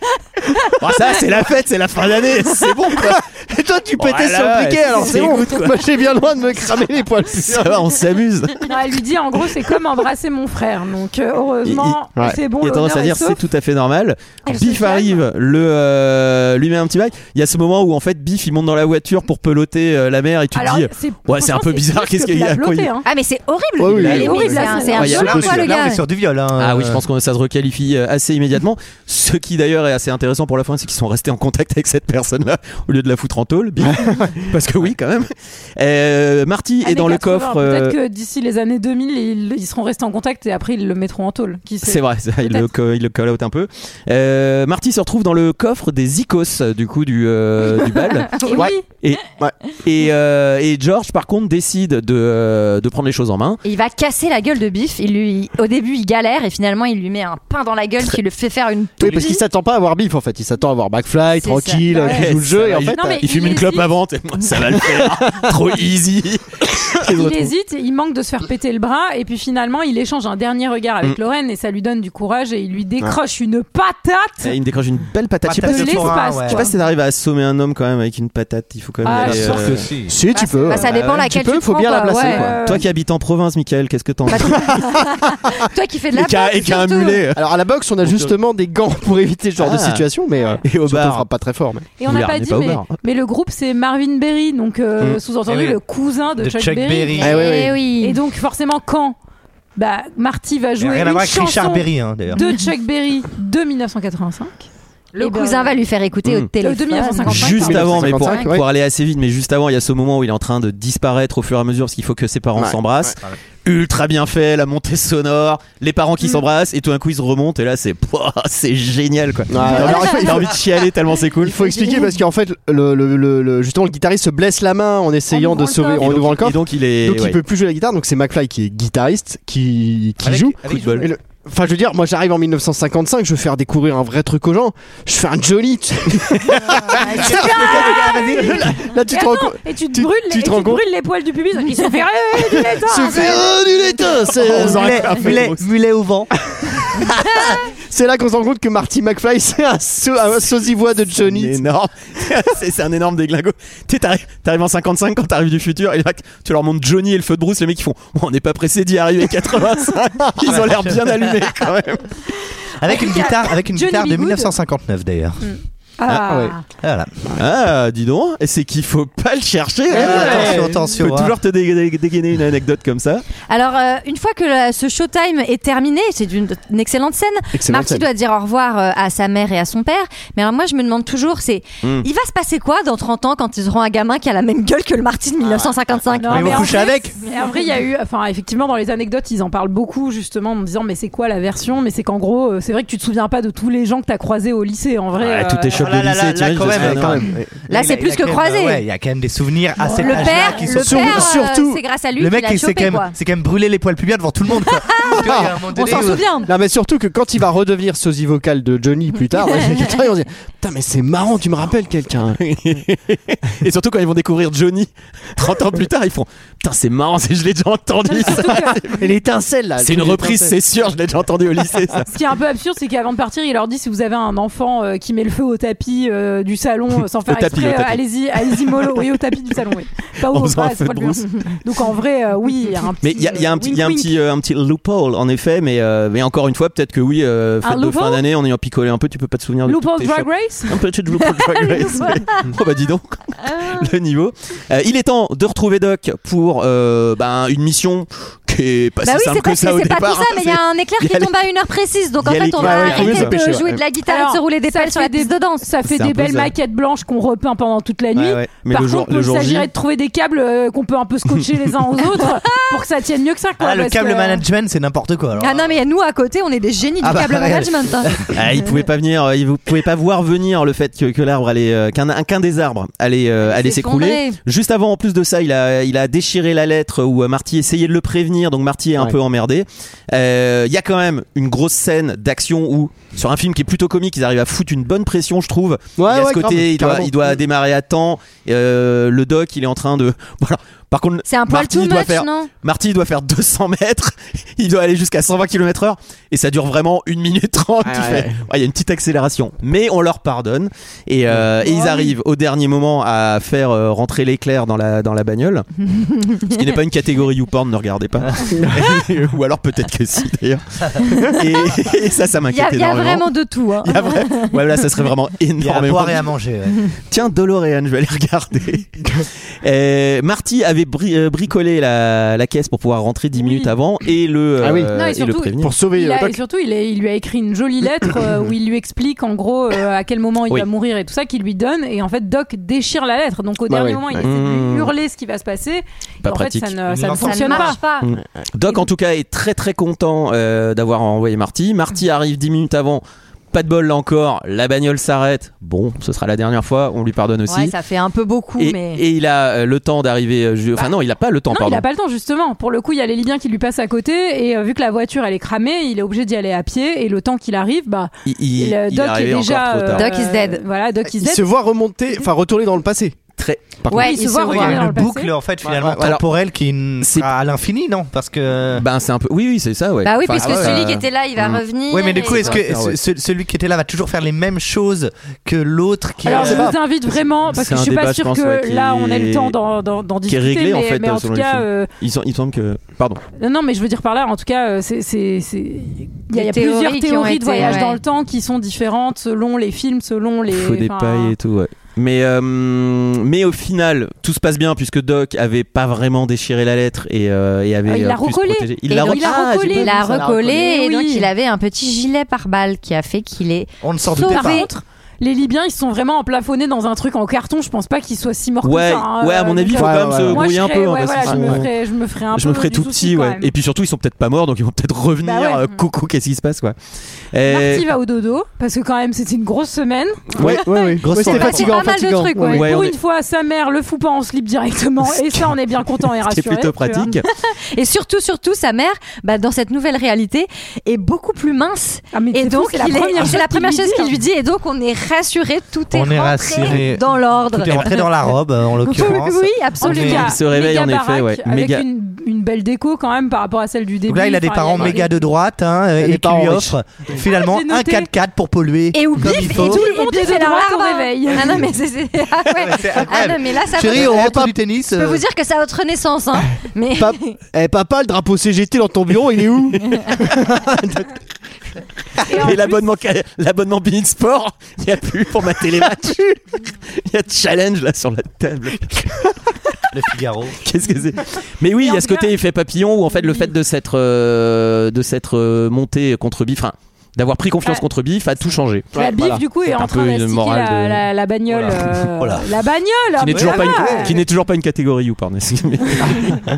Bon, ça, c'est la fête, c'est la fin d'année, c'est bon quoi. Et toi, tu pétais Voilà, sur le ouais, piquet, alors c'est bon. écoute, quoi. Moi, j'ai bien loin de me cramer les poils Ça va, on s'amuse. Non, Ah, elle lui dit, en gros, c'est comme embrasser mon frère. Donc, euh, heureusement, Il- il- ouais. c'est bon. Il a tendance l'honneur à est dire c'est sauf. tout à fait normal. Elle se Biff calme. arrive, le, euh, lui met un petit bail. Il y a ce moment où en fait Biff il monte dans la voiture pour peloter euh, la mère et tu te Alors, dis c'est- ouais Ah, c'est un franchement, peu c'est bizarre pire qu'est-ce que qu'il y de a la quoi, il- blotter, hein. Ah, mais c'est horrible. Ouais, oui, il il est a- horrible. il a- là, C'est il un a- il a- violent, quoi, le Là, on gars. est sur du viol. Ah oui, je pense que ça se requalifie euh, assez immédiatement. Ce qui d'ailleurs est assez intéressant pour la fin, c'est qu'ils sont restés en contact avec cette personne-là au lieu de la foutre en tôle. Biff. Parce que oui, quand même. Euh, Marty Ah, mais est dans le 80, coffre. euh, Peut-être que d'ici les années 2000, ils, ils seront restés en contact et après ils le mettront en tôle. Qui sait C'est vrai, ça, il, le, co- il le call out un peu. Euh, Marty se retrouve dans le coffre des Icos, euh, du coup, du, euh, du bal. Et oui. Et, et, euh, et George, par contre, décide de, euh, de prendre les choses en main. Et il va casser la gueule de Biff. Il lui, au début, il galère et finalement, il lui met un pain dans la gueule qui le fait faire une. Oui, parce qu'il s'attend pas à avoir bif en fait. Il s'attend à avoir backfly, C'est tranquille, euh, ça. qui joue le jeu. Et en fait, Non, mais il hésite. avant. et moi, Ça va le faire. Trop easy. Et Il retrouve. hésite, il manque de se faire péter le bras et puis finalement il échange un dernier regard avec Mm. Lorraine et ça lui donne du courage et il lui décroche une patate. Et il me décroche une belle patate. Je sais pas Patate si- de je sais pas l'espace, si- quoi. je sais pas si t'arrives à assommer un homme quand même avec une patate. Il faut quand même. Ah, y aller, je pense euh, que si. Si, tu peux. Bah, ça dépend ouais. laquelle Tu peux, tu faut bien prends, la quoi. placer, Ouais, quoi. ouais, Toi ouais. qui habites en province, Michael, qu'est-ce que t'en penses Toi qui fais de la. boxe, surtout. Alors à la boxe, on a justement des gants pour éviter ce genre de Ah. situation, mais euh, Et au surtout, on bar. frappe pas très fort. mais- Et on Oula, n'a on pas n'est dit, pas au mais, bar. hein. mais le groupe c'est Marvin Berry, donc euh, Mm. sous-entendu Eh oui. le cousin de, De Chuck, Chuck Berry. Berry. Eh oui, oui. Eh oui. Et donc forcément quand bah, Marty va jouer rien à une voir avec chanson Richard Berry, hein, d'ailleurs. de Chuck Berry de 1985. Le cousin va lui faire écouter Mm. au téléphone. eh ben, De 1955. Juste pardon. avant, mais pour, 1955, pour aller assez vite, mais juste avant, il y a ce moment où il est en train de disparaître au fur et à mesure parce qu'il faut que ses parents Ouais, s'embrassent. Ultra bien fait, la montée sonore, les parents Mm. qui s'embrassent et tout d'un coup ils se remontent et là c'est pouah, c'est génial quoi. il, a alors, il faut- envie, il a envie de chialer tellement c'est cool. Il faut expliquer parce qu'en fait, le, le- le- le- justement, le guitariste se blesse la main en essayant de sauver, en ouvrant le Et coffre. donc il est. Donc ouais. il peut plus jouer la guitare, donc c'est McFly qui est guitariste, qui, qui Avec- joue. avec Coup de bol. Et le- Enfin, je veux dire, moi j'arrive en 1955, je veux faire découvrir un vrai truc aux gens, je fais un jolly. tu- Ah, là, là, tu Ah, Et te rends attends, compte. Et tu te tu- brûles, tu et te tu rends compte- brûles les poils du pubis. Ils sont fait Eh, du laiton, Se arrête. faire euh, du laiton, c'est- Mulet, mulet, mulet au vent. C'est là qu'on se rend compte que Marty McFly, c'est un, so- un sosivois de Johnny. C'est énorme. c'est c'est un énorme déglingo. Tu sais, t'arrives t'arrives en 55 quand t'arrives du futur et là, tu leur montres Johnny et le feu de brousse. Les mecs ils font Oh, on n'est pas pressé d'y arriver 85. Ils ont l'air bien allumés quand même. Avec une guitare, avec une Johnny guitare B. de Goode. 1959 d'ailleurs. Ah, ouais. Voilà. Ah, dis donc, et c'est qu'il faut pas le chercher. Eh, hein. attention, Tu attention, peux hein. toujours te dé- dé- dégainer une anecdote comme ça. Alors, euh, une fois que la- ce showtime est terminé, c'est une, une excellente scène. Excellente Marty scène. doit dire au revoir euh, à sa mère et à son père. Mais alors, moi, je me demande toujours, c'est Mm. il va se passer quoi dans 30 ans quand ils auront un gamin qui a la même gueule que le Marty de 1955 Non, mais en fait, avec Mais en vrai, il y a eu, enfin, effectivement, dans les anecdotes, ils en parlent beaucoup, justement, en disant, mais c'est quoi la version Mais c'est qu'en gros, euh, c'est vrai que tu te souviens pas de tous les gens que t'as croisés au lycée, en vrai. Ouais, euh, tous tes chocs Ah là de là lycée, là, tu là, vois, quand je- même, ah, quand non. Là, Il c'est a- il plus a que quand même, croisé. euh, ouais, il y a quand même des souvenirs à cet Le âge-là père, qui sont le sur- père, surtout. euh, c'est grâce à lui le qu'il mec, a il chopé, s'est quand même, quoi. Ah, c'est quand même brûlé les poils pubiens devant tout le monde. quoi. Tu vois, il y a un moment On donné euh, s'en où- souvient. Non mais surtout que quand il va redevenir sosie vocale de Johnny plus tard, dans les années 80, ils vont se dire Putain mais c'est marrant, tu me rappelles quelqu'un. Et surtout quand ils vont découvrir Johnny 30 ans plus tard, ils font Putain, c'est marrant, c'est- je l'ai déjà entendu ça. Et l'étincelle là. C'est une reprise, c'est sûr, je l'ai déjà entendu au lycée ça. Ce qui est un peu absurde, c'est qu'avant de partir, il leur dit si vous avez un enfant euh, qui met le feu au tapis euh, du salon euh, sans faire Au tapis, exprès, au euh, tapis. allez-y, allez-y mollo, oui, au tapis du salon, oui. Pas En au faisant pas, un c'est feu pas de le brousse. but. Donc en vrai, euh, oui, il y a un petit. Mais il y, a- il y a un petit, il y a un wink-wink. petit, euh, un petit loophole en effet, mais, euh, mais encore une fois, peut-être que oui, euh, fête Un de loophole fin d'année, on ayant picolé un peu, tu peux pas te souvenir de toutes Loophole tes Drag chocs. Race Un petit loophole drag race. oh bah dis donc, Ah. le niveau. Euh, il est temps de retrouver Doc pour euh, ben, une mission qui est pas Bah si oui, simple c'est que parce que ça au c'est pas départ. hein, tout ça, mais il y a un éclair il y qui a les- tombe à une heure précise. Donc en il y a fait, les- on ouais, va Bah ouais, arrêter ouais, de ouais. jouer de la guitare et Alors, de se rouler des ça pelles sur fait la piste de danse. ça fait C'est un des peu belles ça. maquettes blanches qu'on repeint pendant toute la Ouais, nuit. ouais. Mais Par le jour- contre, le il jour J- s'agirait de trouver des câbles euh, qu'on peut un peu scotcher les uns aux autres pour que ça tienne mieux que ça. Quoi, Ah, le parce câble que- management, c'est n'importe quoi. Alors. Ah non, mais nous à côté, on est des génies du Ah bah, câble ouais. management. hein. Ah, il pouvait pas venir, euh, il vous pouvait pas voir venir le fait que, que l'arbre allait, euh, qu'un un- qu'un des arbres allait, euh, allait s'écrouler. s'effondrer. Juste avant, en plus de ça, il a, il a déchiré la lettre où euh, Marty essayait de le prévenir, donc Marty est un Ouais. peu emmerdé. Euh, Il y a quand même une grosse scène d'action où, sur un film qui est plutôt comique, ils arrivent à foutre une bonne pression, je trouve. Ouais, il y a ouais, ce côté, grave, il, doit, carrément. il doit démarrer à temps. Euh, le doc, il est en train de. Voilà. Par contre, C'est un poil Marty too doit much, faire, non Marty doit faire 200 mètres, il doit aller jusqu'à 120 km/h et ça dure vraiment 1 minute 30. tu ouais, fais, ouais. Ouais, il y a une petite accélération, mais on leur pardonne et, euh, et ils arrivent au dernier moment à faire euh, rentrer l'éclair dans la, dans la bagnole. Ce qui n'est pas une catégorie YouPorn, ne regardez pas. Ou alors peut-être que si d'ailleurs. Et, et ça, Il ça y a, m'inquiète il y a énormément. vraiment de tout. hein. Il y a vrai- Ouais, là, ça serait vraiment Il y a à énormément. boire et à manger. ouais. Tiens, Doloréane, je vais aller regarder. Euh, Marty avait bri- euh, bricolé la, la caisse pour pouvoir rentrer 10 minutes avant et le, Ah oui. euh, Non, et et le surtout, prévenir. Pour sauver Il le a- et doc. surtout, il, est- il lui a écrit une jolie lettre euh, où il lui explique en gros euh, à quel moment il Oui. va mourir et tout ça, qu'il lui donne. Et en fait, Doc déchire la lettre. Donc au Bah dernier ouais, moment, il ouais. essaie de Mmh. lui hurler ce qui va se passer. Pas et en pratique. Mmh. fait, ça ne, ça ne l'entend. Ça fonctionne ne pas. marche pas. Mm. Doc, en tout cas, est très très content euh, d'avoir envoyé Marty. Marty arrive 10 minutes avant. Pas de bol là encore, la bagnole s'arrête. Bon, ce sera la dernière fois, on lui pardonne aussi. Ouais, ça fait un peu beaucoup, et, mais. et il a euh, le temps d'arriver. euh, ju- Enfin, non, il a pas le temps, Non, il pardon. n'a pas le temps justement. Pour le coup, il y a les Libyens qui lui passent à côté et euh, vu que la voiture elle est cramée, il est obligé d'y aller à pied et le temps qu'il arrive, bah, Il, il- il, euh, il Doc arrivait est encore déjà trop tard. Doc is dead. Voilà, Doc is Il dead. se voit remonter, enfin retourner dans le passé. Très. Par Ouais, contre, il se voit Il y a regarder regarder dans une le passé. boucle en fait finalement ouais, ouais. temporelle qui n- C'est- sera à l'infini, non Parce que. ben c'est un peu. Oui, oui, c'est ça, ouais. Bah oui, Enfin, puisque ouais, celui euh, qui était là, il va mm. revenir. Oui, mais du coup, et- est-ce que Ouais, ouais. ce- ce- celui qui était là va toujours faire les mêmes choses que l'autre qui Alors est- je vous invite vraiment parce C'est que je un suis débat, pas je sûre pense, que ouais, qui là on ait est- le temps d'en- d'en d'en qui est discuter. réglé, en mais- fait, mais euh, en tout selon les cas, films. euh, il, sem- il semble que. Pardon. Non, non, mais je veux dire par là, en tout cas, euh, c'est, c'est, c'est- il y a, Des il y a théories plusieurs qui ont théories été, de voyage ouais. dans le temps qui sont différentes selon les films, selon les. Faut des enfin, pailles et tout, ouais. Mais, euh, mais au final, tout se passe bien puisque Doc avait pas vraiment déchiré la lettre et, euh, et avait. Ah, il l'a euh, pu se recollée. protéger. Et donc, re- il a Ah, j'ai recollé. pas Il vu a ça, la recollé et donc Oui. il avait un petit gilet pare-balles qui a fait qu'il est On ne sort de sauvé. Par contre, les Libyens, ils sont vraiment emplafonnés dans un truc en carton. Je pense pas qu'ils soient si morts. Ouais, que ça, hein, ouais, à euh, mon avis, il donc, faut ouais, quand même ouais, se ouais. moi, brouiller je un ferais- peu. hein, ouais, parce que voilà, je, sinon, me ouais. ferais, je me ferais un Je peu me ferais hein, du tout souci, petit, quand ouais. même. Et puis surtout, ils sont peut-être pas morts, donc ils vont peut-être revenir. Bah ouais. euh, coucou, qu'est-ce qui se passe, quoi. Marty va au dodo parce que quand même c'était une grosse semaine. Ouais, ouais, ouais. Grosse Ouais, c'était tendance. fatigant, Pas mal de fatigant. trucs, ouais. Pour on une est- fois, sa mère le fout pas en slip directement et ça on est bien content Ah, et c'est rassuré. plutôt tu vois. pratique. Et surtout, surtout, sa mère, bah, dans cette nouvelle réalité, est beaucoup plus mince. Ah, mais Et c'est donc, fou, c'est la il est- première c'est la première chose qu'il dit. hein. lui dit. Et donc, on est rassuré, tout est On rentré est rassuré. dans l'ordre. Tout est rentré dans la robe, euh, en l'occurrence. Oui, En tout absolument. Mais cas, il se réveille, méga en effet, baraque, ouais. Avec Méga- Une, une belle déco quand même par rapport à celle du début. Donc là, il a des Enfin, parents il y a- méga de droite hein, a des et qui parents lui riches. offrent finalement j'ai un noté. 4x4 pour polluer. Et où comme bif, il et faut. tout le Et monde bif est est dans dans l'arbre. l'arbre au réveil. Ah non, mais c'est- c'est. Ah ouais. C'est Ah non, incroyable. mais là, ça Chérie, va- on rentre du tennis. Je peux euh, vous dire que c'est à votre naissance, hein. Mais. Pap- Eh papa, le drapeau CGT dans ton bureau, il est où Et l'abonnement, ca- l'abonnement Bein Sport, il n'y a plus pour mater les matchs. Il y a challenge là sur la table. Le Figaro. Qu'est-ce que c'est Mais oui, Et il y en a ce tout côté cas- effet papillon où en fait le Oui. fait de s'être euh, de s'être euh, monté contre Biff, enfin, d'avoir pris confiance Ouais. contre Biff a tout changé. La bif du coup est un en train peu une d'astiquer morale la, de- la, la bagnole. euh, Voilà. La bagnole Qui n'est bah, toujours ça pas va. une qui n'est toujours pas une catégorie ou pardon. excusez-moi.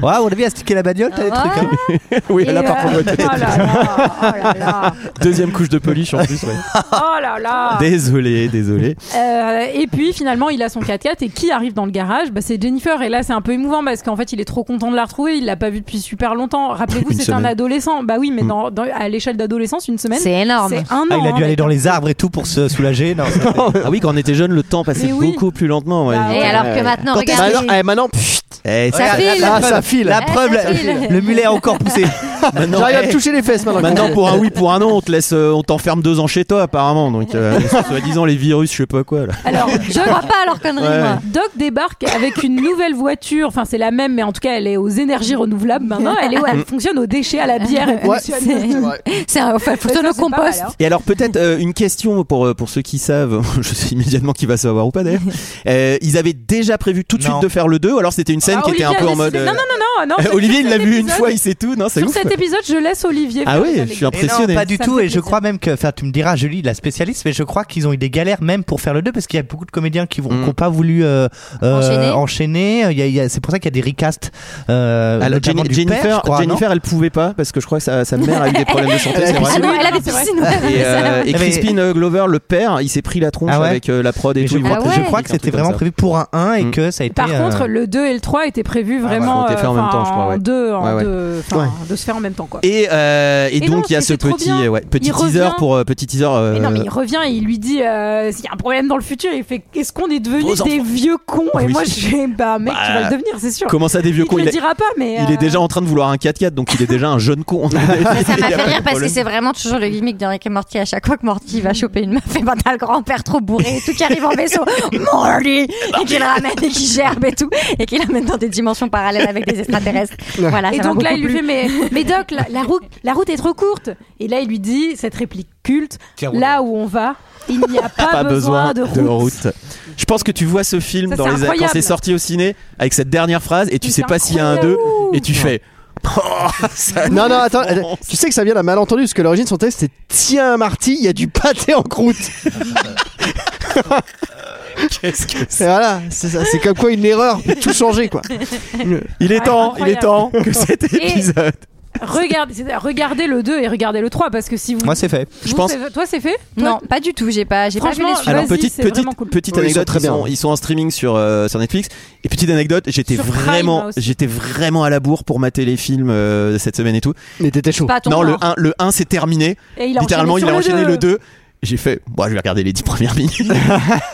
Ouais, on avait astiqué la bagnole, t'as des Ah, trucs. hein. oui, Et là par euh, contre, ouais, Oh là là, oh là là, deuxième couche de polish en plus. ouais. oh là là. Désolé, désolé. Euh, et puis finalement, il a son 4x4 et qui arrive dans le garage bah, C'est Jennifer. Et là, c'est un peu émouvant parce qu'en fait, il est trop content de la retrouver. Il l'a pas vue depuis super longtemps. Rappelez-vous, Une c'est un semaine. adolescent. Bah oui, mais Mm. dans- dans- à l'échelle d'adolescence, une semaine, C'est énorme. c'est un an. Ah, il a hein, dû aller mec. dans les arbres et tout pour se soulager. Non, ça- Ah oui, quand on était jeune, le temps passait Mais oui. beaucoup plus lentement. ouais. Bah Et ouais. alors Ouais, que ouais. maintenant, Quand est-ce regardez. que- Eh, maintenant, pfft, Eh, Ça Regarde, file. la Ah, ça file. La Eh, preuve, ça la- file. le mulet a encore poussé. maintenant, j'arrive à eh, me toucher les fesses maintenant. Maintenant, pour un oui, pour un non, on te laisse, euh, on t'enferme deux ans chez toi, apparemment. Donc, euh, soi-disant, les virus, je sais pas quoi. Là. Alors, Je crois pas à leur connerie, Ouais. moi. Doc débarque avec une nouvelle voiture. Enfin, c'est la même, mais en tout cas, elle est aux énergies renouvelables maintenant. Elle, est, elle fonctionne aux déchets, à la bière. Elle Ouais, fonctionne. c'est vrai. C'est un. Enfin, faut Ça, le c'est pas mal, compost. hein. Et alors, peut-être euh, une question pour, euh, pour ceux qui savent, je sais immédiatement qui va savoir ou pas d'ailleurs. Euh, ils avaient déjà prévu tout de Non. suite de faire le 2, alors c'était une scène Ah, qui était un Olivier peu a en mode. décidé- euh, Non, non, non, non. non Olivier, il l'a vu une épisode- fois, il sait tout, non C'est Sur ouf. cet épisode, je laisse Olivier. Ah faire oui, les je anecdotes. suis impressionné. pas du tout, et je crois même que, enfin, tu me diras, Julie, la spécialiste, mais je crois qu'ils ont eu des galères même pour faire le 2 parce qu'il y a beaucoup de comédiens qui Mm. n'ont pas voulu euh, euh, Enchaîner. enchaîner. Il y a- il y a- c'est pour ça qu'il y a des recasts. euh, Alors, notamment Jenny- du Jennifer, père, je crois, Ah Jennifer, elle pouvait pas parce que je crois que sa, sa mère a eu des problèmes de santé. Elle c'est avait vrai. Ah non, elle avait c'est vrai. piscine. Et, euh, et Mais- Crispin euh, Glover, le père, il s'est pris la tronche Ah ouais avec euh, la prod et Mais tout. je il crois- voit je peut-être crois un que truc c'était comme vraiment ça. Mm. prévu pour un 1 et que ça a été. Par euh, contre, le 2 et le 3 étaient Ah prévus vraiment Ils ont été faits en euh, même temps, enfin, je crois, ouais. en deux, en Ouais, ouais. deux, enfin, Ouais. de se faire en même temps quoi. Et, euh, et Et non, donc il y a ce c'était trop petit, bien. euh, ouais, petit Il teaser revient. pour euh, petit teaser. euh, Mais non, mais il revient et il lui dit euh, s'il y a un problème dans le futur, il fait Est-ce qu'on est devenus Vos des vieux cons Et Oui. moi, je fais Bah, mec, tu vas le Bah, devenir, c'est sûr. Comment ça, des vieux il cons te il le est- dira pas, mais. Il euh, est déjà en train de vouloir un 4x4, donc il est déjà un jeune con. Ça m'a fait rire parce que c'est vraiment toujours le gimmick de Rick et Morty. À chaque fois que Morty va choper une meuf, et ben t'as le grand-père trop bourré et tout qui arrive en vaisseau. Morty Et qui le ramène et qui gerbe et tout. Et qui l'amène dans des dimensions parallèles avec des extraterrestres. Voilà, et ça m'a donc là, beaucoup il lui plu. fait mais, mais Doc, la, la route, la route est trop courte. Et là, il lui dit cette réplique culte Tiens, Là où on va, il n'y a pas, pas besoin de route. route. Je pense que tu vois ce film Ça, dans c'est les quand incroyable. c'est sorti au ciné avec cette dernière phrase et tu sais pas s'il y a un 2 et tu fais. Oh, Non, non, attends, euh, tu sais que ça vient d'un malentendu parce que l'origine de son texte c'est Tiens, Marty, il y a du pâté en croûte. Qu'est-ce que Et voilà, c'est ça, c'est comme quoi une erreur peut tout changer quoi. Il est temps, il est incroyable. temps que cet Et- épisode. Regarde, c'est- regardez le 2 et regardez le 3 parce que si vous. Moi, c'est fait. vous, Je pense- c'est- Toi, c'est fait Non, pas du tout. J'ai pas, j'ai pas vu Franchement, les je- suites. Alors Ah, Vas-y, petite c'est petite vraiment cool. petite Oui, ils sont anecdote, très ils sont, bien. ils sont en streaming sur euh, sur Netflix. Et petite anecdote, j'étais Sur Prime vraiment aussi. j'étais vraiment à la bourre pour mater les films euh, cette semaine et tout. Mais t'étais chaud. Pas à ton non, le genre. 1 le 1 c'est terminé. Et il a Littéralement, il enchaîné a sur enchaîné le le 2. J'ai fait, moi je vais regarder les 10 premières minutes.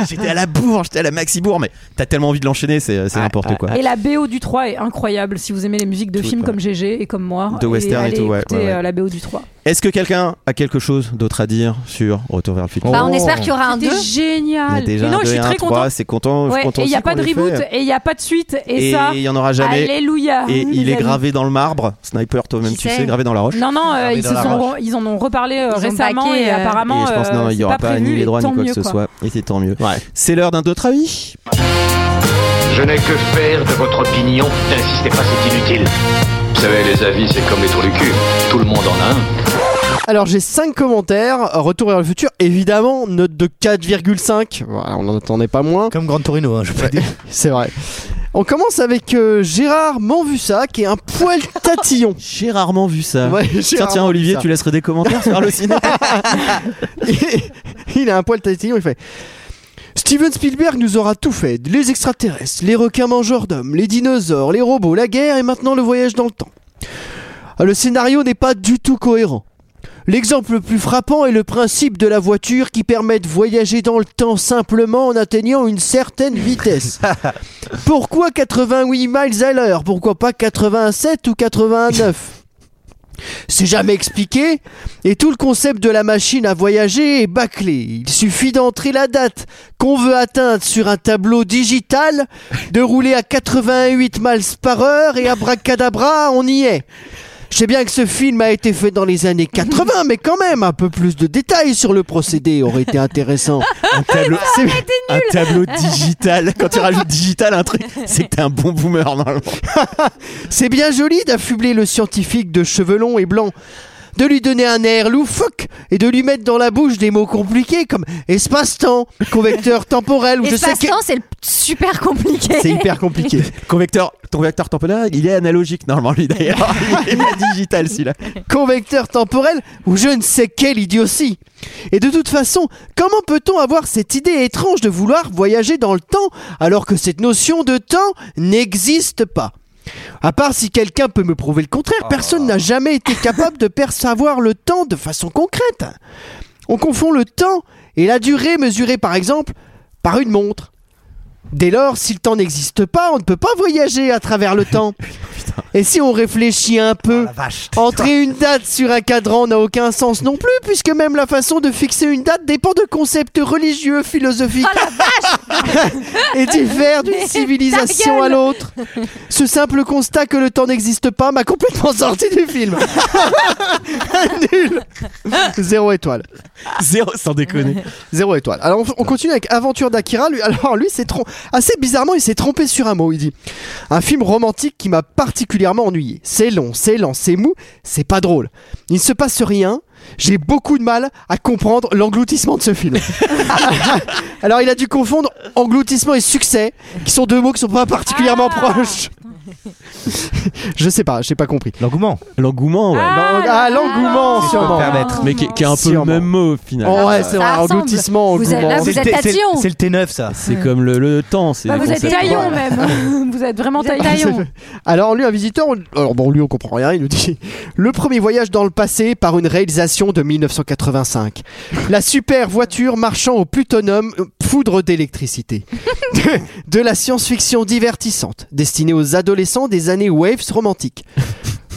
j'étais à la bourre, j'étais à la maxi bourre, mais t'as tellement envie de l'enchaîner, c'est Ah, c'est n'importe quoi. Et la BO du 3 est incroyable si vous aimez les musiques de Tout, films ouais. comme GG et comme moi. De western et allez tout, ouais, écouter, ouais, ouais. euh, la BO du 3. Est-ce que quelqu'un a quelque chose d'autre à dire sur Retour vers le futur Bah, on espère qu'il y aura un deux. C'était Oh. Il y a génial. déjà Et un non, deux je et suis un très trois, content. c'est content. je suis Ouais, content et il n'y a aussi pas qu'on de l'ait fait. reboot et il n'y a pas de suite et, Et ça. il y en aura jamais. Alléluia. Et il Ah, les est amis. gravé dans le marbre, Sniper, toi-même Qui tu sait sais, gravé dans la roche. Non, non, euh, Gravé ils, dans se la sont- roche. ils en ont reparlé euh, Ils ont récemment baqué, et euh, apparemment. et je pense euh, non, il c'est n'y aura pas, prévu, ni les et droits ni tant quoi que mieux, ce soit. Et c'est tant mieux. C'est l'heure d'un d'autre avis. Je n'ai que faire de votre opinion. N'insistez pas, c'est inutile. Vous savez, les avis, c'est comme les trous du cul. Tout le monde en a un. Alors j'ai 5 commentaires, retour vers le futur, évidemment, note de 4,5, voilà, on n'en attendait pas moins, Comme Grand Torino, hein, je peux dire. c'est vrai. On commence avec euh, Gérard Manvussa qui est un poil tatillon. J'ai rarement vu ça. Ouais, j'ai tiens, tiens, rarement vu Olivier, ça. tu laisserais des commentaires sur le ciné il a un poil tatillon, il fait Steven Spielberg nous aura tout fait les extraterrestres, les requins mangeurs d'hommes, les dinosaures, les robots, la guerre et maintenant le voyage dans le temps. Ah, Le scénario n'est pas du tout cohérent. L'exemple le plus frappant est le principe de la voiture qui permet de voyager dans le temps simplement en atteignant une certaine vitesse. Pourquoi 88 miles à l'heure Pourquoi pas 87 ou 89 C'est jamais expliqué, et tout le concept de la machine à voyager est bâclé. Il suffit d'entrer la date qu'on veut atteindre sur un tableau digital, de rouler à 88 miles par heure et abracadabra, on y est. Je sais bien que ce film a été fait dans les années 80, mais quand même, un peu plus de détails sur le procédé aurait été intéressant. un tableau, un tableau digital. Quand tu rajoutes digital à un truc, c'est que t'es un bon boomer normalement. C'est bien joli d'affubler le scientifique de cheveux longs et blancs, de lui donner un air loufoque et de lui mettre dans la bouche des mots compliqués comme espace-temps, convecteur temporel ou je sais que Espace-temps, c'est le- super compliqué. c'est hyper compliqué. Convecteur, ton vecteur temporaire, il est analogique normalement lui d'ailleurs. Il est pas digital celui-là. Convecteur temporel ou je ne sais quelle idiotie. Et de toute façon, comment peut-on avoir cette idée étrange de vouloir voyager dans le temps alors que cette notion de temps n'existe pas À part si quelqu'un peut me prouver le contraire, personne n'a jamais été capable de percevoir le temps de façon concrète. On confond le temps et la durée mesurée par exemple par une montre. Dès lors, si le temps n'existe pas, on ne peut pas voyager à travers le temps. Et si on réfléchit un peu, Vache. Entrer une date sur un cadran n'a aucun sens non plus, puisque même la façon de fixer une date dépend de concepts religieux, philosophiques. et diffère d'une civilisation à l'autre. Ce simple constat que le temps n'existe pas m'a complètement sorti du film. Nul. Zéro étoile. Zéro, sans déconner. Zéro étoile. Alors on, on continue avec Aventure d'Akira. Lui, alors lui, c'est trop. Assez bizarrement, il s'est trompé sur un mot. Il dit Un film romantique qui m'a particulièrement ennuyé. C'est long, c'est lent, c'est mou, c'est pas drôle. Il ne se passe rien. J'ai beaucoup de mal à comprendre l'engloutissement de ce film. Alors, il a dû confondre engloutissement et succès, qui sont deux mots qui sont pas particulièrement Ah proches. Je sais pas, j'ai pas compris. L'engouement. L'engouement, ouais. Ah, l'engouement, Oh. Si je peux me sûrement. permettre. Mais qui, qui est un peu Sûrement. le même mot au final. Oh, ouais, c'est vrai, engloutissement, Ah, Vous êtes- engouement. là, vous êtes c'est- tatillon. C'est le T9, ça. C'est comme le, le temps, c'est Bah, des vous êtes concepts. euh, taillon même. vous êtes vraiment taillon. Alors lui, un visiteur, on- alors bon, lui on comprend rien, il nous dit le premier voyage dans le passé par une réalisation de 1985. La super voiture marchant au plutonum, euh, foudre d'électricité. De, de la science-fiction divertissante, destinée aux adolescents des années waves romantiques.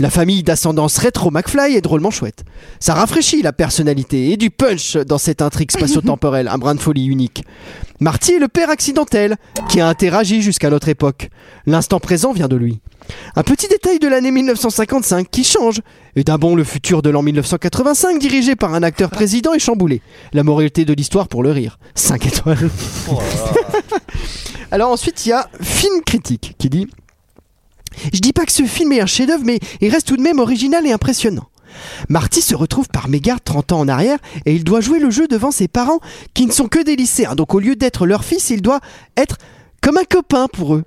La famille d'ascendance rétro McFly est drôlement chouette. Ça rafraîchit la personnalité et du punch dans cette intrigue spatio-temporelle, un brin de folie unique. Marty est le père accidentel qui a interagi jusqu'à notre époque. L'instant présent vient de lui. Un petit détail de l'année 1955 qui change, et d'un bond le futur de l'an 1985 dirigé par un acteur président est chamboulé. La moralité de l'histoire pour le rire. 5 étoiles. Alors ensuite, il y a Film Critique qui dit Je dis pas que ce film est un chef-d'œuvre, mais il reste tout de même original et impressionnant. Marty se retrouve par mégarde 30 ans en arrière et il doit jouer le jeu devant ses parents qui ne sont que des lycéens. Donc au lieu d'être leur fils, il doit être comme un copain pour eux.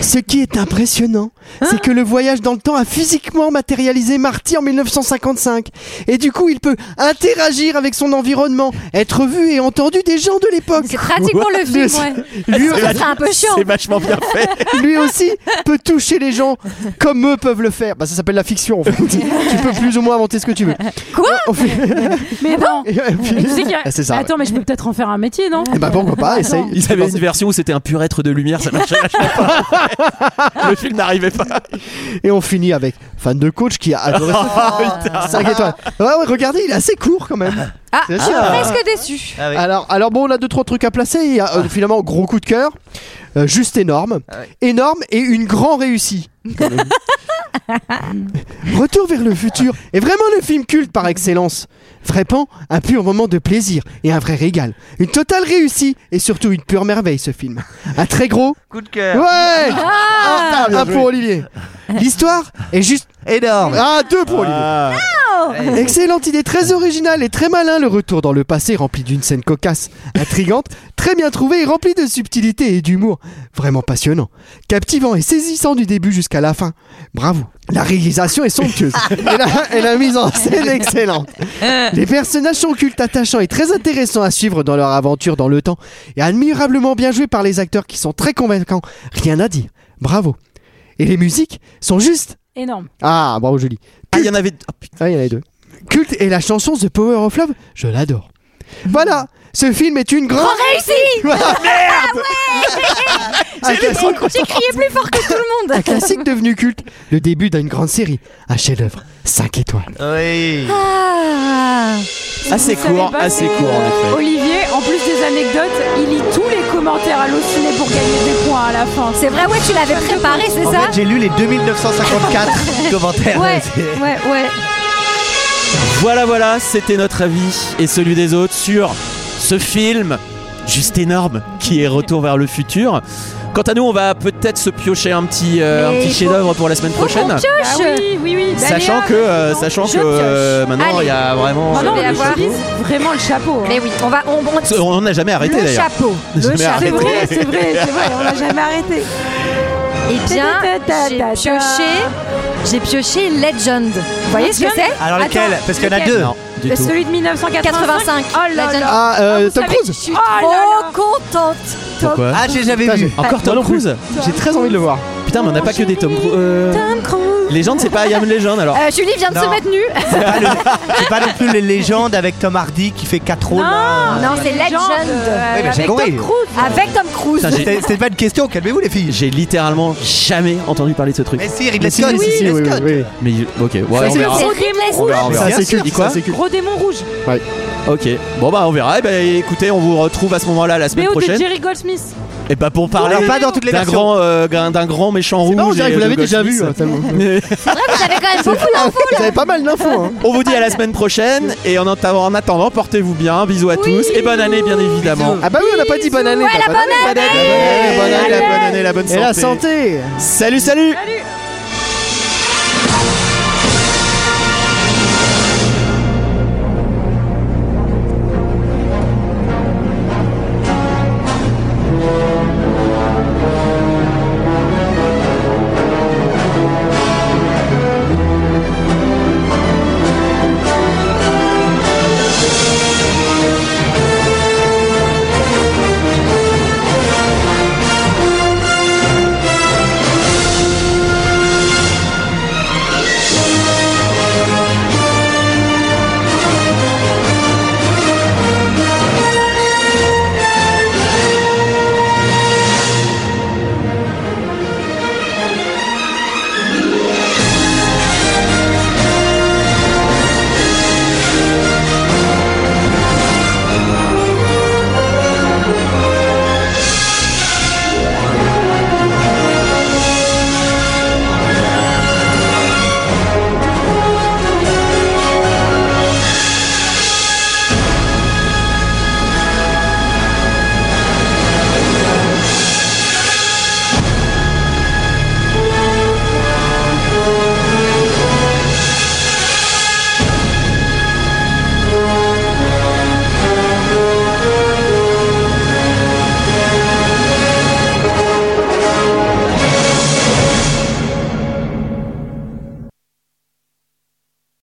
Ce qui est impressionnant, Ah. c'est que le voyage dans le temps a physiquement matérialisé Marty en 1955. Et du coup, il peut interagir avec son environnement, être vu et entendu des gens de l'époque. C'est pratique pour le film, ouais. Lui, Ça serait un peu chiant. C'est vachement bien fait. Lui aussi peut toucher les gens comme eux peuvent le faire. Bah, ça s'appelle la fiction, en fait. tu peux plus ou moins inventer ce que tu veux. Quoi Mais non. Et puis- Mais tu sais qu'il y a- Ah, c'est ça, Attends, mais je peux peut-être en faire un métier, Ah, non Bah pourquoi pas, essaye. Ils avaient une version où c'était un pur être de lumière, ça marchait vachement pas. Le film n'arrivait Ah. pas. Et on finit avec fan de coach qui a adoré Oh, putain. 5 étoiles. Ouais, ouais, regardez, il est assez court quand même. Ah, C'est je suis sûr. presque déçu. Ah Alors, alors bon, on a deux trois trucs à placer. Il y a euh, finalement gros coup de cœur, euh, juste énorme, Ah énorme et une grande réussite. quand même. Retour vers le futur est vraiment le film culte par excellence. Vraiment un pur moment de plaisir et un vrai régal. Une totale réussite et surtout une pure merveille ce film. Un très gros Coup de Ouais cœur. Ah Ah, Ah, Un- Un pour Olivier. L'histoire est juste énorme. Ah, deux pour Olivier. Oh. Excellente idée, très originale et très malin. Le retour dans le passé rempli d'une scène cocasse, intrigante, très bien trouvée et remplie de subtilité et d'humour. Vraiment passionnant, captivant et saisissant du début jusqu'à la fin. Bravo. La réalisation est somptueuse et la, et la mise en scène est excellente. Euh. Les personnages sont cultes, attachants et très intéressants à suivre dans leur aventure dans le temps et admirablement bien joués par les acteurs qui sont très convaincants. Rien à dire. Bravo. Et les musiques sont justes Énorme. ah, bravo, Julie. Ah, il y en avait il y en avait deux. Culte et la chanson The Power of Love, je l'adore. Voilà, ce film est une grande Grand réussi Voilà. Merde J'ai Un classique. j'ai crié plus fort que tout le monde Un classique devenu culte, le début d'une grande série, un chef-d'œuvre, 5 étoiles. Oui. Ah. Assez Vous savez court, pas, assez mais, court, en euh, effet. Olivier, en plus des anecdotes, il lit tous les commentaires à l'ociné pour gagner des points à la fin. C'est vrai, ouais, tu l'avais préparé, c'est En ça fait, j'ai lu les 2954 commentaires. Ouais, ouais, ouais. Voilà, voilà, c'était notre avis et celui des autres sur ce film juste énorme qui est Retour vers le futur. Quant à nous, on va peut-être se piocher un petit, euh, un Mais petit faut- chef-d'œuvre pour la semaine faut qu'on prochaine. pioche. Ah Bah oui, oui, oui. Sachant D'ailleurs, que, euh, sachant que euh, maintenant, il y a vraiment. Maintenant, euh, on le utilise vraiment le chapeau. hein. Mais oui, on va. On, Euh, chapeau. On n'a jamais arrêté d'ailleurs. On n'a jamais C'est arrêté. vrai, c'est vrai, c'est vrai, on n'a jamais arrêté. Eh bien, Ta-ta-ta-ta-ta. j'ai pioché. J'ai pioché Legend. Vous voyez ce que Legend c'est Alors lequel Parce qu'il y en a deux. Euh, Celui de 1985. 85. Oh là Legend. là. Ah, euh, vous Tom savez Cruise. que Je suis Oh trop là là. contente. Pourquoi Ah, j'ai jamais vu. Encore Tom Cruise J'ai très envie de le voir. Putain, mais on n'a pas que des Tom Cruise. euh, Légende, c'est pas I Am Legend alors. Euh, Julie vient de se Non. mettre nue. C'est pas non plus les légendes avec Tom Hardy qui fait 4 rôles. hein. là. Non, c'est Legend. Ouais, mais j'ai compris. Avec Tom Cruise. Putain, j'ai- C'était pas une question, calmez-vous les filles. J'ai littéralement jamais entendu parler de ce truc. Mais si, Ridley Scott, si, si, Ridley oui, Scott. oui, oui. Mais ok, ouais, on C'est le verra. gros démon On verra, on rouge. verra. Ça, c'est culte, Dis quoi ça, c'est culte. Gros démon rouge. Ouais. Ok, bon bah on verra. Eh ben écoutez, on vous retrouve à ce moment-là la semaine BO de prochaine. Jerry Goldsmith. Et bah pour parler Alors, pas dans toutes les d'un versions. grand, euh, d'un d'un grand méchant rouge. marrant, on dirait et que vous de l'avez déjà vu, Goldsmith. tellement. vous avez quand même beaucoup d'infos là. Vous avez pas mal d'infos. hein. on vous dit à la semaine prochaine et en attendant, en attendant, portez-vous bien. Bisous à tous et bonne année bien évidemment. Ah bah oui, on n'a pas dit bonne année. Ouais, t'as la pas bonne dit. année. Bonne année, la bonne année, la bonne Et la santé. salut. salut. Salut